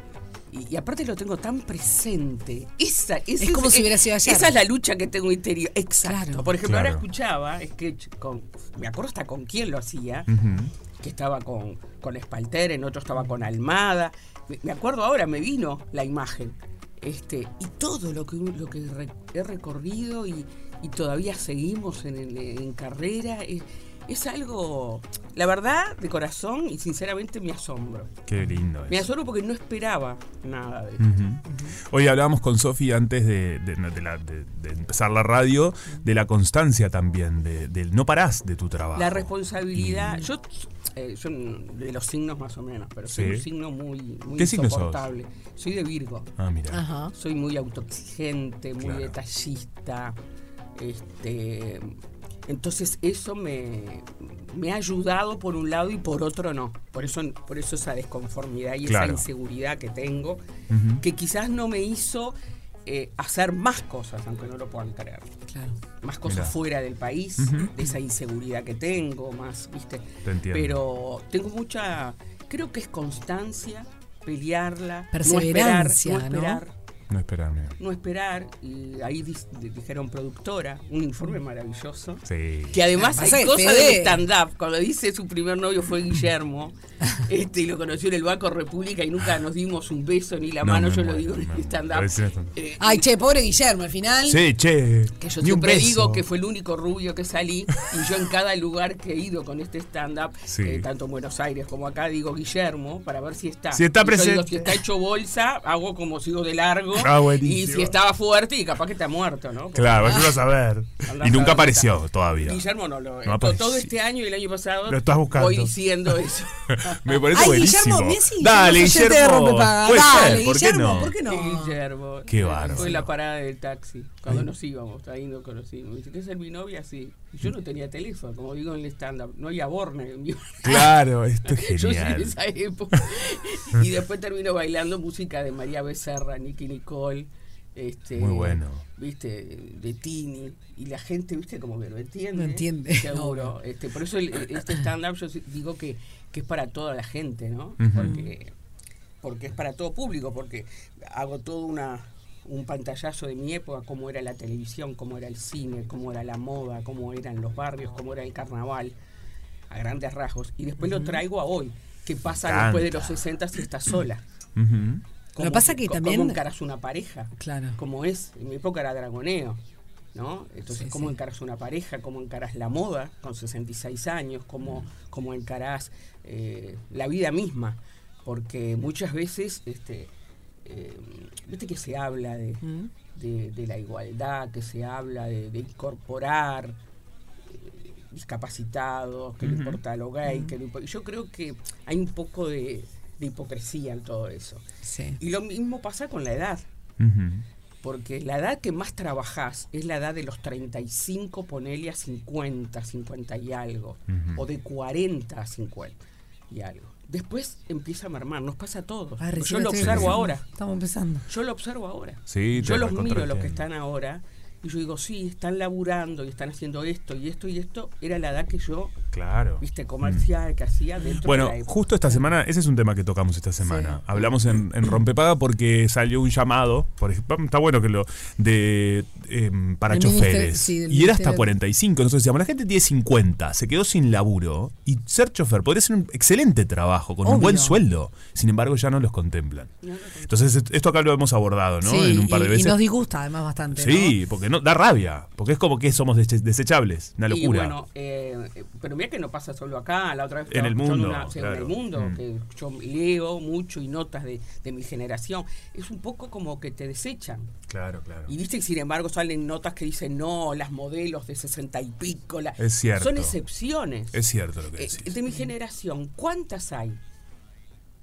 Speaker 10: Y, y aparte lo tengo tan presente. Esa, esa-
Speaker 2: Es como si hubiera sido ayer.
Speaker 10: Esa es la lucha que tengo interior. Exacto.
Speaker 2: Claro.
Speaker 10: Por ejemplo, ahora
Speaker 3: Claro.
Speaker 10: escuchaba sketch con. Me acuerdo hasta con quién lo hacía
Speaker 3: Ujú.
Speaker 10: que estaba con, con Spalter, en otro estaba con Almada. Me, me acuerdo ahora, me vino la imagen. Este, y todo lo que, lo que re- he recorrido y, y todavía seguimos en, el- en carrera es, es algo, la verdad, de corazón y sinceramente me asombro.
Speaker 3: Qué lindo
Speaker 10: Me
Speaker 3: es.
Speaker 10: asombro porque no esperaba nada de esto.
Speaker 3: Ujú. Hoy hablábamos con Sofi antes de, de- de la- de- de empezar la radio, de la constancia también, de- del no parás de tu trabajo. Mm.
Speaker 10: La responsabilidad. Yo eh, soy un- de los signos más o menos, pero soy
Speaker 3: Sí.
Speaker 10: un signo muy, muy
Speaker 3: ¿Qué signo sos?
Speaker 10: insoportable. Soy de Virgo.
Speaker 3: Ah, mira.
Speaker 10: Soy muy autoexigente, muy
Speaker 3: Claro.
Speaker 10: detallista. Este, entonces eso me, me ha ayudado por un lado y por otro no. Por eso, por eso esa desconformidad y
Speaker 3: Claro.
Speaker 10: esa inseguridad que tengo,
Speaker 3: Ujú.
Speaker 10: que quizás no me hizo eh, hacer más cosas, aunque no lo puedan creer. Más cosas
Speaker 3: Mirá.
Speaker 10: fuera del país,
Speaker 3: Ujú.
Speaker 10: de esa inseguridad que tengo, más, ¿viste?
Speaker 3: Te entiendo.
Speaker 10: Pero tengo mucha, creo que es constancia, pelearla,
Speaker 2: Perseverancia,
Speaker 10: no esperar,
Speaker 2: ¿no?
Speaker 10: no esperar,
Speaker 3: No esperarme.
Speaker 10: no esperar. Y ahí dis- di- dijeron productora, un informe maravilloso.
Speaker 3: Sí.
Speaker 10: Que además
Speaker 2: Pasa
Speaker 10: hay
Speaker 2: que
Speaker 10: cosas
Speaker 2: Fede-
Speaker 10: de stand-up. Cuando dice su primer novio fue Guillermo, este, y lo conoció en el Banco República y nunca nos dimos un beso ni la
Speaker 3: No,
Speaker 10: mano,
Speaker 3: me
Speaker 10: yo lo
Speaker 3: muero,
Speaker 10: digo en
Speaker 3: me-
Speaker 10: el
Speaker 3: a veces
Speaker 10: stand-up.
Speaker 3: no-
Speaker 10: Eh,
Speaker 2: Ay, che, pobre Guillermo, al final.
Speaker 3: Sí, che.
Speaker 10: que yo
Speaker 3: ni un
Speaker 10: siempre
Speaker 3: beso.
Speaker 10: digo que fue el único rubio que salí y yo en cada lugar que he ido con este stand-up,
Speaker 3: Sí.
Speaker 10: eh, tanto en Buenos Aires como acá, digo Guillermo para ver si está.
Speaker 3: Si está
Speaker 10: Y yo digo,
Speaker 3: presente.
Speaker 10: si está hecho bolsa, hago como sigo de largo.
Speaker 3: Ah,
Speaker 10: y
Speaker 3: buenísimo.
Speaker 10: si estaba fuerte y capaz que está muerto, ¿no? Porque-
Speaker 3: Claro, yo a saber.
Speaker 10: Andá
Speaker 3: Y
Speaker 10: a saber.
Speaker 3: nunca apareció todavía.
Speaker 10: Guillermo no lo...
Speaker 3: No
Speaker 10: to-
Speaker 3: apareció.
Speaker 10: todo este año y el año pasado
Speaker 3: Lo estás buscando.
Speaker 10: voy diciendo eso.
Speaker 3: Me parece
Speaker 10: Ay,
Speaker 3: buenísimo.
Speaker 10: Guillermo, Messi,
Speaker 3: Dale,
Speaker 10: somos oyentes de
Speaker 3: Guillermo.
Speaker 10: Rompepaga.
Speaker 3: Puede
Speaker 10: Dale,
Speaker 3: ser, ¿por qué
Speaker 10: Guillermo,
Speaker 3: no?
Speaker 10: ¿por qué no? Guillermo.
Speaker 3: Qué bárbaro.
Speaker 10: Fue la parada del taxi, cuando nos íbamos, ahí nos conocimos. Me dice, ¿qué es mi novia? Sí. Y Yo no tenía teléfono, como digo en el stand-up. No había borne. en mi-
Speaker 3: Claro, esto es
Speaker 10: Yo soy de
Speaker 3: genial.
Speaker 10: esa época. Y después termino bailando música de María Becerra, Nicky Nicole. Este,
Speaker 3: Muy bueno.
Speaker 10: Viste, de Tini. Y la gente, viste, como que lo entiende.
Speaker 2: No entiende.
Speaker 10: Seguro. Este, por eso el- este stand-up yo digo que, que es para toda la gente, ¿no?
Speaker 2: Ujú.
Speaker 10: Porque porque es para todo público, porque hago todo una, un pantallazo de mi época, cómo era la televisión, cómo era el cine, cómo era la moda, cómo eran los barrios, cómo era el carnaval, a grandes rasgos. Y después lo
Speaker 2: Ujú.
Speaker 10: traigo a hoy, qué pasa
Speaker 3: Encanta.
Speaker 10: después de los 60 si estás sola.
Speaker 3: Ujú.
Speaker 10: Cómo-
Speaker 2: pasa que
Speaker 10: co-
Speaker 2: también-
Speaker 10: ¿Cómo encaras una pareja?
Speaker 2: Claro.
Speaker 10: Como es, en mi época era dragoneo, ¿no? Entonces,
Speaker 2: Sí,
Speaker 10: ¿cómo
Speaker 2: sí.
Speaker 10: encaras una pareja? ¿Cómo encaras la moda con 66 años? ¿Cómo, cómo encarás eh, la vida misma? Porque muchas veces, este, eh, viste que se habla de,
Speaker 2: Mm.
Speaker 10: de- de la igualdad, que se habla de, de incorporar eh, discapacitados, que no
Speaker 11: Ujú.
Speaker 10: importa lo gay, que no importa- Yo creo que hay un poco de, de hipocresía en todo eso. Y lo mismo pasa con la edad. Porque la edad que más trabajás es la edad de los 35, ponele a 50, 50 y algo.
Speaker 11: Ujú.
Speaker 10: O de 40 a 50 y algo. Después empieza a mermar, nos pasa a todos.
Speaker 2: Ah, recién
Speaker 10: Yo lo
Speaker 2: estoy
Speaker 10: observo
Speaker 2: empezando.
Speaker 10: ahora.
Speaker 2: Estamos empezando.
Speaker 10: Yo lo observo ahora.
Speaker 3: Sí, te
Speaker 10: yo los
Speaker 3: recontra
Speaker 10: miro los que
Speaker 3: entiendo.
Speaker 10: están ahora y yo digo, sí, están laburando y están haciendo esto y esto y esto. Era la edad que yo,
Speaker 3: Claro.
Speaker 10: viste, comercial, que hacía dentro
Speaker 3: Bueno,
Speaker 10: de la época.
Speaker 3: justo esta semana, ese es un tema que tocamos esta semana. Hablamos en, en Rompepaga porque salió un llamado, por ejemplo, está bueno que lo, de em, para
Speaker 2: Del ministerio-
Speaker 3: choferes.
Speaker 2: sí, del
Speaker 3: y era hasta
Speaker 2: ministerio.
Speaker 3: 45, nosotros decíamos, la gente tiene 50, se quedó sin laburo y ser chofer podría ser un excelente trabajo, con un
Speaker 2: Obvio.
Speaker 3: buen sueldo. Sin embargo, ya no los contemplan. Entonces, est- esto acá lo hemos abordado, ¿no?
Speaker 2: Sí,
Speaker 3: en un par de
Speaker 2: y, y
Speaker 3: veces.
Speaker 2: nos disgusta además bastante.
Speaker 3: sí, porque no, da rabia, porque es como que somos desechables desechables, una
Speaker 10: Y
Speaker 3: locura.
Speaker 10: bueno, eh, eh, pero mira que no pasa solo acá, la otra vez
Speaker 3: En el
Speaker 10: escuchando
Speaker 3: mundo,
Speaker 10: una- sí, en
Speaker 3: claro.
Speaker 10: el mundo,
Speaker 3: Mm.
Speaker 10: que yo leo mucho y notas de, de mi generación. Es un poco como que te desechan.
Speaker 3: Claro, claro.
Speaker 10: Y viste que sin embargo salen notas que dicen no, las modelos de sesenta y pico. la-".
Speaker 3: Es cierto.
Speaker 10: Son excepciones.
Speaker 3: Es cierto lo que
Speaker 10: Eh,
Speaker 3: decís.
Speaker 10: de mi generación, ¿cuántas hay?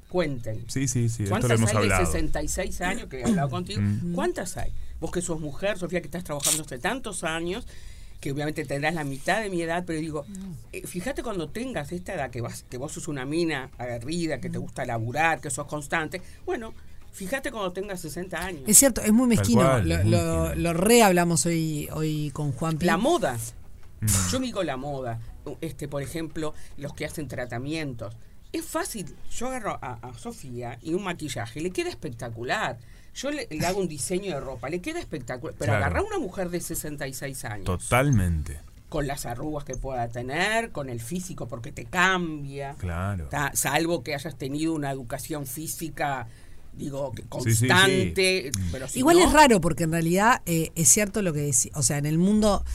Speaker 10: Cuenten.
Speaker 3: Sí, sí, sí, esto lo
Speaker 10: ¿Cuántas
Speaker 3: hemos
Speaker 10: hay de
Speaker 3: hablado.
Speaker 10: 66 años que he hablado contigo?
Speaker 3: Mm.
Speaker 10: ¿Cuántas hay? Vos que sos mujer, Sofía, que estás trabajando hace tantos años, que obviamente tendrás la mitad de mi edad, pero digo, eh, fíjate cuando tengas esta edad, que, vas, que vos sos una mina aguerrida, que te gusta laburar, que sos constante, bueno, fíjate cuando tengas 60 años.
Speaker 2: Es cierto, es muy mezquino.
Speaker 10: cual,
Speaker 2: lo,
Speaker 10: es muy
Speaker 2: lo- lo rehablamos hoy, hoy con Juan
Speaker 10: La moda.
Speaker 3: Mm.
Speaker 10: Yo digo la moda. Este, por ejemplo, los que hacen tratamientos. Es fácil. Yo agarro a, a Sofía y un maquillaje. Le queda espectacular. Yo le, le hago un diseño de ropa. Le queda espectacular. Pero
Speaker 3: Claro.
Speaker 10: agarra a una mujer de 66 años.
Speaker 3: Totalmente,
Speaker 10: Con las arrugas que pueda tener, con el físico, porque te cambia.
Speaker 3: claro.
Speaker 10: Ta- salvo que hayas tenido una educación física, digo, que
Speaker 3: Sí, sí, sí.
Speaker 10: constante. Pero si
Speaker 2: Igual
Speaker 10: no-
Speaker 2: es raro porque en realidad eh, es cierto lo que decís. O sea, en el mundo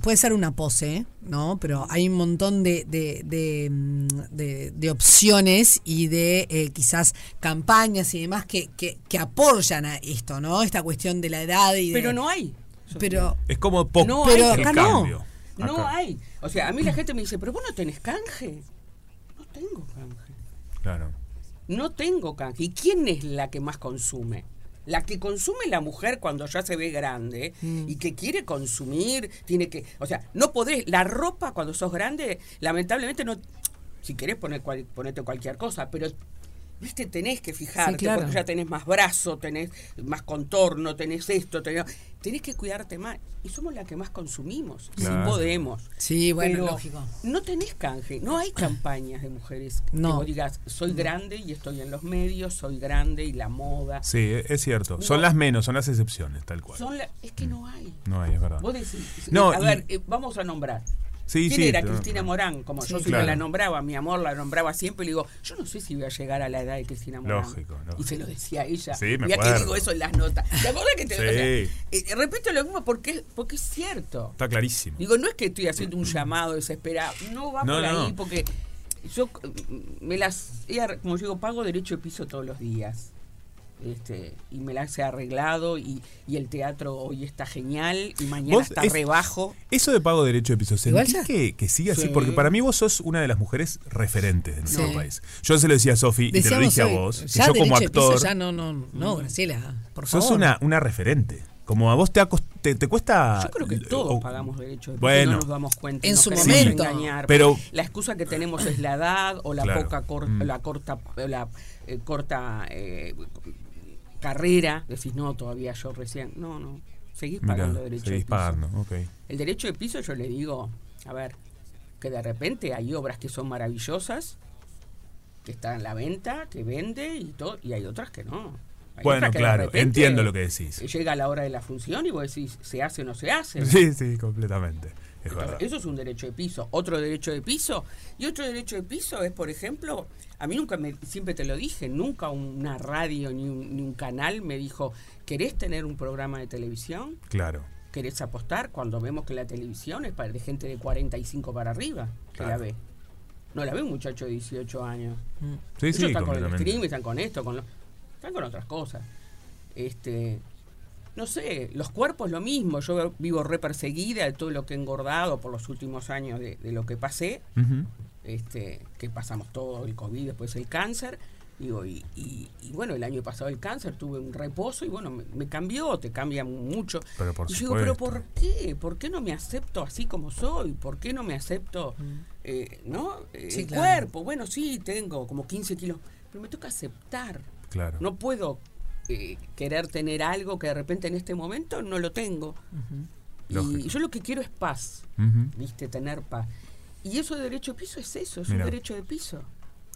Speaker 2: puede ser una pose, ¿no? Pero hay un montón de, de, de, mm, de- de opciones y de eh, quizás campañas y demás que, que, que apoyan a esto, ¿no? Esta cuestión de la edad y de-
Speaker 10: Pero no hay.
Speaker 2: Pero,
Speaker 3: Es como pop,
Speaker 10: No hay,
Speaker 3: pero
Speaker 10: acá
Speaker 3: en
Speaker 10: no.
Speaker 3: cambio.
Speaker 10: No
Speaker 3: Acá.
Speaker 10: hay. O sea, a mí la gente me dice, pero vos no tenés canje. No tengo canje.
Speaker 3: Claro.
Speaker 10: No tengo canje. ¿Y quién es la que más consume? La que consume la mujer cuando ya se ve grande
Speaker 2: Mm.
Speaker 10: y que quiere consumir, tiene que. O sea, no podés. La ropa cuando sos grande, lamentablemente no. Si querés poner cual- ponete cualquier cosa, pero. Viste, tenés que fijarte,
Speaker 2: claro.
Speaker 10: porque ya tenés más brazo, tenés más contorno, tenés esto, tenés. Tenés que cuidarte más. Y somos la que más consumimos.
Speaker 2: Claro.
Speaker 10: Si podemos.
Speaker 2: Sí, bueno,
Speaker 10: Pero
Speaker 2: lógico.
Speaker 10: No tenés canje, no hay campañas de mujeres
Speaker 2: No.
Speaker 10: que vos digas, soy grande y estoy en los medios, soy grande y la moda.
Speaker 3: Sí, e-, es cierto. Son
Speaker 10: No.
Speaker 3: las menos, son las excepciones, tal cual.
Speaker 10: Son la- es que no hay.
Speaker 3: No hay, es verdad.
Speaker 10: Vos decís,
Speaker 3: No,
Speaker 10: a
Speaker 3: y-
Speaker 10: ver, eh, vamos a nombrar.
Speaker 3: Sí,
Speaker 10: ¿Quién
Speaker 3: sí,
Speaker 10: era
Speaker 3: no,
Speaker 10: Cristina
Speaker 3: no.
Speaker 10: Morán? Como yo
Speaker 3: Sí.
Speaker 10: siempre
Speaker 3: Claro.
Speaker 10: la nombraba, mi amor la nombraba siempre, y le digo, yo no sé si voy a llegar a la edad de Cristina Morán.
Speaker 3: Lógico,
Speaker 10: Y se lo decía a ella.
Speaker 3: Sí, me
Speaker 10: Mirá que
Speaker 3: acuerdo.
Speaker 10: digo eso en las notas. ¿Te acordás que te
Speaker 3: Sí.
Speaker 10: o sea, eh, repito lo mismo porque, porque es cierto.
Speaker 3: Está clarísimo.
Speaker 10: Digo, no es que estoy haciendo un llamado desesperado. No va
Speaker 3: No,
Speaker 10: por
Speaker 3: no.
Speaker 10: ahí porque yo mm, me las he ar- como yo digo, pago derecho de piso todos los días. Este, y me las he arreglado y, y el teatro hoy está genial y mañana
Speaker 3: Vos
Speaker 10: está
Speaker 3: es-
Speaker 10: rebajo.
Speaker 3: Eso de pago de derecho de piso,
Speaker 10: Igual
Speaker 3: ¿sentís
Speaker 10: ya-
Speaker 3: que, que sigue así?
Speaker 10: Sí.
Speaker 3: Porque para mí vos sos una de las mujeres referentes de nuestro
Speaker 2: Sí.
Speaker 3: país. Yo se lo decía a Sofi y te lo
Speaker 2: Decíamos
Speaker 3: dije a
Speaker 2: hoy,
Speaker 3: vos. que
Speaker 2: ya
Speaker 3: yo como
Speaker 2: derecho de piso,
Speaker 3: actor. Mm.
Speaker 2: ya no, no, no, Graciela, por favor.
Speaker 3: sos una, una referente. Como a vos te, ha cost- te, te cuesta.
Speaker 10: Yo creo que todos pagamos derechos de piso,
Speaker 3: Eh, oh, bueno.
Speaker 10: no nos damos cuenta. y
Speaker 2: En
Speaker 10: nos
Speaker 2: su
Speaker 10: queremos
Speaker 3: momento.
Speaker 10: engañar.
Speaker 3: Pero-
Speaker 10: la excusa que tenemos es la edad o la
Speaker 3: Claro.
Speaker 10: poca cor-
Speaker 3: Mm.
Speaker 10: la corta la eh, corta eh, carrera. Decís, no, todavía yo recién. No, no. Seguís
Speaker 3: Mirá,
Speaker 10: pagando derechos
Speaker 3: seguís
Speaker 10: de piso.
Speaker 3: pagando, ok.
Speaker 10: El derecho de piso yo le digo, a ver, que de repente hay obras que son maravillosas, que están en la venta, que vende y todo, y hay otras que no. Hay
Speaker 3: Bueno,
Speaker 10: otras que de
Speaker 3: claro,
Speaker 10: repente
Speaker 3: entiendo lo que decís.
Speaker 10: Llega la hora de la función y vos decís, ¿se hace o no se hace?
Speaker 3: Sí, sí, completamente. Es verdad.
Speaker 10: Eso es un derecho de piso. Otro derecho de piso. Y otro derecho de piso es, por ejemplo, a mí nunca, me, siempre te lo dije, nunca una radio ni un, ni un canal me dijo, ¿querés tener un programa de televisión?
Speaker 3: Claro.
Speaker 10: ¿Querés apostar cuando vemos que la televisión es para de gente de 45 para arriba que la
Speaker 3: Claro.
Speaker 10: ve? No la ve un muchacho de 18 años.
Speaker 3: Sí,
Speaker 10: Ellos
Speaker 3: sí,
Speaker 10: están con el
Speaker 3: completamente.
Speaker 10: streaming, están con esto, con lo- están con otras cosas. Este, no sé, los cuerpos lo mismo. Yo vivo re perseguida de todo lo que he engordado por los últimos años de, de lo que pasé,
Speaker 3: Ujú.
Speaker 10: este, que pasamos todo, el COVID, después el cáncer. Digo, y, y- y bueno, el año pasado el cáncer, tuve un reposo y bueno, me, me cambió, te cambia mucho.
Speaker 3: Pero por
Speaker 10: y yo digo, pero
Speaker 3: supuesto.
Speaker 10: ¿por qué? ¿Por qué no me acepto así como soy? ¿Por qué no me acepto, eh, no? Eh,
Speaker 2: Mm. Sí,
Speaker 10: el
Speaker 2: claro.
Speaker 10: cuerpo, bueno, sí, tengo como 15 kilos, pero me toca aceptar.
Speaker 3: Claro.
Speaker 10: No puedo eh, querer tener algo que de repente en este momento no lo tengo. Y
Speaker 3: Lógico.
Speaker 10: yo lo que quiero es paz,
Speaker 3: Ujú.
Speaker 10: ¿viste? Tener paz. Y eso de derecho de piso es eso, es
Speaker 3: Mirá.
Speaker 10: un derecho de piso.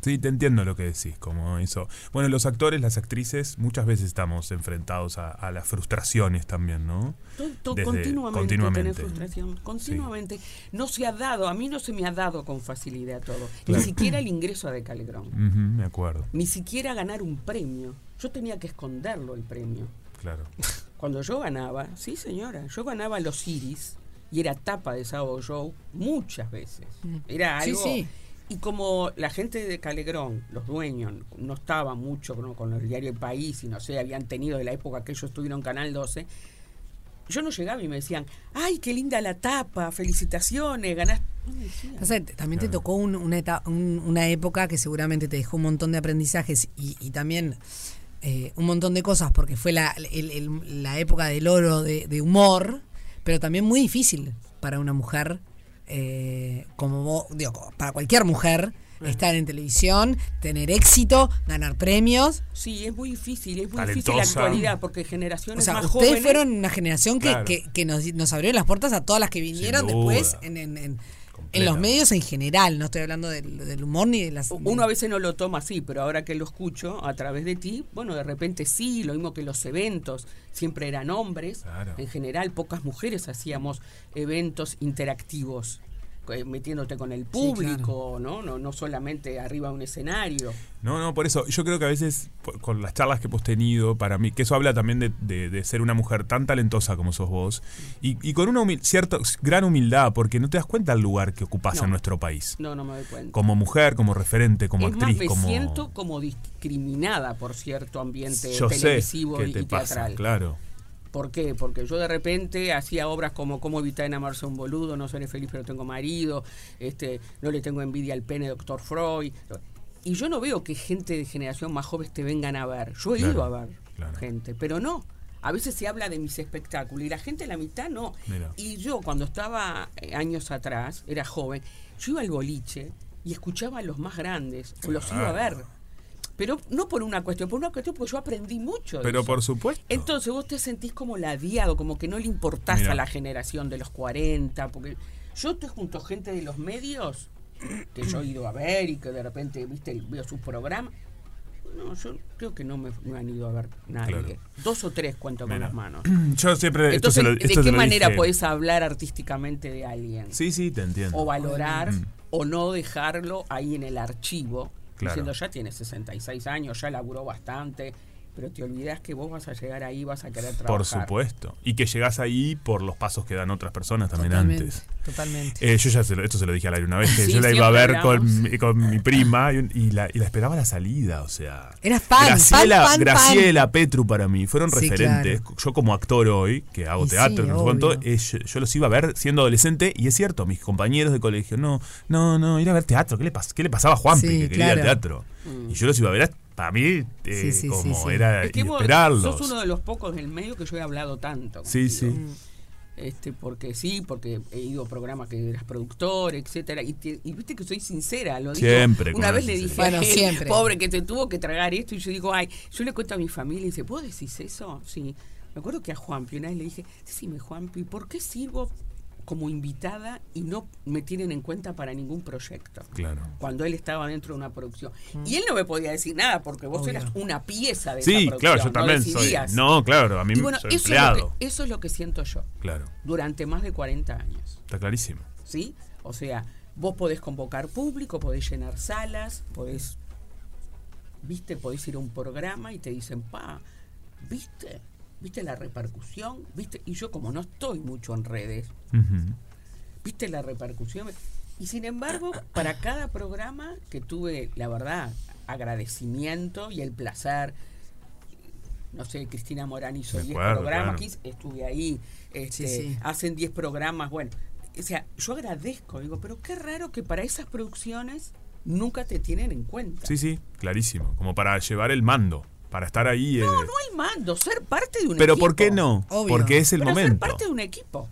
Speaker 3: Sí, te entiendo lo que decís, como eso. Bueno, los actores, las actrices, muchas veces estamos enfrentados a, a las frustraciones también, ¿no?
Speaker 10: Todo- todo
Speaker 3: Desde-
Speaker 10: continuamente,
Speaker 3: continuamente.
Speaker 10: tener frustración, continuamente. No se ha dado, a mí no se me ha dado con facilidad todo.
Speaker 3: Claro.
Speaker 10: Ni siquiera el ingreso a Decalegrón.
Speaker 3: Ujú, me acuerdo,
Speaker 10: Ni siquiera ganar un premio. Yo tenía que esconderlo el premio.
Speaker 3: claro.
Speaker 10: Cuando yo ganaba, sí señora, yo ganaba los iris y era tapa de Sábado Show muchas veces.
Speaker 2: Mm.
Speaker 10: Era
Speaker 2: Sí,
Speaker 10: algo...
Speaker 2: sí.
Speaker 10: Y como la gente de Calegrón, los dueños, no estaba mucho ¿no? con el diario El País y no sé, habían tenido de la época que ellos tuvieron Canal 12, yo no llegaba y me decían, ay, qué linda la tapa, felicitaciones, ganaste... No me decían.
Speaker 2: Pasa que también te tocó un- una, eta- un- una época que seguramente te dejó un montón de aprendizajes y, y también eh, un montón de cosas, porque fue la, el- el- la época del oro de, de humor, pero también muy difícil para una mujer, eh, como vos, digo, como para cualquier mujer, estar en televisión, tener éxito, ganar premios.
Speaker 10: Sí, es muy difícil, es muy difícil
Speaker 2: Talentosa.
Speaker 10: la actualidad porque
Speaker 2: O
Speaker 10: generaciones
Speaker 2: sea,
Speaker 10: más
Speaker 2: ustedes
Speaker 10: jóvenes...
Speaker 2: fueron una generación que,
Speaker 10: Claro.
Speaker 2: que- que nos, nos abrió las puertas a todas las que vinieron
Speaker 10: duda.
Speaker 2: después en, en- en- en los medios en general. No estoy hablando del, del humor ni de las...
Speaker 10: Uno a veces no lo toma así, pero ahora que lo escucho a través de ti, bueno, de repente sí, lo mismo que los eventos, siempre eran hombres, en general pocas mujeres hacíamos eventos interactivos. eh, metiéndote con el público, ¿no? ¿no? No solamente arriba de un escenario.
Speaker 3: No, no, por eso yo creo que a veces por- con las charlas que hemos tenido, para mí, que eso habla también de, de- de ser una mujer tan talentosa como sos vos y, y con una humil- cierta gran humildad, porque no te das cuenta del lugar que ocupás
Speaker 10: No.
Speaker 3: en nuestro país.
Speaker 10: No, no me doy cuenta.
Speaker 3: Como mujer, como referente, como
Speaker 10: es
Speaker 3: actriz,
Speaker 10: más, me
Speaker 3: como.
Speaker 10: siento como discriminada por cierto ambiente
Speaker 3: Yo sé
Speaker 10: televisivo
Speaker 3: que
Speaker 10: y,
Speaker 3: te
Speaker 10: y
Speaker 3: pasa,
Speaker 10: teatral.
Speaker 3: claro.
Speaker 10: ¿Por qué? Porque yo de repente hacía obras como Cómo evitar enamorarse de un boludo, No seré feliz pero tengo marido, este, No le tengo envidia al pene, Doctor Freud. Y yo no veo que gente de generación más joven te vengan a ver. Yo he
Speaker 3: Claro,
Speaker 10: ido a ver
Speaker 3: claro.
Speaker 10: gente, pero no. A veces se habla de mis espectáculos y la gente, la mitad, no.
Speaker 3: Mira.
Speaker 10: Y yo cuando estaba eh, años atrás, era joven, yo iba al boliche y escuchaba a los más grandes, o los iba a
Speaker 3: Claro.
Speaker 10: ver. Pero no por una cuestión, por una cuestión porque yo aprendí mucho. de
Speaker 3: Pero
Speaker 10: eso.
Speaker 3: por supuesto.
Speaker 10: Entonces vos te sentís como ladeado, como que no le importás
Speaker 3: Mirá.
Speaker 10: a la generación de los 40, porque yo estoy junto a gente de los medios que yo he ido a ver y que de repente, viste, veo sus programas. No, yo creo que no me, me han ido a ver nadie.
Speaker 3: Claro.
Speaker 10: Dos o tres cuento con
Speaker 3: Mirá.
Speaker 10: las manos.
Speaker 3: Yo siempre. esto se
Speaker 10: Entonces,
Speaker 3: lo- esto
Speaker 10: ¿de
Speaker 3: se
Speaker 10: qué
Speaker 3: lo
Speaker 10: manera
Speaker 3: dije.
Speaker 10: podés hablar artísticamente de alguien?
Speaker 3: Sí, sí, te entiendo.
Speaker 10: O valorar
Speaker 3: Mm.
Speaker 10: o no dejarlo ahí en el archivo,
Speaker 3: Claro.
Speaker 10: diciendo ya tiene 66 años, ya laburó bastante, pero te olvidás que vos vas a llegar ahí, vas a querer trabajar.
Speaker 3: Por supuesto. Y que llegás ahí por los pasos que dan otras personas también
Speaker 10: Totalmente,
Speaker 3: antes.
Speaker 10: totalmente.
Speaker 3: Eh, yo ya se lo- esto se lo dije al aire una vez, que
Speaker 10: Sí,
Speaker 3: yo la iba a
Speaker 10: siempre
Speaker 3: ver con, mi- con mi prima y, un- y la, y la esperaba a la salida, o sea.
Speaker 2: Eras fan,
Speaker 3: Graciela,
Speaker 2: fan, fan,
Speaker 3: Graciela Petru para mí, fueron
Speaker 2: Sí,
Speaker 3: referentes. Yo como actor hoy, que hago
Speaker 2: Y
Speaker 3: teatro,
Speaker 2: sí,
Speaker 3: que no sé
Speaker 2: obvio.
Speaker 3: cuánto, eh, yo, yo los iba a ver siendo adolescente y es cierto, mis compañeros de colegio, no, no, no, ir a ver teatro, ¿qué le, pas- qué le pasaba a Juanpi
Speaker 10: Sí,
Speaker 3: que quería
Speaker 10: claro.
Speaker 3: ir al teatro? Y yo los iba a ver, para mí, eh,
Speaker 10: Sí, sí, sí,
Speaker 3: como
Speaker 10: sí.
Speaker 3: era
Speaker 10: Es que
Speaker 3: ir a
Speaker 10: vos
Speaker 3: esperarlos.
Speaker 10: Este, Sos uno de los pocos en el medio que yo he hablado tanto. Mm.
Speaker 3: Sí, sí.
Speaker 10: Este, porque sí, porque he ido a programas que eras productor, etcétera, y, te- y viste que soy sincera, lo digo.
Speaker 3: Siempre con
Speaker 10: Una
Speaker 3: la
Speaker 10: vez le dije,
Speaker 3: sinceridad.
Speaker 10: a
Speaker 3: Bueno,
Speaker 10: él,
Speaker 3: siempre.
Speaker 10: pobre que te tuvo que tragar esto, y yo digo, ay, yo le cuento a mi familia y dice, ¿vos decís eso? Sí. Me acuerdo que a Juanpi una vez le dije, decime Juanpi, ¿por qué sirvo como invitada y no me tienen en cuenta para ningún proyecto?
Speaker 3: Claro.
Speaker 10: Cuando él estaba dentro de una producción. Y él no me podía decir nada porque vos eras una pieza de
Speaker 3: Sí,
Speaker 10: esa
Speaker 3: claro, yo
Speaker 10: producción,
Speaker 3: también
Speaker 10: no
Speaker 3: soy.
Speaker 10: decidías.
Speaker 3: No, claro, a mí
Speaker 10: Y bueno,
Speaker 3: soy
Speaker 10: eso es, lo
Speaker 3: empleado.
Speaker 10: que, eso es lo que siento yo
Speaker 3: Claro,
Speaker 10: durante más de 40 años,
Speaker 3: está clarísimo.
Speaker 10: ¿sí? O sea, vos podés convocar público, podés llenar salas, podés, viste, podés ir a un programa y te dicen, pa, viste, viste la repercusión, viste, y yo como no estoy mucho en redes, viste la repercusión. Y sin embargo, para cada programa que tuve, la verdad, agradecimiento y el placer, no sé, Cristina Morán hizo
Speaker 3: De
Speaker 10: 10
Speaker 3: acuerdo,
Speaker 10: programas,
Speaker 3: claro.
Speaker 10: 15, estuve ahí, este,
Speaker 2: Sí, sí.
Speaker 10: hacen 10 programas, bueno, o sea, yo agradezco, digo, pero qué raro que para esas producciones nunca te tienen en cuenta.
Speaker 3: Sí, sí, clarísimo. Como para llevar el mando, para estar ahí. eh,
Speaker 10: No, no el mando, ser parte de un
Speaker 3: Pero
Speaker 10: equipo.
Speaker 3: ¿por qué no? Porque es el
Speaker 10: Pero Ser
Speaker 3: momento.
Speaker 10: parte de un equipo.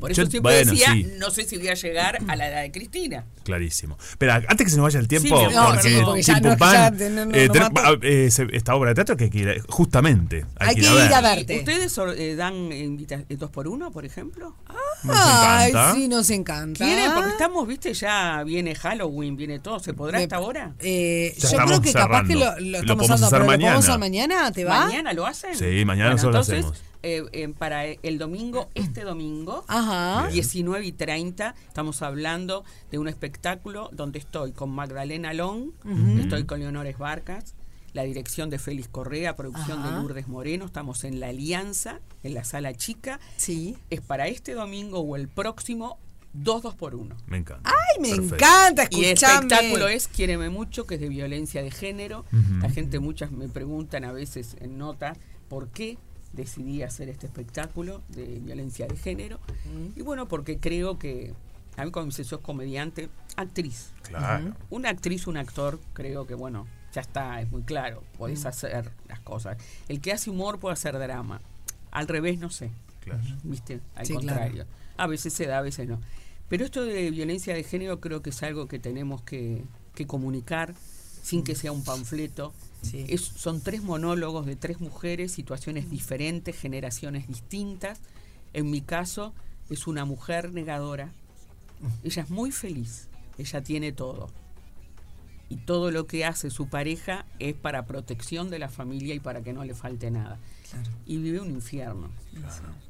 Speaker 10: Por
Speaker 3: Yo-
Speaker 10: eso siempre
Speaker 3: bueno,
Speaker 10: decía,
Speaker 3: sí.
Speaker 10: no sé si voy a llegar a la edad de Cristina.
Speaker 3: Clarísimo. Pero antes que se nos vaya el tiempo,
Speaker 10: Sí,
Speaker 3: porque,
Speaker 10: no, no, porque ya
Speaker 3: pim,
Speaker 10: no,
Speaker 3: pum,
Speaker 10: que ya
Speaker 3: pam,
Speaker 10: te- no, no,
Speaker 3: eh,
Speaker 10: no
Speaker 3: tenemos-
Speaker 10: mato.
Speaker 3: ah, eh, se- esta obra de teatro que hay que ir a- justamente hay, que ir a ver.
Speaker 10: ¿Y ¿Ustedes or- eh, dan invita- eh, dos por uno, por ejemplo?
Speaker 3: Nos encanta.
Speaker 2: Ay, sí, nos encanta.
Speaker 10: ¿Quieren? Porque estamos, viste, ya viene Halloween, viene todo. ¿Se podrá hasta ahora?
Speaker 2: Eh,
Speaker 3: Ya
Speaker 2: yo
Speaker 3: estamos
Speaker 2: creo que capaz que lo,
Speaker 3: cerrando.
Speaker 2: lo
Speaker 3: Lo
Speaker 2: estamos
Speaker 3: podemos
Speaker 2: usando,
Speaker 3: hacer
Speaker 2: pero lo podemos
Speaker 3: mañana.
Speaker 2: hacer mañana, ¿te va?
Speaker 10: ¿Mañana lo hacen?
Speaker 3: Sí, mañana nosotros lo
Speaker 10: entonces,
Speaker 3: hacemos.
Speaker 10: eh, eh, para el domingo, este domingo,
Speaker 2: Ajá. Bien.
Speaker 10: 19 y 30, estamos hablando de un espectáculo donde estoy con Magdalena Long,
Speaker 2: Ujú.
Speaker 10: estoy con Leonores Barcas, la dirección de Félix Correa, producción
Speaker 2: Ajá.
Speaker 10: de Lourdes Moreno, estamos en La Alianza, en la Sala Chica.
Speaker 2: Sí.
Speaker 10: Es para este domingo o el próximo, dos dos por uno.
Speaker 3: Me encanta.
Speaker 2: Ay, me
Speaker 10: Perfecto.
Speaker 2: encanta
Speaker 10: Y el
Speaker 2: escuchame.
Speaker 10: espectáculo es Quiéreme mucho, que es de violencia de género.
Speaker 2: Ujú.
Speaker 10: La gente, muchas me preguntan a veces en nota por qué decidí hacer este espectáculo de violencia de género. Y bueno, porque creo que a mí cuando me dice sos comediante, actriz.
Speaker 3: Claro. Ujú.
Speaker 10: Una actriz, un actor, creo que bueno, ya está, es muy claro. Podés
Speaker 2: Mm.
Speaker 10: hacer las cosas. El que hace humor puede hacer drama. Al revés, no sé.
Speaker 3: Claro.
Speaker 10: ¿Viste? Al
Speaker 2: Sí, claro.
Speaker 10: contrario. A veces se da, a veces no. Pero esto de violencia de género creo que es algo que tenemos que, que comunicar sin que sea un panfleto. Es- son tres monólogos de tres mujeres, situaciones diferentes, generaciones distintas. En mi caso es una mujer negadora. Ella es muy feliz, ella tiene todo. Y todo lo que hace su pareja es para protección de la familia y para que no le falte nada. Y vive un infierno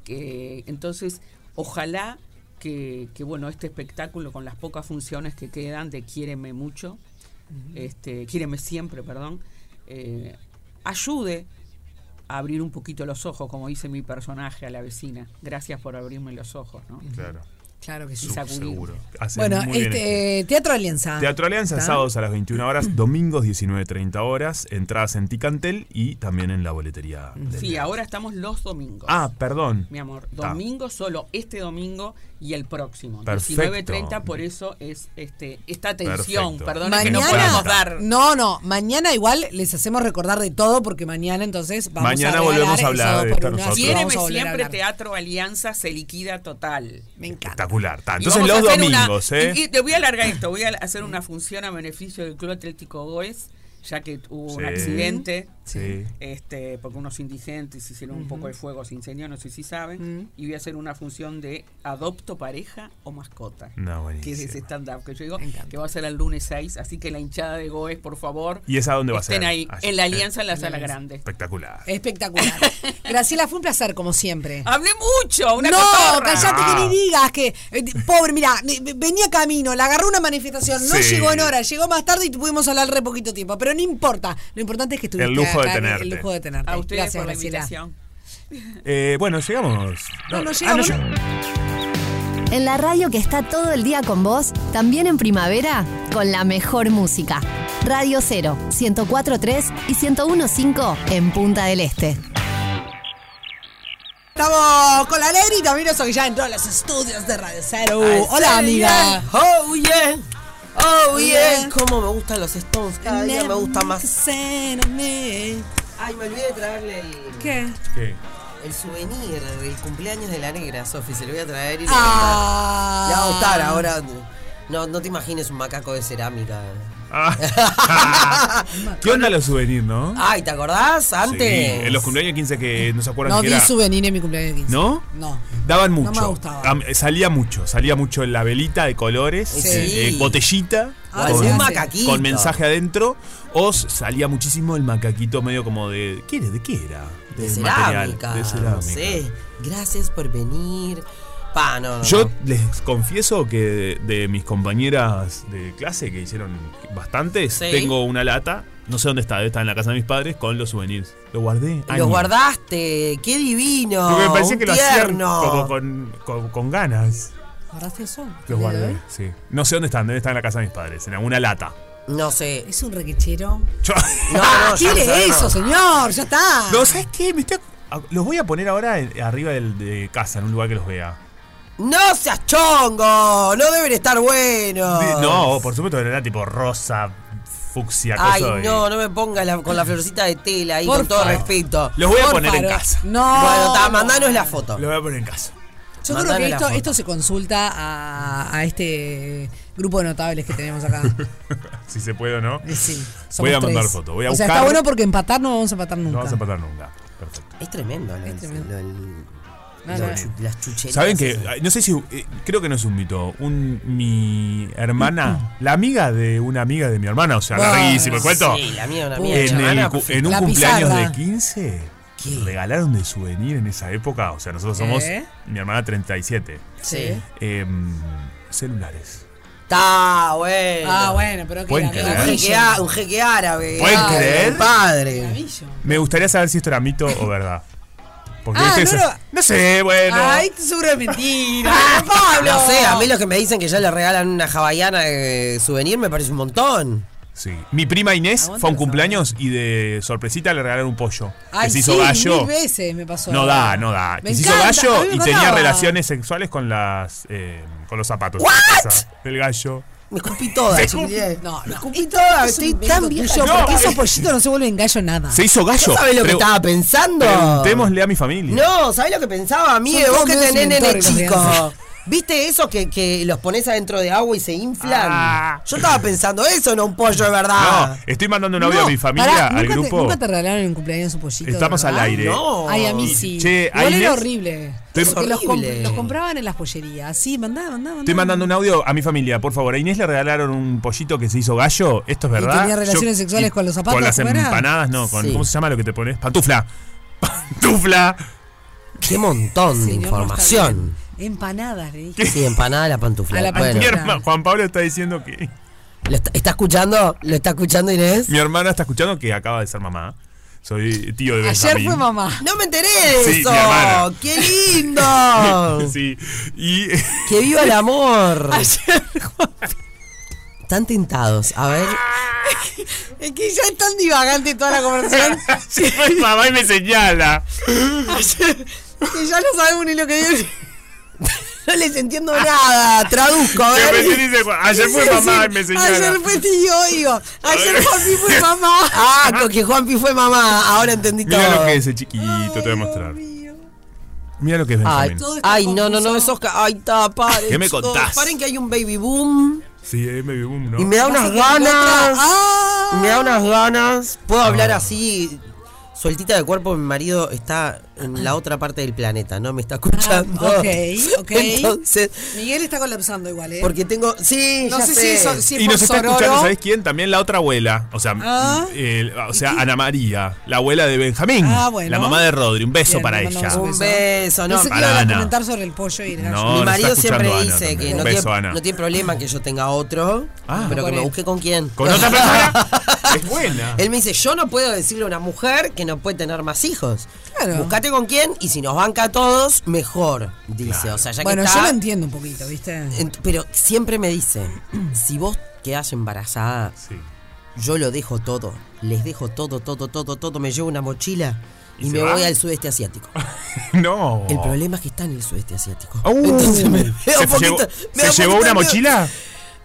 Speaker 10: que entonces ojalá que, que, bueno, este espectáculo con las pocas funciones que quedan de Quiéreme mucho,
Speaker 11: Ujú.
Speaker 10: este, Quiéreme siempre, perdón, eh, ayude a abrir un poquito los ojos, como dice mi personaje a la vecina. Gracias por abrirme los ojos, ¿no?
Speaker 3: Claro.
Speaker 2: Claro
Speaker 10: que sí.
Speaker 3: Su- seguro. Hace
Speaker 2: bueno,
Speaker 3: muy bien esto.
Speaker 2: este, Teatro Alianza.
Speaker 3: Teatro Alianza,
Speaker 2: ¿Está?
Speaker 3: sábados a las 21 horas, domingos 19.30 horas, entradas en Ticantel y también en la boletería. del-
Speaker 10: Mm. Sí, ahora estamos los domingos.
Speaker 3: Ah, perdón.
Speaker 10: Mi amor,
Speaker 3: Ta.
Speaker 10: domingo solo, este domingo y el próximo.
Speaker 3: Perfecto.
Speaker 10: 19.30, por eso es este esta atención.
Speaker 3: Perfecto.
Speaker 10: Perdón, que no podemos
Speaker 2: Mañana,
Speaker 10: dar.
Speaker 2: no, no, mañana igual les hacemos recordar de todo porque mañana entonces vamos
Speaker 3: Mañana
Speaker 2: a regalar
Speaker 3: volvemos a hablar
Speaker 2: esos dos
Speaker 3: de
Speaker 2: por
Speaker 3: estar
Speaker 2: uno.
Speaker 3: nosotros.
Speaker 2: Así que
Speaker 10: Quiéreme
Speaker 2: vamos a volver a
Speaker 10: siempre
Speaker 2: hablar.
Speaker 10: Teatro Alianza se liquida total.
Speaker 2: Me encanta.
Speaker 3: Espectacular. Ta,
Speaker 10: Y
Speaker 3: Entonces
Speaker 10: vamos a
Speaker 3: los
Speaker 10: hacer una-
Speaker 3: domingos, ¿eh?
Speaker 10: y- y te voy a alargar esto, voy a hacer una función a beneficio del Club Atlético Goes, ya que hubo un
Speaker 3: Sí.
Speaker 10: accidente,
Speaker 3: Sí.
Speaker 10: este, porque unos indigentes hicieron un
Speaker 11: Ujú.
Speaker 10: poco de fuego, se incendió, no sé si saben, y voy a hacer una función de adopto pareja o mascota.
Speaker 3: No,
Speaker 10: que es
Speaker 3: buenísimo.
Speaker 10: ese stand-up que yo digo, que va a ser el lunes 6, así que la hinchada de Goes, por favor.
Speaker 3: ¿Y esa dónde va a
Speaker 10: estén
Speaker 3: ser?
Speaker 10: ahí,
Speaker 3: Allá.
Speaker 10: en la
Speaker 3: Eh,
Speaker 10: Alianza en la Sala
Speaker 3: Alianza.
Speaker 10: Grande.
Speaker 3: Espectacular.
Speaker 2: Espectacular. Graciela, fue un placer como siempre.
Speaker 10: Hablé mucho, Ah, una
Speaker 2: no,
Speaker 10: cotorra.
Speaker 2: callate
Speaker 10: Ah.
Speaker 2: que ni digas que eh, pobre, mira, venía camino, la agarró una manifestación, no
Speaker 3: Sí.
Speaker 2: llegó en hora, llegó más tarde y pudimos hablar re poquito tiempo, pero no importa, lo importante es que estuviste
Speaker 3: El lujo de
Speaker 2: acá,
Speaker 3: tenerte.
Speaker 2: el lujo de tenerte.
Speaker 10: A ustedes
Speaker 2: Gracias,
Speaker 10: por la
Speaker 2: Graciela.
Speaker 10: invitación.
Speaker 3: Eh, bueno, llegamos.
Speaker 2: No, no
Speaker 3: ah,
Speaker 2: llegamos.
Speaker 3: llegamos.
Speaker 5: En la radio que está todo el día con vos, también en primavera, con la mejor música. Radio 0, 104.3 y 101.5 en Punta del Este.
Speaker 2: Estamos con la Lady y también eso que ya entró a los estudios de Radio Cero.
Speaker 12: Ay,
Speaker 2: Hola,
Speaker 12: sí,
Speaker 2: amiga.
Speaker 12: yeah. Oh, yeah. Oh, yeah.
Speaker 2: Yeah.
Speaker 12: Cómo me gustan los Stones. Cada día me gusta más.
Speaker 2: Ay,
Speaker 12: me olvidé de traerle el...
Speaker 2: ¿Qué?
Speaker 3: ¿Qué?
Speaker 12: El souvenir del cumpleaños de la negra, Sofi. Se lo voy a traer y le voy
Speaker 2: Ah.
Speaker 12: a dar. Le va a gustar ahora. No, no te imagines un macaco de cerámica.
Speaker 3: Ah. ¿Qué onda los souvenirs, no?
Speaker 12: Ay, ¿te acordás? Antes.
Speaker 3: Sí, en los cumpleaños 15 que no se acuerdan
Speaker 2: No
Speaker 3: que
Speaker 2: vi
Speaker 3: era-
Speaker 2: souvenir en mi cumpleaños de 15.
Speaker 3: ¿No?
Speaker 2: No.
Speaker 3: Daban
Speaker 2: No me
Speaker 3: mucho.
Speaker 2: gustaba.
Speaker 3: Am- eh, salía mucho, salía mucho la velita de colores,
Speaker 12: Sí.
Speaker 3: eh, eh, botellita.
Speaker 12: Ah, sí, un macaquito.
Speaker 3: con mensaje adentro. O s- salía muchísimo el macaquito medio como de. ¿Qué era? ¿De qué era?
Speaker 12: De
Speaker 3: Del material,
Speaker 12: cerámica.
Speaker 3: de
Speaker 12: No
Speaker 3: cerámica.
Speaker 12: sé. Gracias por venir. Pa, no, no,
Speaker 3: Yo
Speaker 12: Ah, no.
Speaker 3: les confieso que de, de mis compañeras de clase, que hicieron bastantes,
Speaker 12: Sí.
Speaker 3: tengo una lata, no sé dónde está, debe estar en la casa de mis padres, con los souvenirs. Lo guardé.
Speaker 12: Los
Speaker 3: años.
Speaker 12: guardaste. Qué divino.
Speaker 3: Porque me parecía
Speaker 12: un
Speaker 3: que lo
Speaker 12: tierno.
Speaker 3: hacían como con, con- con ganas.
Speaker 2: ¿Guardaste eso?
Speaker 3: Los guardé, sí. No sé dónde están, deben estar en la casa de mis padres, en alguna lata.
Speaker 12: No sé.
Speaker 2: ¿Es un requechero?
Speaker 3: Yo-
Speaker 2: Ah, ¿Quiere eso, señor? Ya está.
Speaker 3: No, ¿sabes qué? Me estoy ac- Los voy a poner ahora en- arriba del- de casa, en un lugar que los vea.
Speaker 12: No seas chongo. No deben estar buenos.
Speaker 3: No, por supuesto, era tipo rosa, fucsia,
Speaker 12: Ay,
Speaker 3: cosa y-
Speaker 12: no, no me pongas la- con la florcita de tela ahí, con todo
Speaker 3: Porfa.
Speaker 12: respeto.
Speaker 3: Los voy a poner en casa.
Speaker 2: No.
Speaker 12: Bueno, ta, mandanos la foto.
Speaker 3: Los voy a poner en casa.
Speaker 2: Yo creo que esto, esto se consulta a, a este grupo de notables que tenemos acá.
Speaker 3: Si se puede o no.
Speaker 2: Eh, Somos
Speaker 3: voy a mandar
Speaker 2: tres.
Speaker 3: foto. Voy a
Speaker 2: o sea,
Speaker 3: buscar.
Speaker 2: está bueno porque empatar no vamos a empatar
Speaker 3: No
Speaker 2: nunca.
Speaker 3: vamos a empatar nunca. Perfecto.
Speaker 12: Es tremendo, lo del- lo del-
Speaker 2: No,
Speaker 12: lo
Speaker 2: no.
Speaker 12: chu- las chucherías.
Speaker 3: ¿Saben que No sé si. eh, creo que no es un mito. Un, mi
Speaker 2: Mm,
Speaker 3: hermana, la amiga de una amiga de mi hermana, o sea,
Speaker 12: Ah,
Speaker 3: larguísimo el cuento.
Speaker 12: sí, la
Speaker 3: mía
Speaker 12: mía, una
Speaker 3: en,
Speaker 12: mía de mi
Speaker 3: el
Speaker 12: hermana,
Speaker 3: cu-
Speaker 12: perfecto.
Speaker 3: en un
Speaker 12: La
Speaker 3: cumpleaños
Speaker 12: pizarra.
Speaker 3: de 15, regalaron de souvenir en esa época. O sea, nosotros somos.
Speaker 12: ¿Eh?
Speaker 3: Mi hermana 37.
Speaker 12: Sí.
Speaker 3: Em, celulares.
Speaker 12: Está
Speaker 3: Eh,
Speaker 12: bueno.
Speaker 2: Ah, bueno, pero que
Speaker 3: ¿Pueden
Speaker 2: la-
Speaker 3: creer?
Speaker 12: Un jeque, á- un jeque árabe.
Speaker 3: ¿Pueden
Speaker 12: Ay,
Speaker 3: creer?
Speaker 12: Padre.
Speaker 3: Me gustaría saber si esto era mito o verdad. Porque este
Speaker 12: Ah,
Speaker 3: viste
Speaker 12: no
Speaker 3: que se-
Speaker 12: lo-
Speaker 3: no sé, bueno.
Speaker 12: Ay,
Speaker 2: seguro es mentira.
Speaker 12: Pablo. No sé, a mí los que me dicen que ya le regalan una hawaiana de souvenir me parece un montón.
Speaker 3: Sí. Mi prima Inés
Speaker 2: Aguanta
Speaker 3: fue a un
Speaker 2: los
Speaker 3: cumpleaños y de sorpresita le regalaron un pollo.
Speaker 2: Ay,
Speaker 3: que se hizo
Speaker 2: sí,
Speaker 3: gallo.
Speaker 2: mil veces me pasó.
Speaker 3: No da, no da.
Speaker 2: Me
Speaker 3: que se hizo
Speaker 2: encanta, a
Speaker 3: gallo
Speaker 2: mí me
Speaker 3: y tenía
Speaker 2: mataba.
Speaker 3: relaciones sexuales con las eh, con los zapatos. O sea, Del gallo.
Speaker 12: Me escupí toda.
Speaker 3: Se
Speaker 12: chiquilín.
Speaker 2: No, no.
Speaker 12: escupí
Speaker 2: Es
Speaker 12: toda,
Speaker 2: un
Speaker 12: estoy
Speaker 2: invento
Speaker 12: tan vieja.
Speaker 2: tuyo,
Speaker 12: No, eh.
Speaker 2: porque
Speaker 12: pará.
Speaker 2: esos pollitos no se vuelven gallo nada.
Speaker 3: Se hizo gallo.
Speaker 12: ¿No sabés lo que
Speaker 3: Pregu-
Speaker 12: estaba pensando?
Speaker 3: Preguntémosle a mi familia.
Speaker 12: No, ¿sabés lo que pensaba, amigo?
Speaker 2: Son
Speaker 12: Vos
Speaker 2: todos
Speaker 12: que
Speaker 2: medios
Speaker 12: tenés nene
Speaker 2: inventores, los
Speaker 12: chico.
Speaker 2: de
Speaker 12: ¿Viste esos que, que los pones adentro de agua y se inflan? Yo estaba pensando eso, no un pollo de verdad.
Speaker 3: No, estoy mandando un audio
Speaker 2: No,
Speaker 3: a mi familia,
Speaker 2: pará,
Speaker 3: al
Speaker 2: nunca te-
Speaker 3: grupo.
Speaker 2: nunca te regalaron en un cumpleaños un pollito.
Speaker 3: Estamos
Speaker 2: de verdad?
Speaker 3: al aire. No.
Speaker 2: Ay, a mí
Speaker 3: Y-
Speaker 2: sí.
Speaker 3: che, a
Speaker 2: Igual
Speaker 3: Inés-
Speaker 2: era horrible.
Speaker 3: Es
Speaker 2: Porque los, comp-
Speaker 3: horrible.
Speaker 2: los compraban en las pollerías. Sí, mandá, mandá, mandá.
Speaker 3: Estoy mandando un audio a mi familia, por favor. A Inés le regalaron un pollito que se hizo gallo. Esto es verdad.
Speaker 2: tenía relaciones sexuales
Speaker 3: y-
Speaker 2: con los zapatos,
Speaker 3: Con las
Speaker 2: ¿cómo era?
Speaker 3: empanadas, no. Con,
Speaker 2: Sí.
Speaker 3: ¿Cómo se llama lo que te pones? Pantufla. Pantufla.
Speaker 12: Qué montón de Mm, información.
Speaker 2: Empanadas, le dije.
Speaker 12: Sí, empanada la pantufla.
Speaker 2: A la
Speaker 12: Bueno.
Speaker 3: Mi herma- Juan Pablo está diciendo que.
Speaker 12: ¿Lo está, está escuchando? ¿Lo está escuchando Inés?
Speaker 3: Mi hermana está escuchando que acaba de ser mamá. Soy tío de Benjamín.
Speaker 2: mamá.
Speaker 12: No me enteré de
Speaker 3: Sí, mi
Speaker 12: eso.
Speaker 3: hermana.
Speaker 12: ¡Qué lindo!
Speaker 3: sí. Y.
Speaker 12: ¡Que viva el amor!
Speaker 2: Ayer,
Speaker 12: Están tentados. A ver.
Speaker 2: Es que ya es tan divagante toda la conversación.
Speaker 3: mamá y me señala.
Speaker 2: Ayer, que ya no sabemos ni lo que dice.
Speaker 12: No les entiendo nada. Traduzco, a
Speaker 3: Que
Speaker 12: ver.
Speaker 3: me dice, ayer fue
Speaker 12: Quiero
Speaker 3: mamá y
Speaker 12: decir,
Speaker 3: me señala.
Speaker 12: Ayer fue tío, digo. Ayer
Speaker 2: Juanpi
Speaker 12: fue mamá. Ah, con que Juanpi fue mamá. Ahora entendí todo.
Speaker 3: Mira lo que es el chiquito, te voy a mostrar. Mira lo que es
Speaker 12: Ay,
Speaker 3: Benjamín.
Speaker 12: todo está ay, no, no, no, esos. ca- Ay, tapa.
Speaker 3: ¿Qué me contás?
Speaker 12: Paren que hay un baby boom.
Speaker 3: Sí, eh, me vi un, ¿no?
Speaker 12: Y me da unas ganas.
Speaker 2: ¡Ah!
Speaker 12: Me da unas ganas. Puedo
Speaker 3: Ah.
Speaker 12: hablar así, sueltita de cuerpo. Mi marido está en la otra parte del planeta, no me está escuchando.
Speaker 2: Ok, Ah, ok.
Speaker 12: Entonces,
Speaker 2: Miguel está colapsando igual, ¿eh?
Speaker 12: porque tengo. Sí,
Speaker 2: No
Speaker 12: ya
Speaker 2: sé
Speaker 12: sé.
Speaker 2: si son- si-
Speaker 3: Y nos está
Speaker 2: Sororo.
Speaker 3: escuchando, ¿sabes quién? También la otra abuela. O sea,
Speaker 2: Ah.
Speaker 3: eh, o sea Ana María, la abuela de Benjamín.
Speaker 2: Ah, bueno.
Speaker 3: La mamá de Rodri. Un beso
Speaker 2: Bien,
Speaker 3: para
Speaker 2: le mandamos
Speaker 3: ella.
Speaker 12: Un beso, no.
Speaker 2: Pensé que
Speaker 3: Para
Speaker 2: iban a
Speaker 3: Ana.
Speaker 2: comentar sobre el pollo y el gallo.
Speaker 3: No,
Speaker 12: Mi
Speaker 3: nos
Speaker 12: marido
Speaker 3: está
Speaker 12: siempre
Speaker 3: escuchando Ana
Speaker 12: dice
Speaker 3: también.
Speaker 12: que
Speaker 3: Un
Speaker 12: no,
Speaker 3: beso,
Speaker 12: tiene,
Speaker 3: Ana.
Speaker 12: no tiene problema que yo tenga otro,
Speaker 3: Ah.
Speaker 12: pero que
Speaker 3: Con
Speaker 12: me
Speaker 3: él.
Speaker 12: busque con quién.
Speaker 3: Con otra persona. es buena.
Speaker 12: Él me dice, yo no puedo decirle a una mujer que no puede tener más hijos.
Speaker 2: Claro.
Speaker 12: Buscate con quién y si nos banca a todos, mejor, dice. O sea, ya que
Speaker 2: Bueno,
Speaker 12: está-
Speaker 2: yo lo entiendo un poquito, ¿viste?
Speaker 12: Ent- Pero siempre me dice, si vos quedás embarazada, yo lo dejo todo. Les dejo todo, todo, todo, todo. Me llevo una mochila y,
Speaker 3: ¿Y se
Speaker 12: me
Speaker 3: va?
Speaker 12: voy al sudeste asiático.
Speaker 3: No.
Speaker 12: El problema es que está en el sudeste asiático.
Speaker 3: Uh,
Speaker 12: Entonces me, me da
Speaker 3: ¿Se
Speaker 12: un poquito-
Speaker 3: llevó, se
Speaker 12: me da un
Speaker 3: llevó
Speaker 12: poquito
Speaker 3: una
Speaker 12: de miedo.
Speaker 3: mochila? Eh.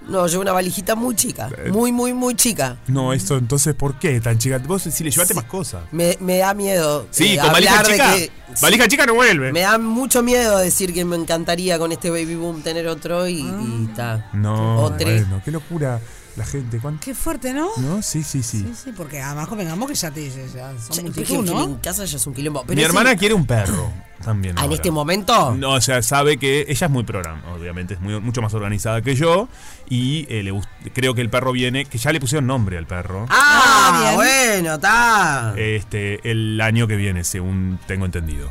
Speaker 12: No, llevo una valijita muy chica. Muy, muy, muy chica.
Speaker 3: No, esto entonces, ¿por qué tan chica? Vos si le llevaste más cosas.
Speaker 12: Me, me da miedo.
Speaker 3: Sí,
Speaker 12: eh,
Speaker 3: con valija
Speaker 12: hablar de
Speaker 3: chica.
Speaker 12: que-
Speaker 3: valija chica no vuelve.
Speaker 12: Me da mucho miedo decir que me encantaría con este baby boom tener otro y
Speaker 3: Ah.
Speaker 12: y está.
Speaker 3: No,
Speaker 12: O tres.
Speaker 3: bueno, qué locura la gente. ¿Cuánto?
Speaker 2: Qué fuerte, ¿no?
Speaker 3: No, sí, sí, sí.
Speaker 2: Sí, sí, porque además convengamos que ya te ya- ya son
Speaker 12: Ya,
Speaker 2: multitud,
Speaker 12: porque
Speaker 2: ¿no?
Speaker 12: En casa ya es un quilombo. Pero
Speaker 3: Mi
Speaker 12: sí,
Speaker 3: hermana quiere un perro también.
Speaker 12: ah, en
Speaker 3: ahora.
Speaker 12: este momento.
Speaker 3: No, o sea, sabe que ella es muy programa, obviamente, es muy- mucho más organizada que yo. Y eh, le gust- creo que el perro viene, que ya le pusieron nombre al perro.
Speaker 12: Ah, bueno, está.
Speaker 3: Este, el año que viene, según tengo entendido.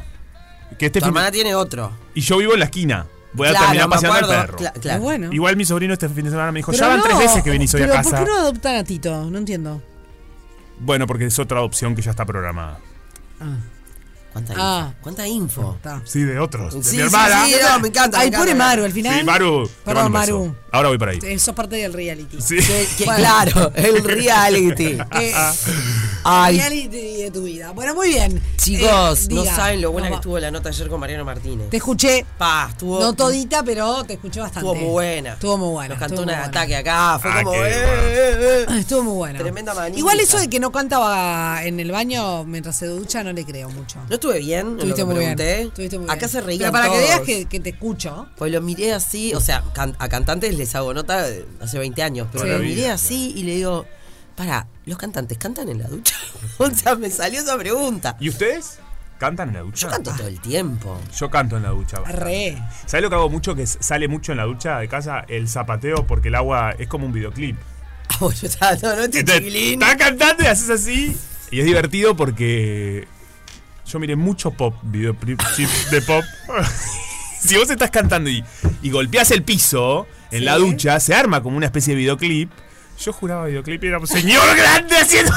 Speaker 3: Que este
Speaker 12: Tu
Speaker 3: fin de-
Speaker 12: hermana tiene otro.
Speaker 3: Y yo vivo en la esquina. Voy
Speaker 12: Claro,
Speaker 3: a terminar
Speaker 12: me
Speaker 3: paseando al
Speaker 12: acuerdo.
Speaker 3: perro.
Speaker 12: Cla- claro.
Speaker 2: Bueno.
Speaker 3: Igual mi sobrino este fin de semana me dijo, ya van tres veces que venís hoy a
Speaker 2: pero
Speaker 3: casa.
Speaker 2: ¿Por qué no adoptan a Tito? No entiendo.
Speaker 3: Bueno, porque es otra opción que ya está programada.
Speaker 12: ¿Cuánta
Speaker 2: Ah.
Speaker 12: info? ¿Cuánta info?
Speaker 2: Está.
Speaker 3: Sí, de otros. de
Speaker 12: Sí,
Speaker 3: mi hermana.
Speaker 12: sí, sí, no, me encanta.
Speaker 2: Ay,
Speaker 12: me encanta,
Speaker 2: pobre
Speaker 12: me encanta.
Speaker 2: Maru, al final.
Speaker 3: Sí, Maru. te
Speaker 2: Perdón,
Speaker 3: mando un beso.
Speaker 2: Maru.
Speaker 3: Ahora voy para ahí.
Speaker 2: Eh, Sos parte del reality.
Speaker 3: Sí.
Speaker 12: Eh, Que- que-
Speaker 2: Bueno.
Speaker 12: Claro, el reality.
Speaker 2: Eh,
Speaker 12: Ay,
Speaker 2: reality de tu vida. Bueno, muy bien.
Speaker 12: chicos,
Speaker 2: Eh,
Speaker 12: no
Speaker 2: diga,
Speaker 12: saben lo buena que
Speaker 2: vamos.
Speaker 12: estuvo la nota ayer con Mariano Martínez.
Speaker 2: Te escuché.
Speaker 12: Pa, estuvo.
Speaker 2: No todita, pero te escuché bastante.
Speaker 12: Estuvo muy buena.
Speaker 2: Estuvo muy buena.
Speaker 12: Nos cantó
Speaker 2: estuvo
Speaker 12: un
Speaker 2: muy buena.
Speaker 12: ataque acá. Fue
Speaker 3: Ah,
Speaker 12: como.
Speaker 3: qué
Speaker 12: eh,
Speaker 3: bueno.
Speaker 12: eh, eh.
Speaker 2: Estuvo muy buena.
Speaker 12: Tremenda manija.
Speaker 2: Igual eso de que no cantaba en el baño mientras se ducha, no le creo mucho.
Speaker 12: No estuve bien. en lo
Speaker 2: Estuviste
Speaker 12: que
Speaker 2: muy
Speaker 12: pregunté.
Speaker 2: bien. Estuviste muy
Speaker 12: Acá
Speaker 2: bien.
Speaker 12: se reían
Speaker 2: Pero para que
Speaker 12: todos.
Speaker 2: veas que, que te escucho.
Speaker 12: Pues lo miré así, o sea, can- a cantantes les hago nota de hace 20 años, pero
Speaker 3: Toda
Speaker 12: lo
Speaker 3: la vida,
Speaker 12: miré
Speaker 3: claro.
Speaker 12: así y le digo, para, ¿los cantantes cantan en la ducha? o sea, me salió esa pregunta.
Speaker 3: ¿Y ustedes? ¿Cantan en la ducha?
Speaker 12: Yo canto todo el tiempo.
Speaker 3: Yo canto en la ducha. bastante.
Speaker 2: Re.
Speaker 3: ¿Sabes lo que hago mucho? Que s- sale mucho en la ducha de casa el zapateo porque el agua es como un videoclip.
Speaker 12: Ah, bueno, está, no, no estoy
Speaker 3: Entonces,
Speaker 12: chiquilín.
Speaker 3: Estás cantando y haces así. Y es divertido porque yo miré mucho pop, videoclip de pop. si vos estás cantando y, y golpeás el piso en la ducha, se arma como una especie de videoclip. Yo juraba videoclip y era un señor grande haciendo.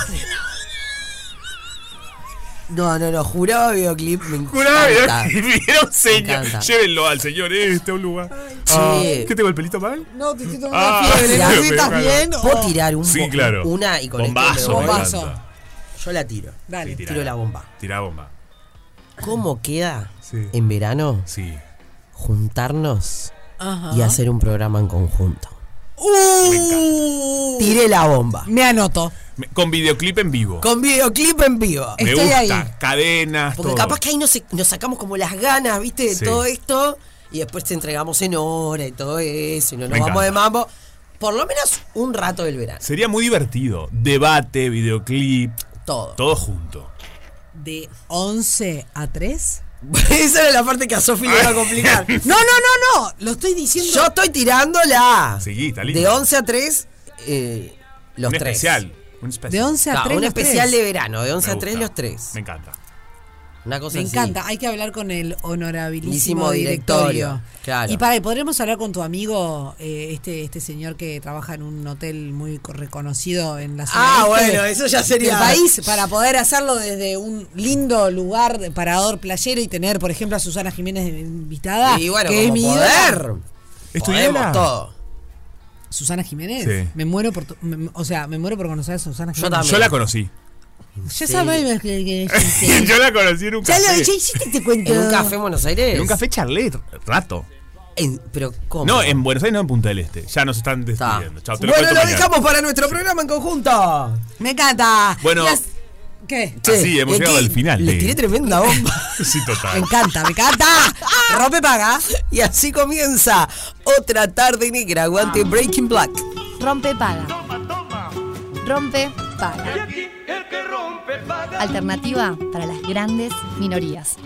Speaker 12: No, no, no, juraba videoclip, me
Speaker 3: Juraba
Speaker 12: encanta.
Speaker 3: videoclip y era un señor.
Speaker 12: encanta.
Speaker 3: Llévenlo al señor este a un lugar.
Speaker 12: Che.
Speaker 3: Ah, ¿Qué tengo el pelito mal?
Speaker 2: No, te estoy tomando
Speaker 3: Ah,
Speaker 2: la fiebre.
Speaker 12: claro,
Speaker 2: ¿no? ¿Estás
Speaker 3: claro.
Speaker 2: bien? O-
Speaker 12: ¿Puedo tirar un
Speaker 3: Sí,
Speaker 12: bo-
Speaker 3: claro.
Speaker 12: una y con esto me
Speaker 3: bombazo.
Speaker 12: voy?
Speaker 3: me
Speaker 2: Bombazo.
Speaker 3: encanta.
Speaker 12: Yo la tiro.
Speaker 2: Dale.
Speaker 3: Sí, tirala.
Speaker 12: Tiro la bomba.
Speaker 3: Tirá bomba.
Speaker 12: ¿Cómo queda
Speaker 3: Sí.
Speaker 12: en verano
Speaker 3: Sí.
Speaker 12: juntarnos
Speaker 2: Ajá.
Speaker 12: y hacer un programa en conjunto?
Speaker 2: Uh,
Speaker 12: Tiré la bomba.
Speaker 2: me anoto.
Speaker 3: Me- Con videoclip en vivo.
Speaker 12: Con videoclip en vivo.
Speaker 3: Me
Speaker 2: Estoy
Speaker 3: gusta.
Speaker 2: ahí.
Speaker 3: Cadenas,
Speaker 12: Porque
Speaker 3: todo.
Speaker 12: capaz que ahí nos, nos sacamos como las ganas, ¿viste? De
Speaker 3: Sí.
Speaker 12: todo esto. Y después te entregamos en hora y todo eso. Y no nos
Speaker 3: Me
Speaker 12: vamos
Speaker 3: encanta.
Speaker 12: de mambo. Por lo menos un rato del verano.
Speaker 3: Sería muy divertido. Debate, videoclip,
Speaker 12: Todo.
Speaker 3: todo junto.
Speaker 2: De 11 a 3.
Speaker 12: Esa era la parte que a Sofi le iba a complicar.
Speaker 2: No, no, no, no. Lo estoy diciendo.
Speaker 12: Yo estoy tirándola.
Speaker 3: Seguí, está lindo.
Speaker 12: De 11 a 3, eh, los
Speaker 3: un
Speaker 12: tres.
Speaker 3: especial. Un especial.
Speaker 2: de 11 a
Speaker 12: Claro,
Speaker 2: 3.
Speaker 12: un
Speaker 2: los
Speaker 12: especial
Speaker 2: tres.
Speaker 12: de verano. De 11
Speaker 3: Me
Speaker 12: a 3,
Speaker 3: gusta.
Speaker 12: los tres.
Speaker 3: Me encanta.
Speaker 12: Una cosa
Speaker 2: Me
Speaker 12: así.
Speaker 2: encanta, hay que hablar con el honorabilísimo
Speaker 12: Lísimo
Speaker 2: directorio.
Speaker 12: directorio, claro.
Speaker 2: Y para, ¿y ¿podremos hablar con tu amigo, eh, este, este señor que trabaja en un hotel muy co- reconocido en la zona?
Speaker 12: Ah,
Speaker 2: este
Speaker 12: bueno, eso ya sería-
Speaker 2: del país para poder hacerlo desde un lindo lugar de parador playero y tener, por ejemplo, a Susana Jiménez de invitada.
Speaker 12: Y bueno,
Speaker 2: que es
Speaker 12: como
Speaker 2: mi
Speaker 12: poder,
Speaker 2: ídola.
Speaker 3: ¿Es tu Podemos ídola? todo.
Speaker 2: Susana Jiménez.
Speaker 3: Sí.
Speaker 2: Me muero por tu- me- o sea, me muero por conocer a Susana Jiménez.
Speaker 3: Yo la conocí.
Speaker 2: Ya sabemos que- que- que-
Speaker 3: Yo la conocí en un
Speaker 2: Ya
Speaker 3: café.
Speaker 2: lo ya hiciste este cuento.
Speaker 12: En un café en Buenos Aires.
Speaker 3: En un café charlé rato.
Speaker 12: pero ¿cómo?
Speaker 3: No, en Buenos Aires no en Punta del Este. Ya nos están despidiendo. Chao, te lo
Speaker 12: Bueno,
Speaker 3: cuento
Speaker 12: lo
Speaker 3: mañana.
Speaker 12: dejamos para nuestro programa en conjunto.
Speaker 2: Me encanta.
Speaker 3: Bueno.
Speaker 2: Las- ¿Qué?
Speaker 3: Che, Así hemos
Speaker 12: ¿y
Speaker 3: llegado
Speaker 12: qué?
Speaker 3: al final.
Speaker 12: Le
Speaker 3: de-
Speaker 12: tiré tremenda bomba. Ah.
Speaker 3: Sí, total.
Speaker 2: Me encanta, me encanta. Rompe paga.
Speaker 12: Y así comienza otra tarde negra. Aguante Breaking Black.
Speaker 5: Rompe paga. Rompe paga. Alternativa para las grandes minorías.